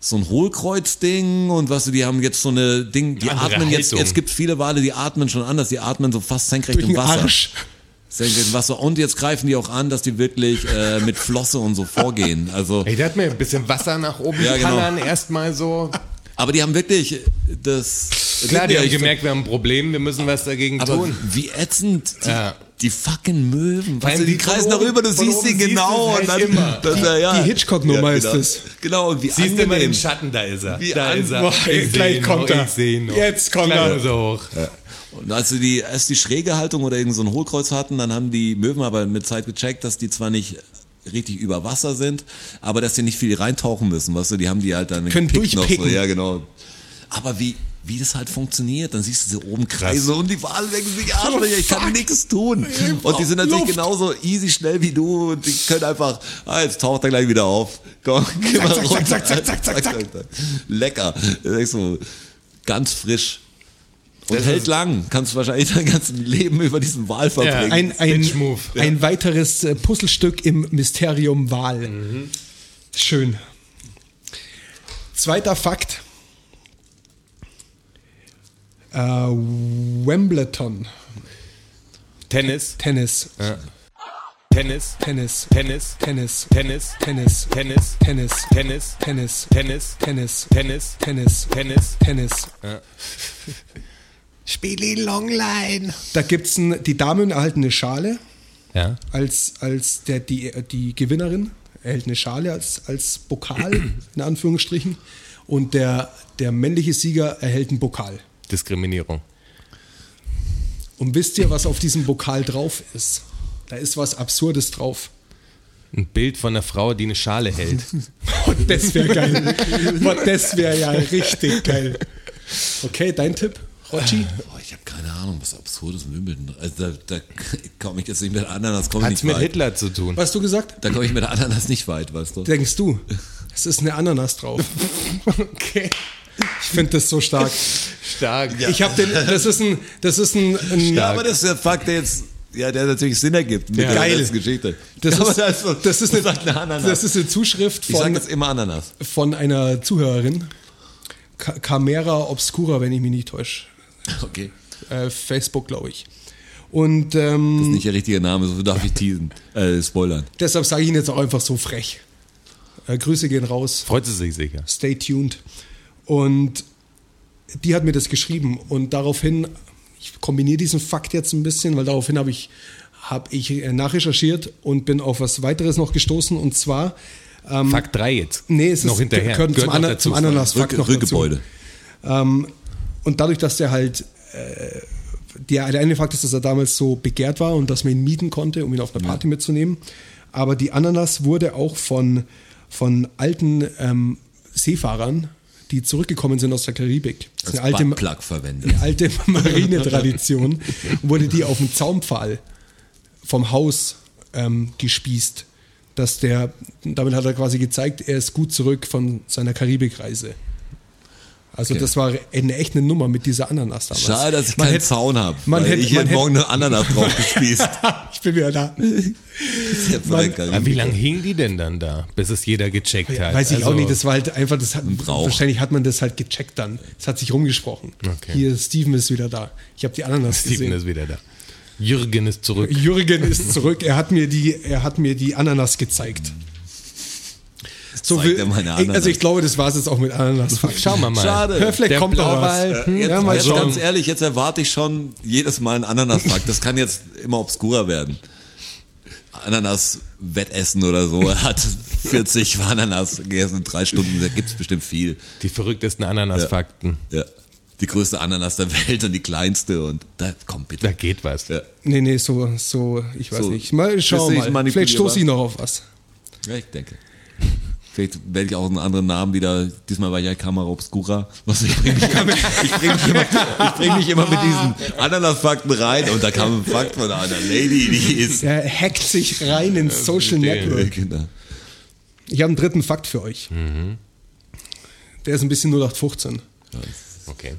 so ein Hohlkreuz-Ding und was weißt du, die haben jetzt so eine Ding, die Eine andere atmen jetzt, Haltung. jetzt gibt viele Wale, die atmen schon anders, die atmen so fast senkrecht Durch im den Wasser. Arsch. Senkrecht im Wasser. Und jetzt greifen die auch an, dass die wirklich äh, mit Flosse und so vorgehen. Also, Ey, der hat mir ein bisschen Wasser nach oben Ja, genau. geballert, erstmal so. aber die haben wirklich äh, das. Klar, die haben ich- gemerkt, wir haben ein Problem, wir müssen was dagegen Aber tun. wie ätzend die, Ja. die fucking Möwen. Weißt du, die, die von kreisen oben- darüber, du von siehst oben sie siehst du genau. es und halt dann, immer. Das, ja, ja. die Hitchcock-Nummer ist genau. es. Genau, und wie Siehst du immer angenehm. den Schatten, da ist er. Wie da ist er. Boah, Oh, Ich gleich seh ihn kommt noch, er. Ich seh ihn noch. Jetzt kommt Klar, er. So hoch. Und als sie die, erst die schräge Haltung oder irgend so ein Hohlkreuz hatten, dann haben die Möwen aber mit Zeit gecheckt, dass die zwar nicht richtig über Wasser sind, aber dass sie nicht viel reintauchen müssen, weißt du, die haben die halt dann Können gepickt durchpicken. ja genau. Aber wie wie das halt funktioniert. Dann siehst du sie oben Kreise und die Wale denken sich, Arschlöcher, ich kann nichts tun. Und die sind natürlich genauso easy schnell wie du und die können einfach, ah, jetzt taucht er gleich wieder auf. Komm, geh mal zack, runter. zack, zack, zack, zack, Lecker. Da denkst du, ganz frisch. Und hält lang. Kannst wahrscheinlich dein ganzes Leben über diesen Wal verbringen. Ein, ein, Bitch-Move. ein weiteres äh, Puzzlestück im Mysterium Wahl. Mhm. Schön. Zweiter Fakt. Äh, Wimbledon. Tennis, Tennis. Tennis, Tennis. Tennis, Tennis. Tennis, Tennis. Tennis, Tennis. Tennis, Tennis. Tennis, Tennis. Tennis, Tennis. Tennis. Tennis. Spiel die Longline. Da gibt es die Damen erhalten eine Schale Ja. als, als der, die, die Gewinnerin, erhält eine Schale als, als Pokal, in Anführungsstrichen. Und der, der männliche Sieger erhält einen Pokal. Diskriminierung. Und wisst ihr, was auf diesem Pokal drauf ist? Da ist was Absurdes drauf. Ein Bild von einer Frau, die eine Schale hält. Und das wäre geil. Und das wäre ja richtig geil. Okay, dein Tipp, Rochi? Boah, ich habe keine Ahnung, was absurdes Wimbledon. Also da, da komme ich jetzt nicht mit Ananas, komme ich Hat's nicht mit weit. Hitler zu tun. Was hast du gesagt? Da komme ich mit Ananas nicht weit, weißt du? Denkst du, es ist eine Ananas drauf. Okay. Ich finde das so stark. Stark. Ich habe den, das ist ein, das ist ein, ein Ja, aber das ist der Fakt, der jetzt, ja, der natürlich Sinn ergibt mit der Geil. ganzen Geschichte. Das, ja, aber ist, so- das, ist eine, sagt eine Ananas. das ist eine Zuschrift ich sage von, jetzt immer Ananas. von einer Zuhörerin. Ca- Camera Obscura, wenn ich mich nicht täusche. Okay. Äh, Facebook, glaube ich. Und Das ist ähm, nicht der richtige Name, so darf ich teasen. Äh, spoilern. deshalb sage ich Ihnen jetzt auch einfach so frech. Äh, Grüße gehen raus. Freut sie sich sicher. Stay tuned. Und die hat mir das geschrieben und daraufhin, ich kombiniere diesen Fakt jetzt ein bisschen, weil daraufhin habe ich, habe ich äh, nachrecherchiert und bin auf was weiteres noch gestoßen und zwar Fakt 3 jetzt. Ähm, Nee, es noch ist- hinterher. gehört zum noch Ana- dazu. zum Ananas-Fakt Rück, noch Rückgebäude. Und dadurch, dass der halt, äh, der, der eine Fakt ist, dass er damals so begehrt war und dass man ihn mieten konnte, um ihn auf einer Party mitzunehmen. Aber die Ananas wurde auch von, von alten ähm, Seefahrern, die zurückgekommen sind aus der Karibik, das ist eine alte, Buttplug verwendet. alte Marinetradition, wurde die auf dem Zaumpfahl vom Haus ähm, gespießt. Dass der, damit hat er quasi gezeigt, er ist gut zurück von seiner Karibikreise. Also Okay. das war eine echte Nummer mit dieser Ananas damals. Schade, dass ich Man keinen hätte- Zaun habe. man hätte- Ich man hätte hätte- morgen eine Ananas draufgespießt. ich bin wieder da. Man- Aber wie lange hing die denn dann da, bis es jeder gecheckt hat? Oh Weiß ich Also, auch nicht, das war halt einfach, das hat, Brauch. wahrscheinlich hat man das halt gecheckt dann. Es hat sich rumgesprochen. Okay. Hier, Steven ist wieder da. Ich habe die Ananas Steven gesehen. ist wieder da. Jürgen ist zurück. Jürgen ist zurück. Er hat mir die, er hat mir die Ananas gezeigt. So Zeigt will- er meine Ananas. Also ich glaube, das war es jetzt auch mit Ananas. Schauen wir mal. Schade. Hör, vielleicht Der kommt da Blauwal. hm? was. Äh, Jetzt, ja, mal jetzt schauen. ganz ehrlich, jetzt erwarte ich schon jedes Mal einen Ananasfakt. Das kann jetzt immer obskurer werden. Ananas-Wettessen oder so. Er hat 40 Ananas gegessen in drei Stunden. Da gibt's bestimmt viel. Die verrücktesten Ananas-Fakten. Ja. Die größte Ananas der Welt und die kleinste. Und da, komm Da bitte. geht was. Ja. Nee, nee, so, so, ich weiß So. nicht. Mal Ist schauen nicht wir mal. Vielleicht stoße ich noch auf was. Ja, ich denke. Vielleicht werde ich auch einen anderen Namen wieder. Diesmal war ich ja Kamera Obscura. Was, ich bringe mich, ich bring mich, immer- ich bring mich immer mit diesen Ananas-Fakten rein. Und da kam ein Fakt von einer Lady, die ist. Der hackt sich rein ins Social Network. Genau. Ich habe einen dritten Fakt für euch. Der ist ein bisschen 0815. Okay.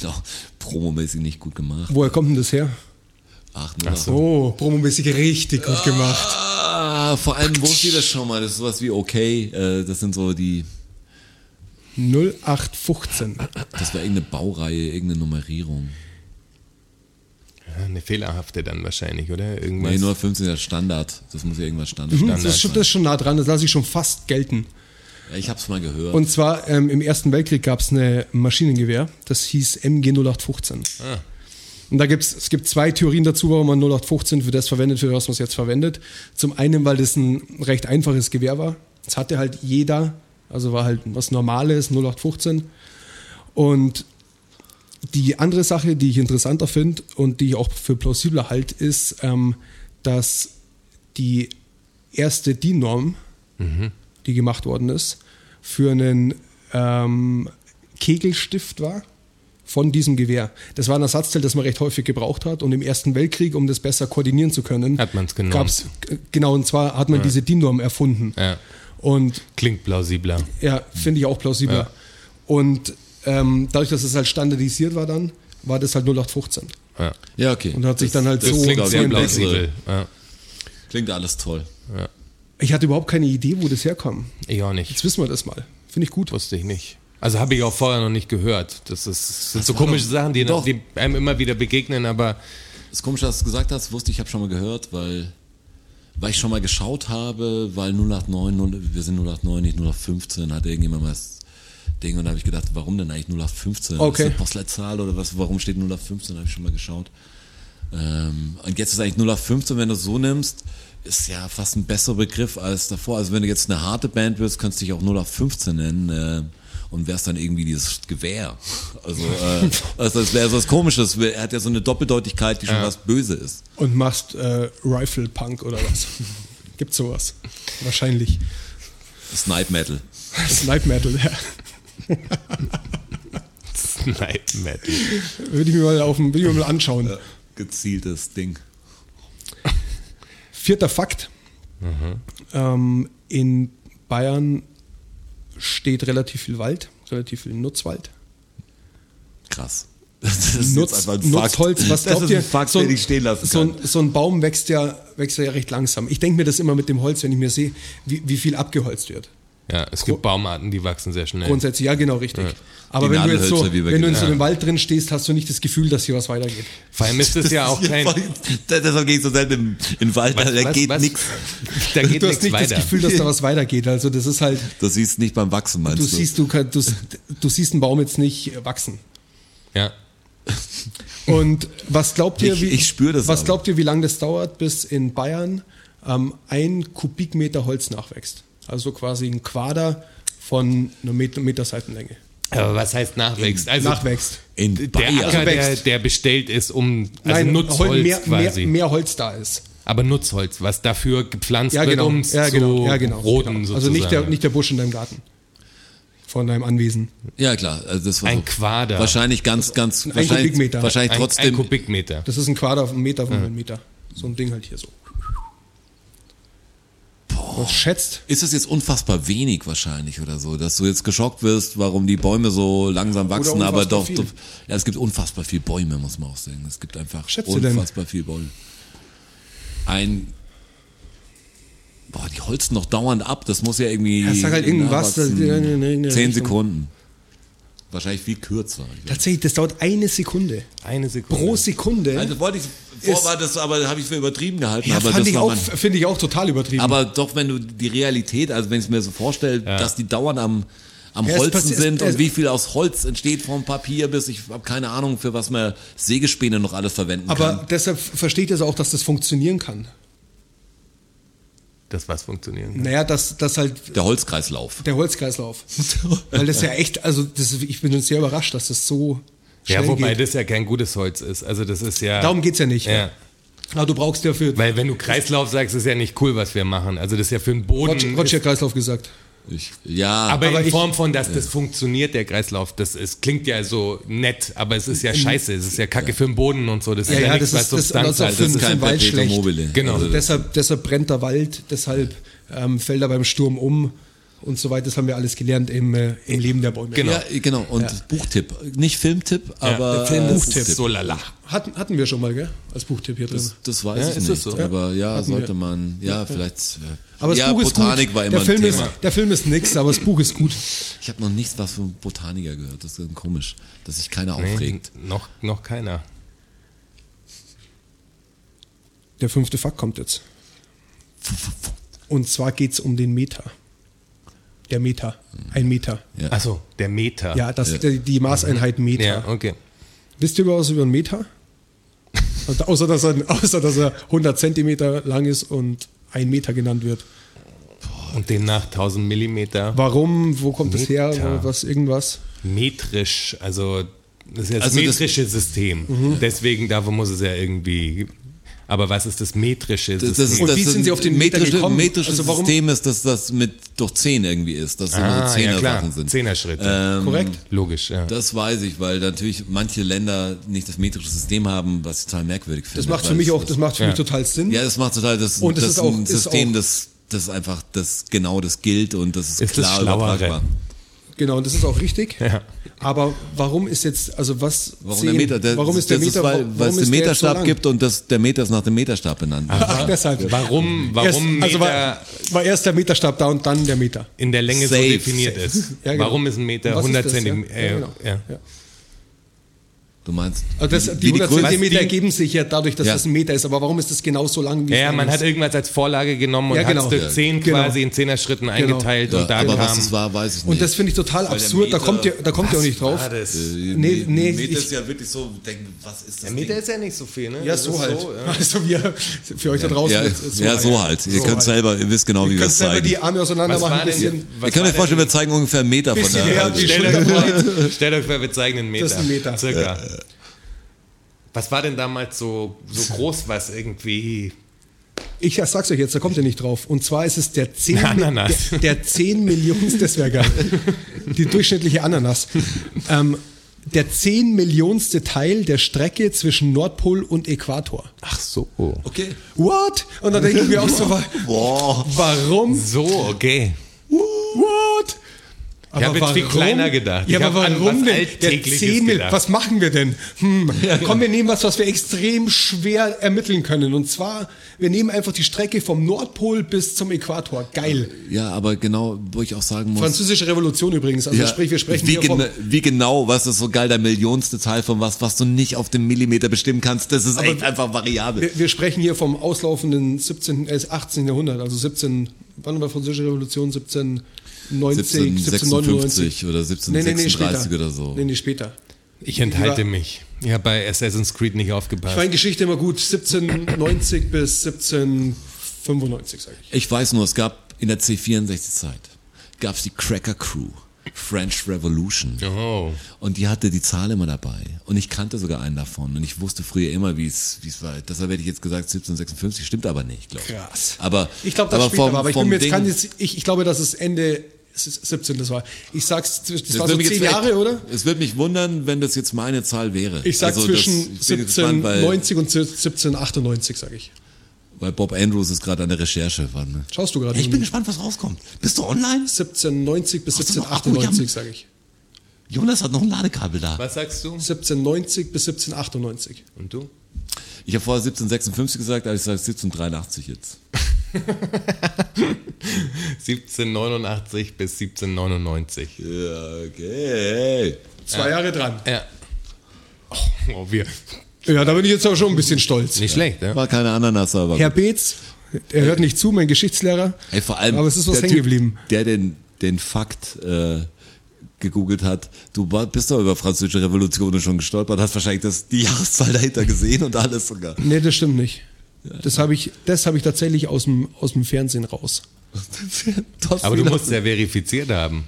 genau. Promomäßig nicht gut gemacht. Woher kommt denn das her? Ach, nur so. Oh, promomäßig richtig gut gemacht. Ah, vor allem wusste ich das schon mal. Das ist sowas wie okay. Äh, das sind so die. 0815. Das war irgendeine Baureihe, irgendeine Nummerierung. Ja, Eine fehlerhafte dann wahrscheinlich, oder? Irgendwas. Nee, 015 ist Standard. Das muss ja irgendwas Standard, Mhm. Das Standard ist, schon, das ist schon nah dran, das lasse ich schon fast gelten. sein. Ich hab's mal gehört. Und zwar ähm, im Ersten Weltkrieg gab es ein Maschinengewehr, das hieß MG 0815. Und da gibt's, es gibt zwei Theorien dazu, warum man 0815 für das verwendet, für was man es jetzt verwendet. Zum einen, weil das ein recht einfaches Gewehr war. Das hatte halt jeder, also war halt was Normales, 0815. Und die andere Sache, die ich interessanter finde und die ich auch für plausibler halte, ist, ähm, dass die erste DIN-Norm, Mhm. die gemacht worden ist, für einen ähm, Kegelstift war. von diesem Gewehr. Das war ein Ersatzteil, das man recht häufig gebraucht hat und im Ersten Weltkrieg, um das besser koordinieren zu können, Hat man's genommen. gab's- g- genau, und zwar hat man diese DIN-Norm erfunden. Ja. Und Klingt plausibler. ja, finde ich auch plausibel. Ja. Und ähm, dadurch, dass es halt standardisiert war dann, war das halt 0815. Ja. Ja, okay. Und hat sich dann halt das so- klingt so sehr entwickelt. plausibel. Ja. Klingt alles toll. Ich hatte überhaupt keine Idee, wo das herkam. Ich auch nicht. Jetzt wissen wir das mal. Finde ich gut. Wusste ich nicht. Also habe ich auch vorher noch nicht gehört. Das, ist, das sind so war komische doch- Sachen, die, doch. die einem immer wieder begegnen, aber Ist komisch, dass du es gesagt hast, wusste ich, habe schon mal gehört, weil, weil ich schon mal geschaut habe, weil 089, 0, wir sind 089, nicht 015, hat irgendjemand mal das Ding und da habe ich gedacht, warum denn eigentlich 015? Okay. Ist eine Postleitzahl oder was, warum steht 015? Habe ich schon mal geschaut. Ähm, und jetzt ist eigentlich 015, wenn du es so nimmst, ist ja fast ein besserer Begriff als davor. Also wenn du jetzt eine harte Band bist, kannst du dich auch 015 nennen. Äh, und wärst dann irgendwie dieses Gewehr. Also, äh, also das wäre so was Komisches. Er hat ja so eine Doppeldeutigkeit, die schon was böse ist. Und machst äh, Rifle Punk oder was? Gibt sowas? Wahrscheinlich. Snipe Metal. Snipe Metal, ja. Night Metal. Würde ich mir mal auf dem Video mal anschauen. Gezieltes Ding. Vierter Fakt. Ähm, in Bayern steht relativ viel Wald, relativ viel Nutzwald. Krass. Das ist Nutz- Nutzholz, das was glaubt ist ihr? ein Fakt, so ein- den ich stehen lassen so, kann. ein, so ein Baum wächst ja, wächst ja recht langsam. Ich denke mir das immer mit dem Holz, wenn ich mir sehe, wie, wie viel abgeholzt wird. Ja, es gibt Baumarten, die wachsen sehr schnell. Grundsätzlich, ja genau, richtig. Aber Die wenn du jetzt so, Nadelhölzer, wie wir wenn du in gesagt so haben. einem Wald drin stehst, hast du nicht das Gefühl, dass hier was weitergeht. Vor allem ist es ja auch kein. Das- Deshalb gehe ich so selten im, im Wald, da geht nichts. Da geht Du hast nichts nicht weiter. das Gefühl, dass da was weitergeht. Also das ist halt, Du siehst nicht beim Wachsen, meinst du du? siehst, du, kann- du, du siehst einen Baum jetzt nicht wachsen. ja. Und was glaubt ihr, Ich- wie, ich spür das was aber. glaubt ihr, wie lange das dauert, bis in Bayern ähm, ein Kubikmeter Holz nachwächst? Also quasi ein Quader von einer Meter, Meter Seitenlänge. Aber was heißt nachwächst? Also nachwächst. also in Der Bayern. Acker, der, wächst. der bestellt ist, um also Nein, Hol- Nutzholz mehr, quasi. Mehr, mehr Holz da ist. Aber Nutzholz, was dafür gepflanzt Ja, genau. wird, um ja, genau. zu Ja, genau. roden genau. sozusagen. Also nicht der, nicht der Busch in deinem Garten. Von deinem Anwesen. Ja, klar. Also das war Ein so Quader. Wahrscheinlich ganz, ganz. wahrscheinlich, Kubikmeter. Wahrscheinlich ein, trotzdem. ein Kubikmeter. Das ist ein Quader von einem Meter von einem Meter. So ein Ding halt hier so. Was schätzt? ist es jetzt unfassbar wenig wahrscheinlich oder so, dass du jetzt geschockt wirst, warum die Bäume so langsam wachsen, aber unfassbar doch, viel. doch. Ja, es gibt unfassbar viel Bäume, muss man auch sagen. Es gibt einfach Schätze denn? unfassbar viel Bäume. Ein. Boah, die holzen noch dauernd ab. Das muss ja irgendwie. Ja, sag halt irgendwas, nachwachsen. das- in irgendeine Zehn Richtung. Sekunden. Wahrscheinlich viel kürzer. Ich weiß Tatsächlich, das dauert eine Sekunde. Eine Sekunde. Pro Sekunde. Also wollte ich, Ist- vor war das, aber habe ich für übertrieben gehalten. Ja, aber fand das ich war auch, mein- finde ich auch total übertrieben. aber doch, wenn du die Realität, also wenn ich es mir so vorstelle, dass die dauernd am, am Ja, es Holzen passi- es- sind es- und wie viel aus Holz entsteht vom Papier bis, ich habe keine Ahnung, für was man Sägespäne noch alles verwenden aber kann. deshalb versteht ihr es auch, dass das funktionieren kann. Das was funktionieren. kann. Naja, dass, dass halt Der Holzkreislauf. der Holzkreislauf. Weil das ja echt, also das, ist- ich bin sehr überrascht, dass das so schnell Ja, wobei geht. das ja kein gutes Holz ist. Also das ist ja. Darum geht's ja nicht. Ja. Aber du brauchst ja für Weil wenn du Kreislauf sagst, ist ja nicht cool, was wir machen. Also das ist ja für den Boden. Roger, Roger ist, Kreislauf gesagt. Ich, ja, aber, aber in ich- Form von, dass das funktioniert, der Kreislauf, das ist, klingt ja so nett, aber es ist ja scheiße, es ist ja kacke für den Boden und so. Das ist ja, ja, nichts, das was ist- das- Substanz das ist hat. auch das für ist den kein Wald Perpetuum schlecht. mobile. Genau. Also, das, Deshalb, deshalb brennt der Wald, deshalb ähm, fällt er beim Sturm um und so weiter. Das haben wir alles gelernt im, äh, im Leben der Bäume. Genau. ja, genau. Und Buchtipp. Nicht Filmtipp, aber Film- äh, Buchtipp. So lala. Hatten, hatten wir schon mal, gell? Als Buchtipp hier drin. Das, das weiß ich ist nicht. das so? Aber ja, Hatten sollte wir. man. Ja, vielleicht. äh, aber das ja, Buch ist Botanik gut. war immer der, Film ein ist, Thema. der Film ist nix, aber das Buch ist gut. Ich habe noch nichts was von Botaniker gehört. Das ist komisch, dass sich keiner aufregt. Noch, noch keiner. Der fünfte Fakt kommt jetzt. Und zwar geht es um den Meter. Der Meter. Ein Meter. Ja. Achso, der Meter. Ja, das, die- die Maßeinheit Meter. ja okay. Wisst ihr überhaupt was über einen Meter? Und außer, dass er, außer, dass er 100 Zentimeter lang ist und ein Meter genannt wird. Und demnach 1000 Millimeter. Warum? Wo kommt es Meter. her? Was, irgendwas? metrisch, also das ist ja das Also das- Mhm. metrische System. Deswegen, davon muss es ja irgendwie Aber was ist das metrische Das, das, System? Und wie das sind Sie auf den Meter metrische, gekommen? metrische Also warum- Ah, System ist, dass das mit durch 10 irgendwie ist, dass Ah, immer so Zehner-Sachen sind. Ähm, Zehnerschritt. Korrekt? Logisch, ja. Das weiß ich, weil natürlich manche Länder nicht das metrische System haben, was ich total merkwürdig finde. Das macht für weil mich es- auch, das macht für mich Ja. total Sinn. Ja, das macht total das, Und das das ist auch- ein ist System, auch- das, das einfach das genau das gilt und das ist, Ist das klar schlauere? übertragbar. Genau, und das ist auch richtig. Ja. Aber warum ist jetzt, also was, Warum zehn- der Meter? Der, warum ist der das Meter, weil, warum weil es den ist der jetzt so Meterstab lang? Ah. gibt und das, der Meter ist nach dem Meterstab benannt. Ach, deshalb. Warum, Erst, warum also war, Meter war erst der Meterstab da und dann der Meter. in der Länge Safe. so definiert ist? Ja, genau. Warum ist ein Meter Was ist 100 das, ja? Zentimeter? Ja, genau. ja. Ja. Du meinst, Also das, die wie die 100 Größe- Zentimeter die- ergeben sich ja dadurch, dass Ja. das ein Meter ist. Aber warum ist das genau so lang wie Ja, es ja, lang man hat ist? irgendwas als Vorlage genommen und Ja, genau. hat es durch Ja, 10 genau. quasi in 10er Schritten eingeteilt ja, und da aber was kam... es war, weiß ich nicht. Und das finde ich total der absurd. Da Meter- kommt ihr, da kommt ihr auch nicht drauf. Nee, nee, Meter ich- ist ja wirklich so, denken, was ist das? Der Meter ist ja nicht so viel, ne? Ja, Das so ist halt. ja. Also wir, für euch da draußen. ja, jetzt- ja, so halt. Ihr könnt selber, ihr wisst genau, wie Ihr wir könnt es selber zeigen. die Arme auseinander Was machen. war Ein denn, bisschen, was ihr könnt war euch vorstellen, wir denn, zeigen ungefähr einen Meter von bisschen der her, die stellt, euch vor, stellt euch vor, wir zeigen einen Meter. Das ist ein Meter. Circa. Was war denn damals so, so groß, was irgendwie... ich sag's euch jetzt, da kommt ihr nicht drauf. Und zwar ist es der 10, Mi- Ananas. Der, der 10 Millionenste, das wäre geil. Die durchschnittliche Ananas. Ähm, der 10 Millionenste Teil der Strecke zwischen Nordpol und Äquator. Ach so. Okay. What? Und dann denken wir auch so, wa- Boah. warum? So, okay. What? Ich hab jetzt viel kleiner gedacht. Ja, Ich aber hab an warum denn? was Der Alltägliches 10 Mil- gedacht. was machen wir denn? Hm. Komm, wir nehmen was, was wir extrem schwer ermitteln können. Und zwar, wir nehmen einfach die Strecke vom Nordpol bis zum Äquator. Geil. Ja, aber genau, wo ich auch sagen muss. Französische Revolution übrigens. Also ja, sprich, wir sprechen wie, hier vom... gena- wie genau, was ist so geil, der millionste Teil von was, was du nicht auf den Millimeter bestimmen kannst, das ist echt einfach variabel. Wir, wir sprechen hier vom auslaufenden 17, äh, 18. Jahrhundert, also 17, wann war Französische Revolution? 1790, 1756 oder Nee, nee, nee, 1736 später. oder so. Nee, nee, später. Ich enthalte Über- mich. Ich habe bei Assassin's Creed nicht aufgepasst. Ich war in Geschichte immer gut, 1790 bis 1795, sage ich. Ich weiß nur, es gab in der C64-Zeit, gab es die Cracker Crew, French Revolution. oh. Und die hatte die Zahl immer dabei. Und ich kannte sogar einen davon. Und ich wusste früher immer, wie es wie es war. Deshalb hätte ich jetzt gesagt 1756, stimmt aber nicht, glaube ich. Krass. Aber, Ich glaube, das aber später vom, war, aber ich vom bin mir jetzt Ding, kann jetzt, ich, ich glaube, dass es Ende 17 das war. Ich sag's, zwisch- das, Es war wird so mich zehn jetzt echt- Jahre, oder? Es würde mich wundern, wenn das jetzt meine Zahl wäre. Ich sag Also das- zwischen ich bin gespannt, weil- 1790 und 1798, sage ich. Weil Bob Andrews ist gerade an der Recherche. Wann, ne? Schaust du gerade Ich bin hin? gespannt, was rauskommt. Bist du online? 1790 bis Hast du noch Akku, Jan? 1798, sage ich. Jonas hat noch ein Ladekabel da. Was sagst du? 1790 bis 1798. Und du? Ich habe vorher 1756 gesagt, aber ich sage 1783 jetzt. 1789 bis 1799. Ja, okay. Zwei Jahre dran. Ja. Oh, oh wir. Ja, da bin ich jetzt aber schon ein bisschen stolz. Nicht schlecht, ne? War keine Ananas, aber. Herr Beetz, er hört nicht zu, mein Geschichtslehrer. Ey, vor allem aber es ist was der hängen Typ, geblieben. Der den, den Fakt äh, gegoogelt hat, du war- bist doch über französische Revolution schon gestolpert, hast wahrscheinlich das, die Jahreszahl dahinter gesehen und alles sogar. Nee, das stimmt nicht. Das habe ich, das habe ich tatsächlich aus dem, aus dem Fernsehen raus. Das Aber du wieder- musst ja verifiziert haben.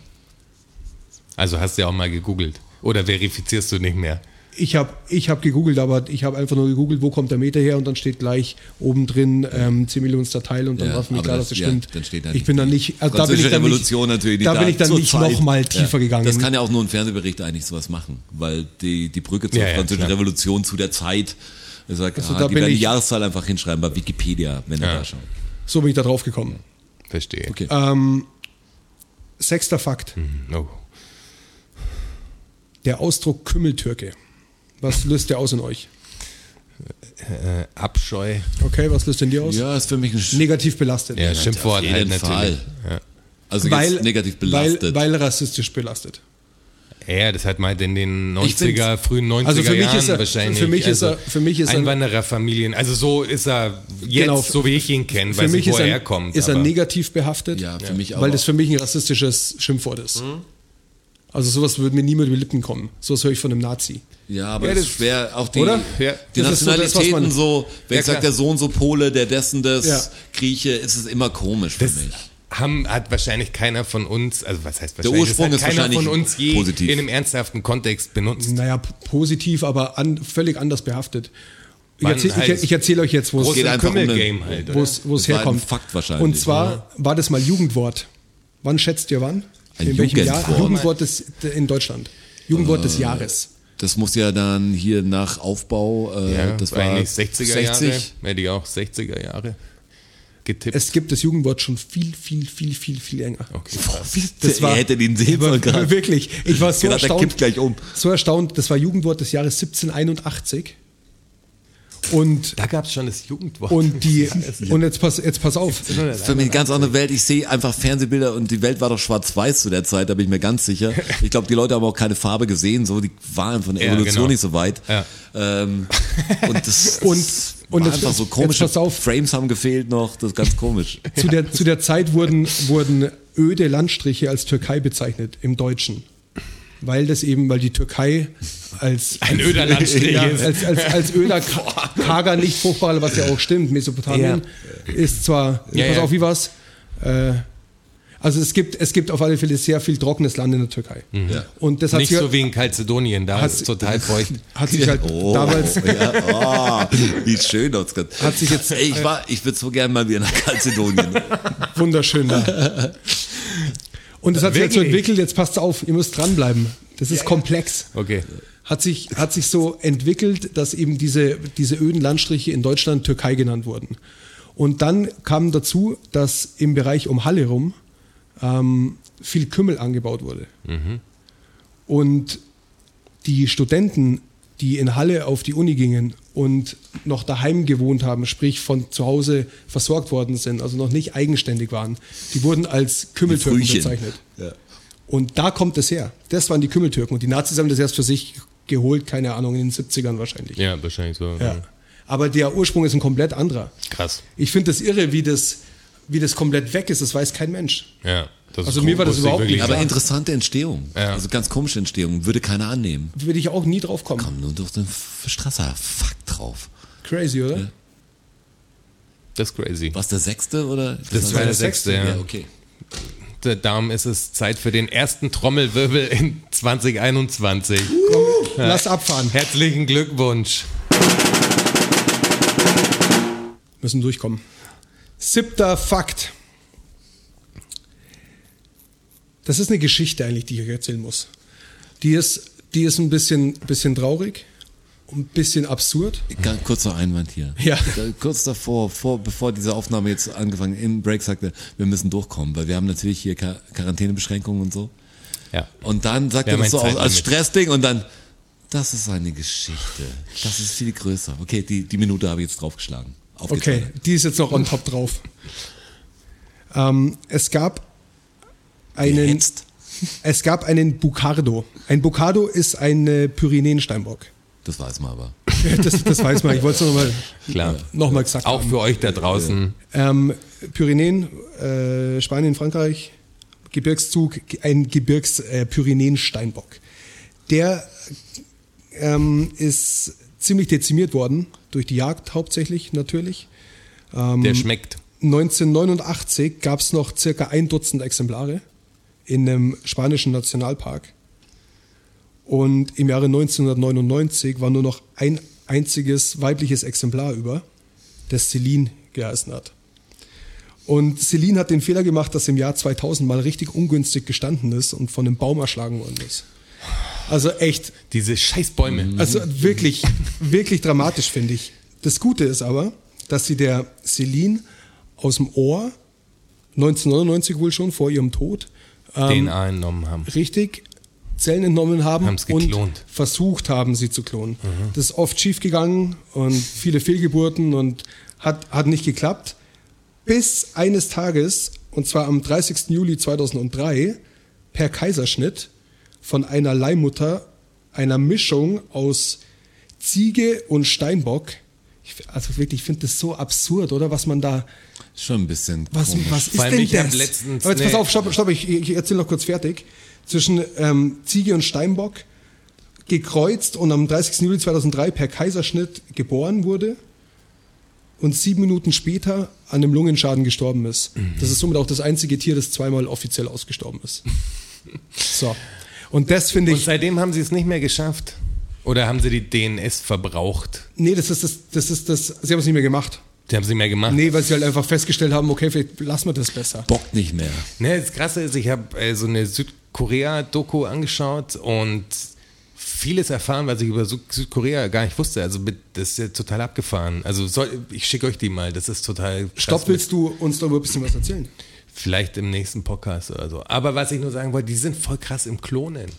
Also hast du ja auch mal gegoogelt. Oder verifizierst du nicht mehr? Ich habe ich hab gegoogelt, aber ich habe einfach nur gegoogelt, wo kommt der Meter her und dann steht gleich oben drin ähm, 10 Millionen Teil und dann Ja, war für mich aber klar, das- dass das ja, stimmt. dann steht da ich nicht- bin dann nicht, also da bin ich Französische dann Revolution nicht, natürlich. Die da bin ich dann zur nicht Zeit- nochmal tiefer ja. gegangen. Das kann ja auch nur ein Fernsehbericht eigentlich sowas machen, weil die, die Brücke zur Ja, ja, französischen klar. Revolution zu der Zeit, ich sag, Also ah, da die bin werden die ich- Jahreszahl einfach hinschreiben bei Wikipedia, wenn er Ja. da schaut. so bin ich da drauf gekommen. Ähm, Verstehe. Okay. Sechster Fakt. Hm. Oh. Der Ausdruck Kümmeltürke. Was löst der aus in euch? Äh, Abscheu. Okay, was löst denn dir aus? Ja, ist für mich ein Sch Negativ belastet. Ja, Schimpfwort auf jeden halt natürlich. Also jetzt negativ belastet. Weil, weil rassistisch belastet. Ja, das hat man halt in den Ich find's- 90er, frühen 90er Also für mich Jahren ist er- wahrscheinlich. für mich ist er- also für mich ist er- Einwandererfamilien. Also so ist er jetzt, Genau. so wie ich ihn kenne, weil sie ist vorher er, kommt. ist er aber- negativ behaftet, ja, für mich auch. weil das für mich ein rassistisches Schimpfwort ist. Mhm. Also sowas würde mir niemals über die Lippen kommen. Sowas höre ich von einem Nazi. Ja, aber Ja, das das- ist schwer. Auch die, oder? Ja. die Das ist so das, was Nationalitäten man- so, wenn Ja, ich sage, klar. der Sohn so Pole, der dessen das Ja. Grieche, ist es immer komisch für Das mich. haben, hat wahrscheinlich keiner von uns, also was heißt wahrscheinlich, Ursprung das ist hat keiner wahrscheinlich von uns je positiv. in einem ernsthaften Kontext benutzt. Naja, p- positiv, aber an, völlig anders behaftet. Ich erzähle halt ich, ich erzähl euch jetzt, wo es große geht einfach um den- Kümmel-Game halt. oder? wo es wo es Das war ein herkommt. Fakt wahrscheinlich, Und zwar war das mal Jugendwort. Wann schätzt ihr wann? Ein in welchem Jahr? Jugendwort. Äh. Jugendwort des, in Deutschland. Jugendwort des Jahres. Das muss ja dann hier nach Aufbau, äh, Ja, das war eigentlich 60er 60. Jahre. Hätte ich auch 60er Jahre getippt. Es gibt das Jugendwort schon viel, viel, viel, viel, viel länger. okay, Boah, krass. wie, das war- er hätte den sehen sollen gerade. Wirklich. Ich war so Gedacht, der erstaunt. kippt gleich um. So erstaunt. Das war Jugendwort des Jahres 1781. Und, Da gab es schon das Jugendwort. und die, und jetzt pass, jetzt pass auf. Das ist für mich eine ganz andere Welt. Ich sehe einfach Fernsehbilder und die Welt war doch schwarz-weiß zu der Zeit, da bin ich mir ganz sicher. Ich glaube, die Leute haben auch keine Farbe gesehen, so die waren von der Ja, Evolution genau. nicht so weit. Ja. Ähm, und das, Und- das und war jetzt- einfach so jetzt komische pass auf. Frames haben gefehlt noch, das ist ganz komisch. Zu der, zu der Zeit wurden, wurden öde Landstriche als Türkei bezeichnet im Deutschen. Weil das eben, weil die Türkei als, Ein öder Landstrich ja, ist. als, als, als öder, Ka- karger, nicht fruchtbarer, was ja auch stimmt, Mesopotamien ist zwar, Ja, pass ja. auf, wie war's? Äh, also es gibt, es gibt auf alle Fälle sehr viel trockenes Land in der Türkei. Und das hat Mhm. Nicht sich, halt- so wie in Kalzedonien, da ist es total feucht. hat sich halt Oh, damals, ja, oh, wie schön das ganz. Hat sich jetzt- äh, Ey, ich war, ich würde so gerne mal wieder nach Kalzedonien. Wunderschön da. Und es hat sich jetzt so Wirklich? entwickelt, jetzt passt auf, ihr müsst dranbleiben. Das ist komplex. Okay. Hat sich, hat sich so entwickelt, dass eben diese, diese öden Landstriche in Deutschland Türkei genannt wurden. Und dann kam dazu, dass im Bereich um Halle rum ähm, viel Kümmel angebaut wurde. Und die Studenten, die in Halle auf die Uni gingen und noch daheim gewohnt haben, sprich von zu Hause versorgt worden sind, also noch nicht eigenständig waren, die wurden als Kümmeltürken Frühchen. bezeichnet. Ja. Und da kommt es her. Das waren die Kümmeltürken. Und die Nazis haben das erst für sich geholt, keine Ahnung, in den 70ern wahrscheinlich. Ja, wahrscheinlich so. Ja. Aber der Ursprung ist ein komplett anderer. Krass. Ich finde das irre, wie das, wie das komplett weg ist. Das weiß kein Mensch. Ja, das Also mir war das wusste ich überhaupt wirklich nicht Aber klar. interessante Entstehung. Ja. Also ganz komische Entstehung. Würde keiner annehmen. Würde ich auch nie drauf kommen. Komm, nur durch den F- Strasser. Fuck drauf. Crazy, oder? Das ist crazy. Was der sechste oder? Das war der sechste, sechste, ja, ja. okay. Der Damen ist es Zeit für den ersten Trommelwirbel in 2021. Uh, Lass abfahren. Herzlichen Glückwunsch. Müssen durchkommen. Siebter Fakt. Das ist eine Geschichte eigentlich, die ich euch erzählen muss. Die ist, die ist ein bisschen, bisschen traurig, ein bisschen absurd. Ganz kurzer Einwand hier. Ja. Kurz davor, vor, bevor diese Aufnahme jetzt angefangen im Break sagte, wir müssen durchkommen, weil wir haben natürlich hier Quar- Quarantänebeschränkungen und so. Ja. Und dann sagt Ja, er das mein so aus, als Zeitlimit. Stressding und dann, das ist eine Geschichte. Das ist viel größer. Okay, die, die Minute habe ich jetzt draufgeschlagen. Auf geht's Okay, weiter. die ist jetzt noch on top drauf. Ähm, es gab einen, Gehetzt. es gab einen Bucardo. Ein Bucardo ist ein äh, Pyrenäensteinbock. Das weiß man aber. Das, das weiß man. Ich wollte es nochmal Klar. noch mal gesagt Auch für euch da draußen. Ähm, Pyrenäen, äh, Spanien, Frankreich, Gebirgszug, ein Gebirgs-Pyrenäen-Steinbock. Der ähm, ist ziemlich dezimiert worden, durch die Jagd hauptsächlich natürlich. Ähm, Der schmeckt. 1989 gab es noch circa ein Dutzend Exemplare in einem spanischen Nationalpark. Und im Jahre 1999 war nur noch ein einziges weibliches Exemplar über, das Celine geheißen hat. Und Celine hat den Fehler gemacht, dass im Jahr 2000 mal richtig ungünstig gestanden ist und von einem Baum erschlagen worden ist. Also echt Diese scheiß Bäume. also wirklich, wirklich dramatisch, finde ich. Das Gute ist aber, dass sie der Celine aus dem Ohr, 1999 wohl schon, vor ihrem Tod, ähm, DNA entnommen haben. richtig Zellen entnommen haben Haben's und geklont. Mhm. versucht haben, sie zu klonen. Das ist oft schief gegangen und viele Fehlgeburten und hat, hat nicht geklappt. Bis eines Tages, und zwar am 30. Juli 2003, per Kaiserschnitt von einer Leihmutter, einer Mischung aus Ziege und Steinbock. Ich, f- also wirklich, ich finde das so absurd, oder? Was man da, Schon ein bisschen was, komisch. was ist Vor allem, denn ich hab das? letztens Aber jetzt pass eine- auf, stopp, stopp ich, ich erzähle noch kurz fertig. Zwischen ähm, Ziege und Steinbock gekreuzt und am 30. Juli 2003 per Kaiserschnitt geboren wurde und sieben Minuten später an einem Lungenschaden gestorben ist. Das ist somit auch das einzige Tier, das zweimal offiziell ausgestorben ist. so. Und das finde Und ich, seitdem haben sie es nicht mehr geschafft. Oder haben sie die DNS verbraucht? Nee, das ist das, das ist das, sie haben es nicht mehr gemacht. Die haben sie nicht mehr gemacht. Nee, weil sie halt einfach festgestellt haben, okay, vielleicht lassen wir das besser. Bockt nicht mehr. Ne, das Krasse ist, ich habe äh, so eine Südkorea-Doku angeschaut und vieles erfahren, was ich über Sü- Südkorea gar nicht wusste. Also mit- das ist ja total abgefahren. Also soll, ich schicke euch die mal, das ist total krass. Stopp, willst du uns darüber ein bisschen was erzählen? Vielleicht im nächsten Podcast oder so. Aber was ich nur sagen wollte, die sind voll krass im Klonen.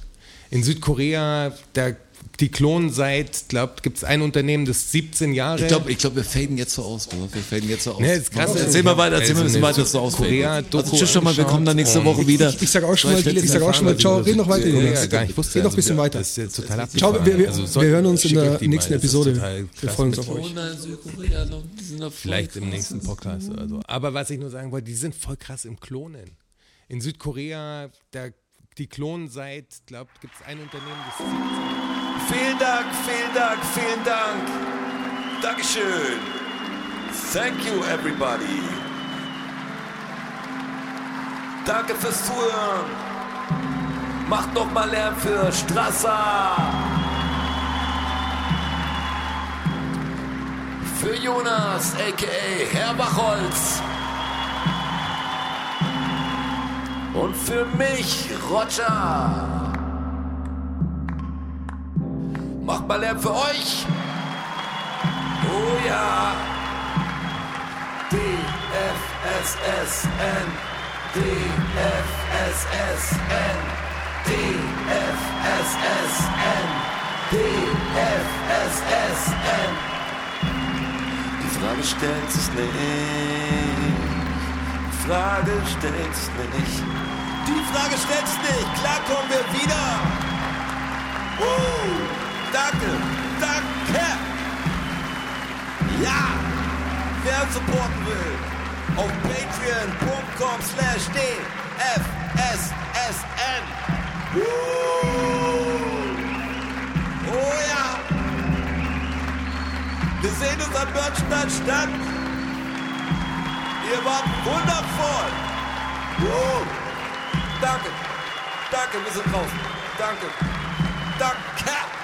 In Südkorea, da, die klonen seit, glaubt, gibt es ein Unternehmen, das 17 Jahre... Ich glaube, ich glaub, wir faden jetzt so aus, Bro. Wir faden jetzt so aus. Ne, ist krass. Komm, erzähl mal weiter, erzähl mal ein bisschen weiter, dass du ausfaden. Also Korea-Doku Also tschüss schon mal, wir angeschaut kommen dann nächste und- Woche wieder. Ich sag auch schon mal, Vielleicht ich sag auch schon mal, letztes Mal ciao, red noch weiter, Ja, Jonas. ja, gar nicht wusste. Red noch ein Also, bisschen wir- weiter. Das ist jetzt total Ciao, abgefahren. wir, wir, Also, wir hören uns in schickt euch der die mal. nächsten Das ist Episode. total Wir krass freuen uns mit auf euch. Vielleicht im nächsten Podcast oder so. Aber was ich nur sagen wollte, die sind voll krass im Klonen. In Südkorea, da die klonen seit, glaubt, gibt es ein Unternehmen, das Vielen Dank, vielen Dank, vielen Dank. Dankeschön. Thank you, everybody. Danke fürs Zuhören. Macht noch mal Lärm für Strasser. Für Jonas, a.k.a. Herr Bachholz. Und für mich, Roger. Macht mal Lärm für euch. Oh ja. DFSSN. DFSSN. DFSSN. DFSSN. Die Frage stellt sich nicht. Die Frage stellt sich nicht. Die Frage stellt sich nicht. Klar kommen wir wieder. Uh, danke, danke. Ja, wer uns supporten will, auf patreon.com slash dfssn. Uh, oh ja. Wir sehen uns am Börnstadt statt. Ihr wart wundervoll. Uh, danke, danke, wir sind draußen. Danke. Danke.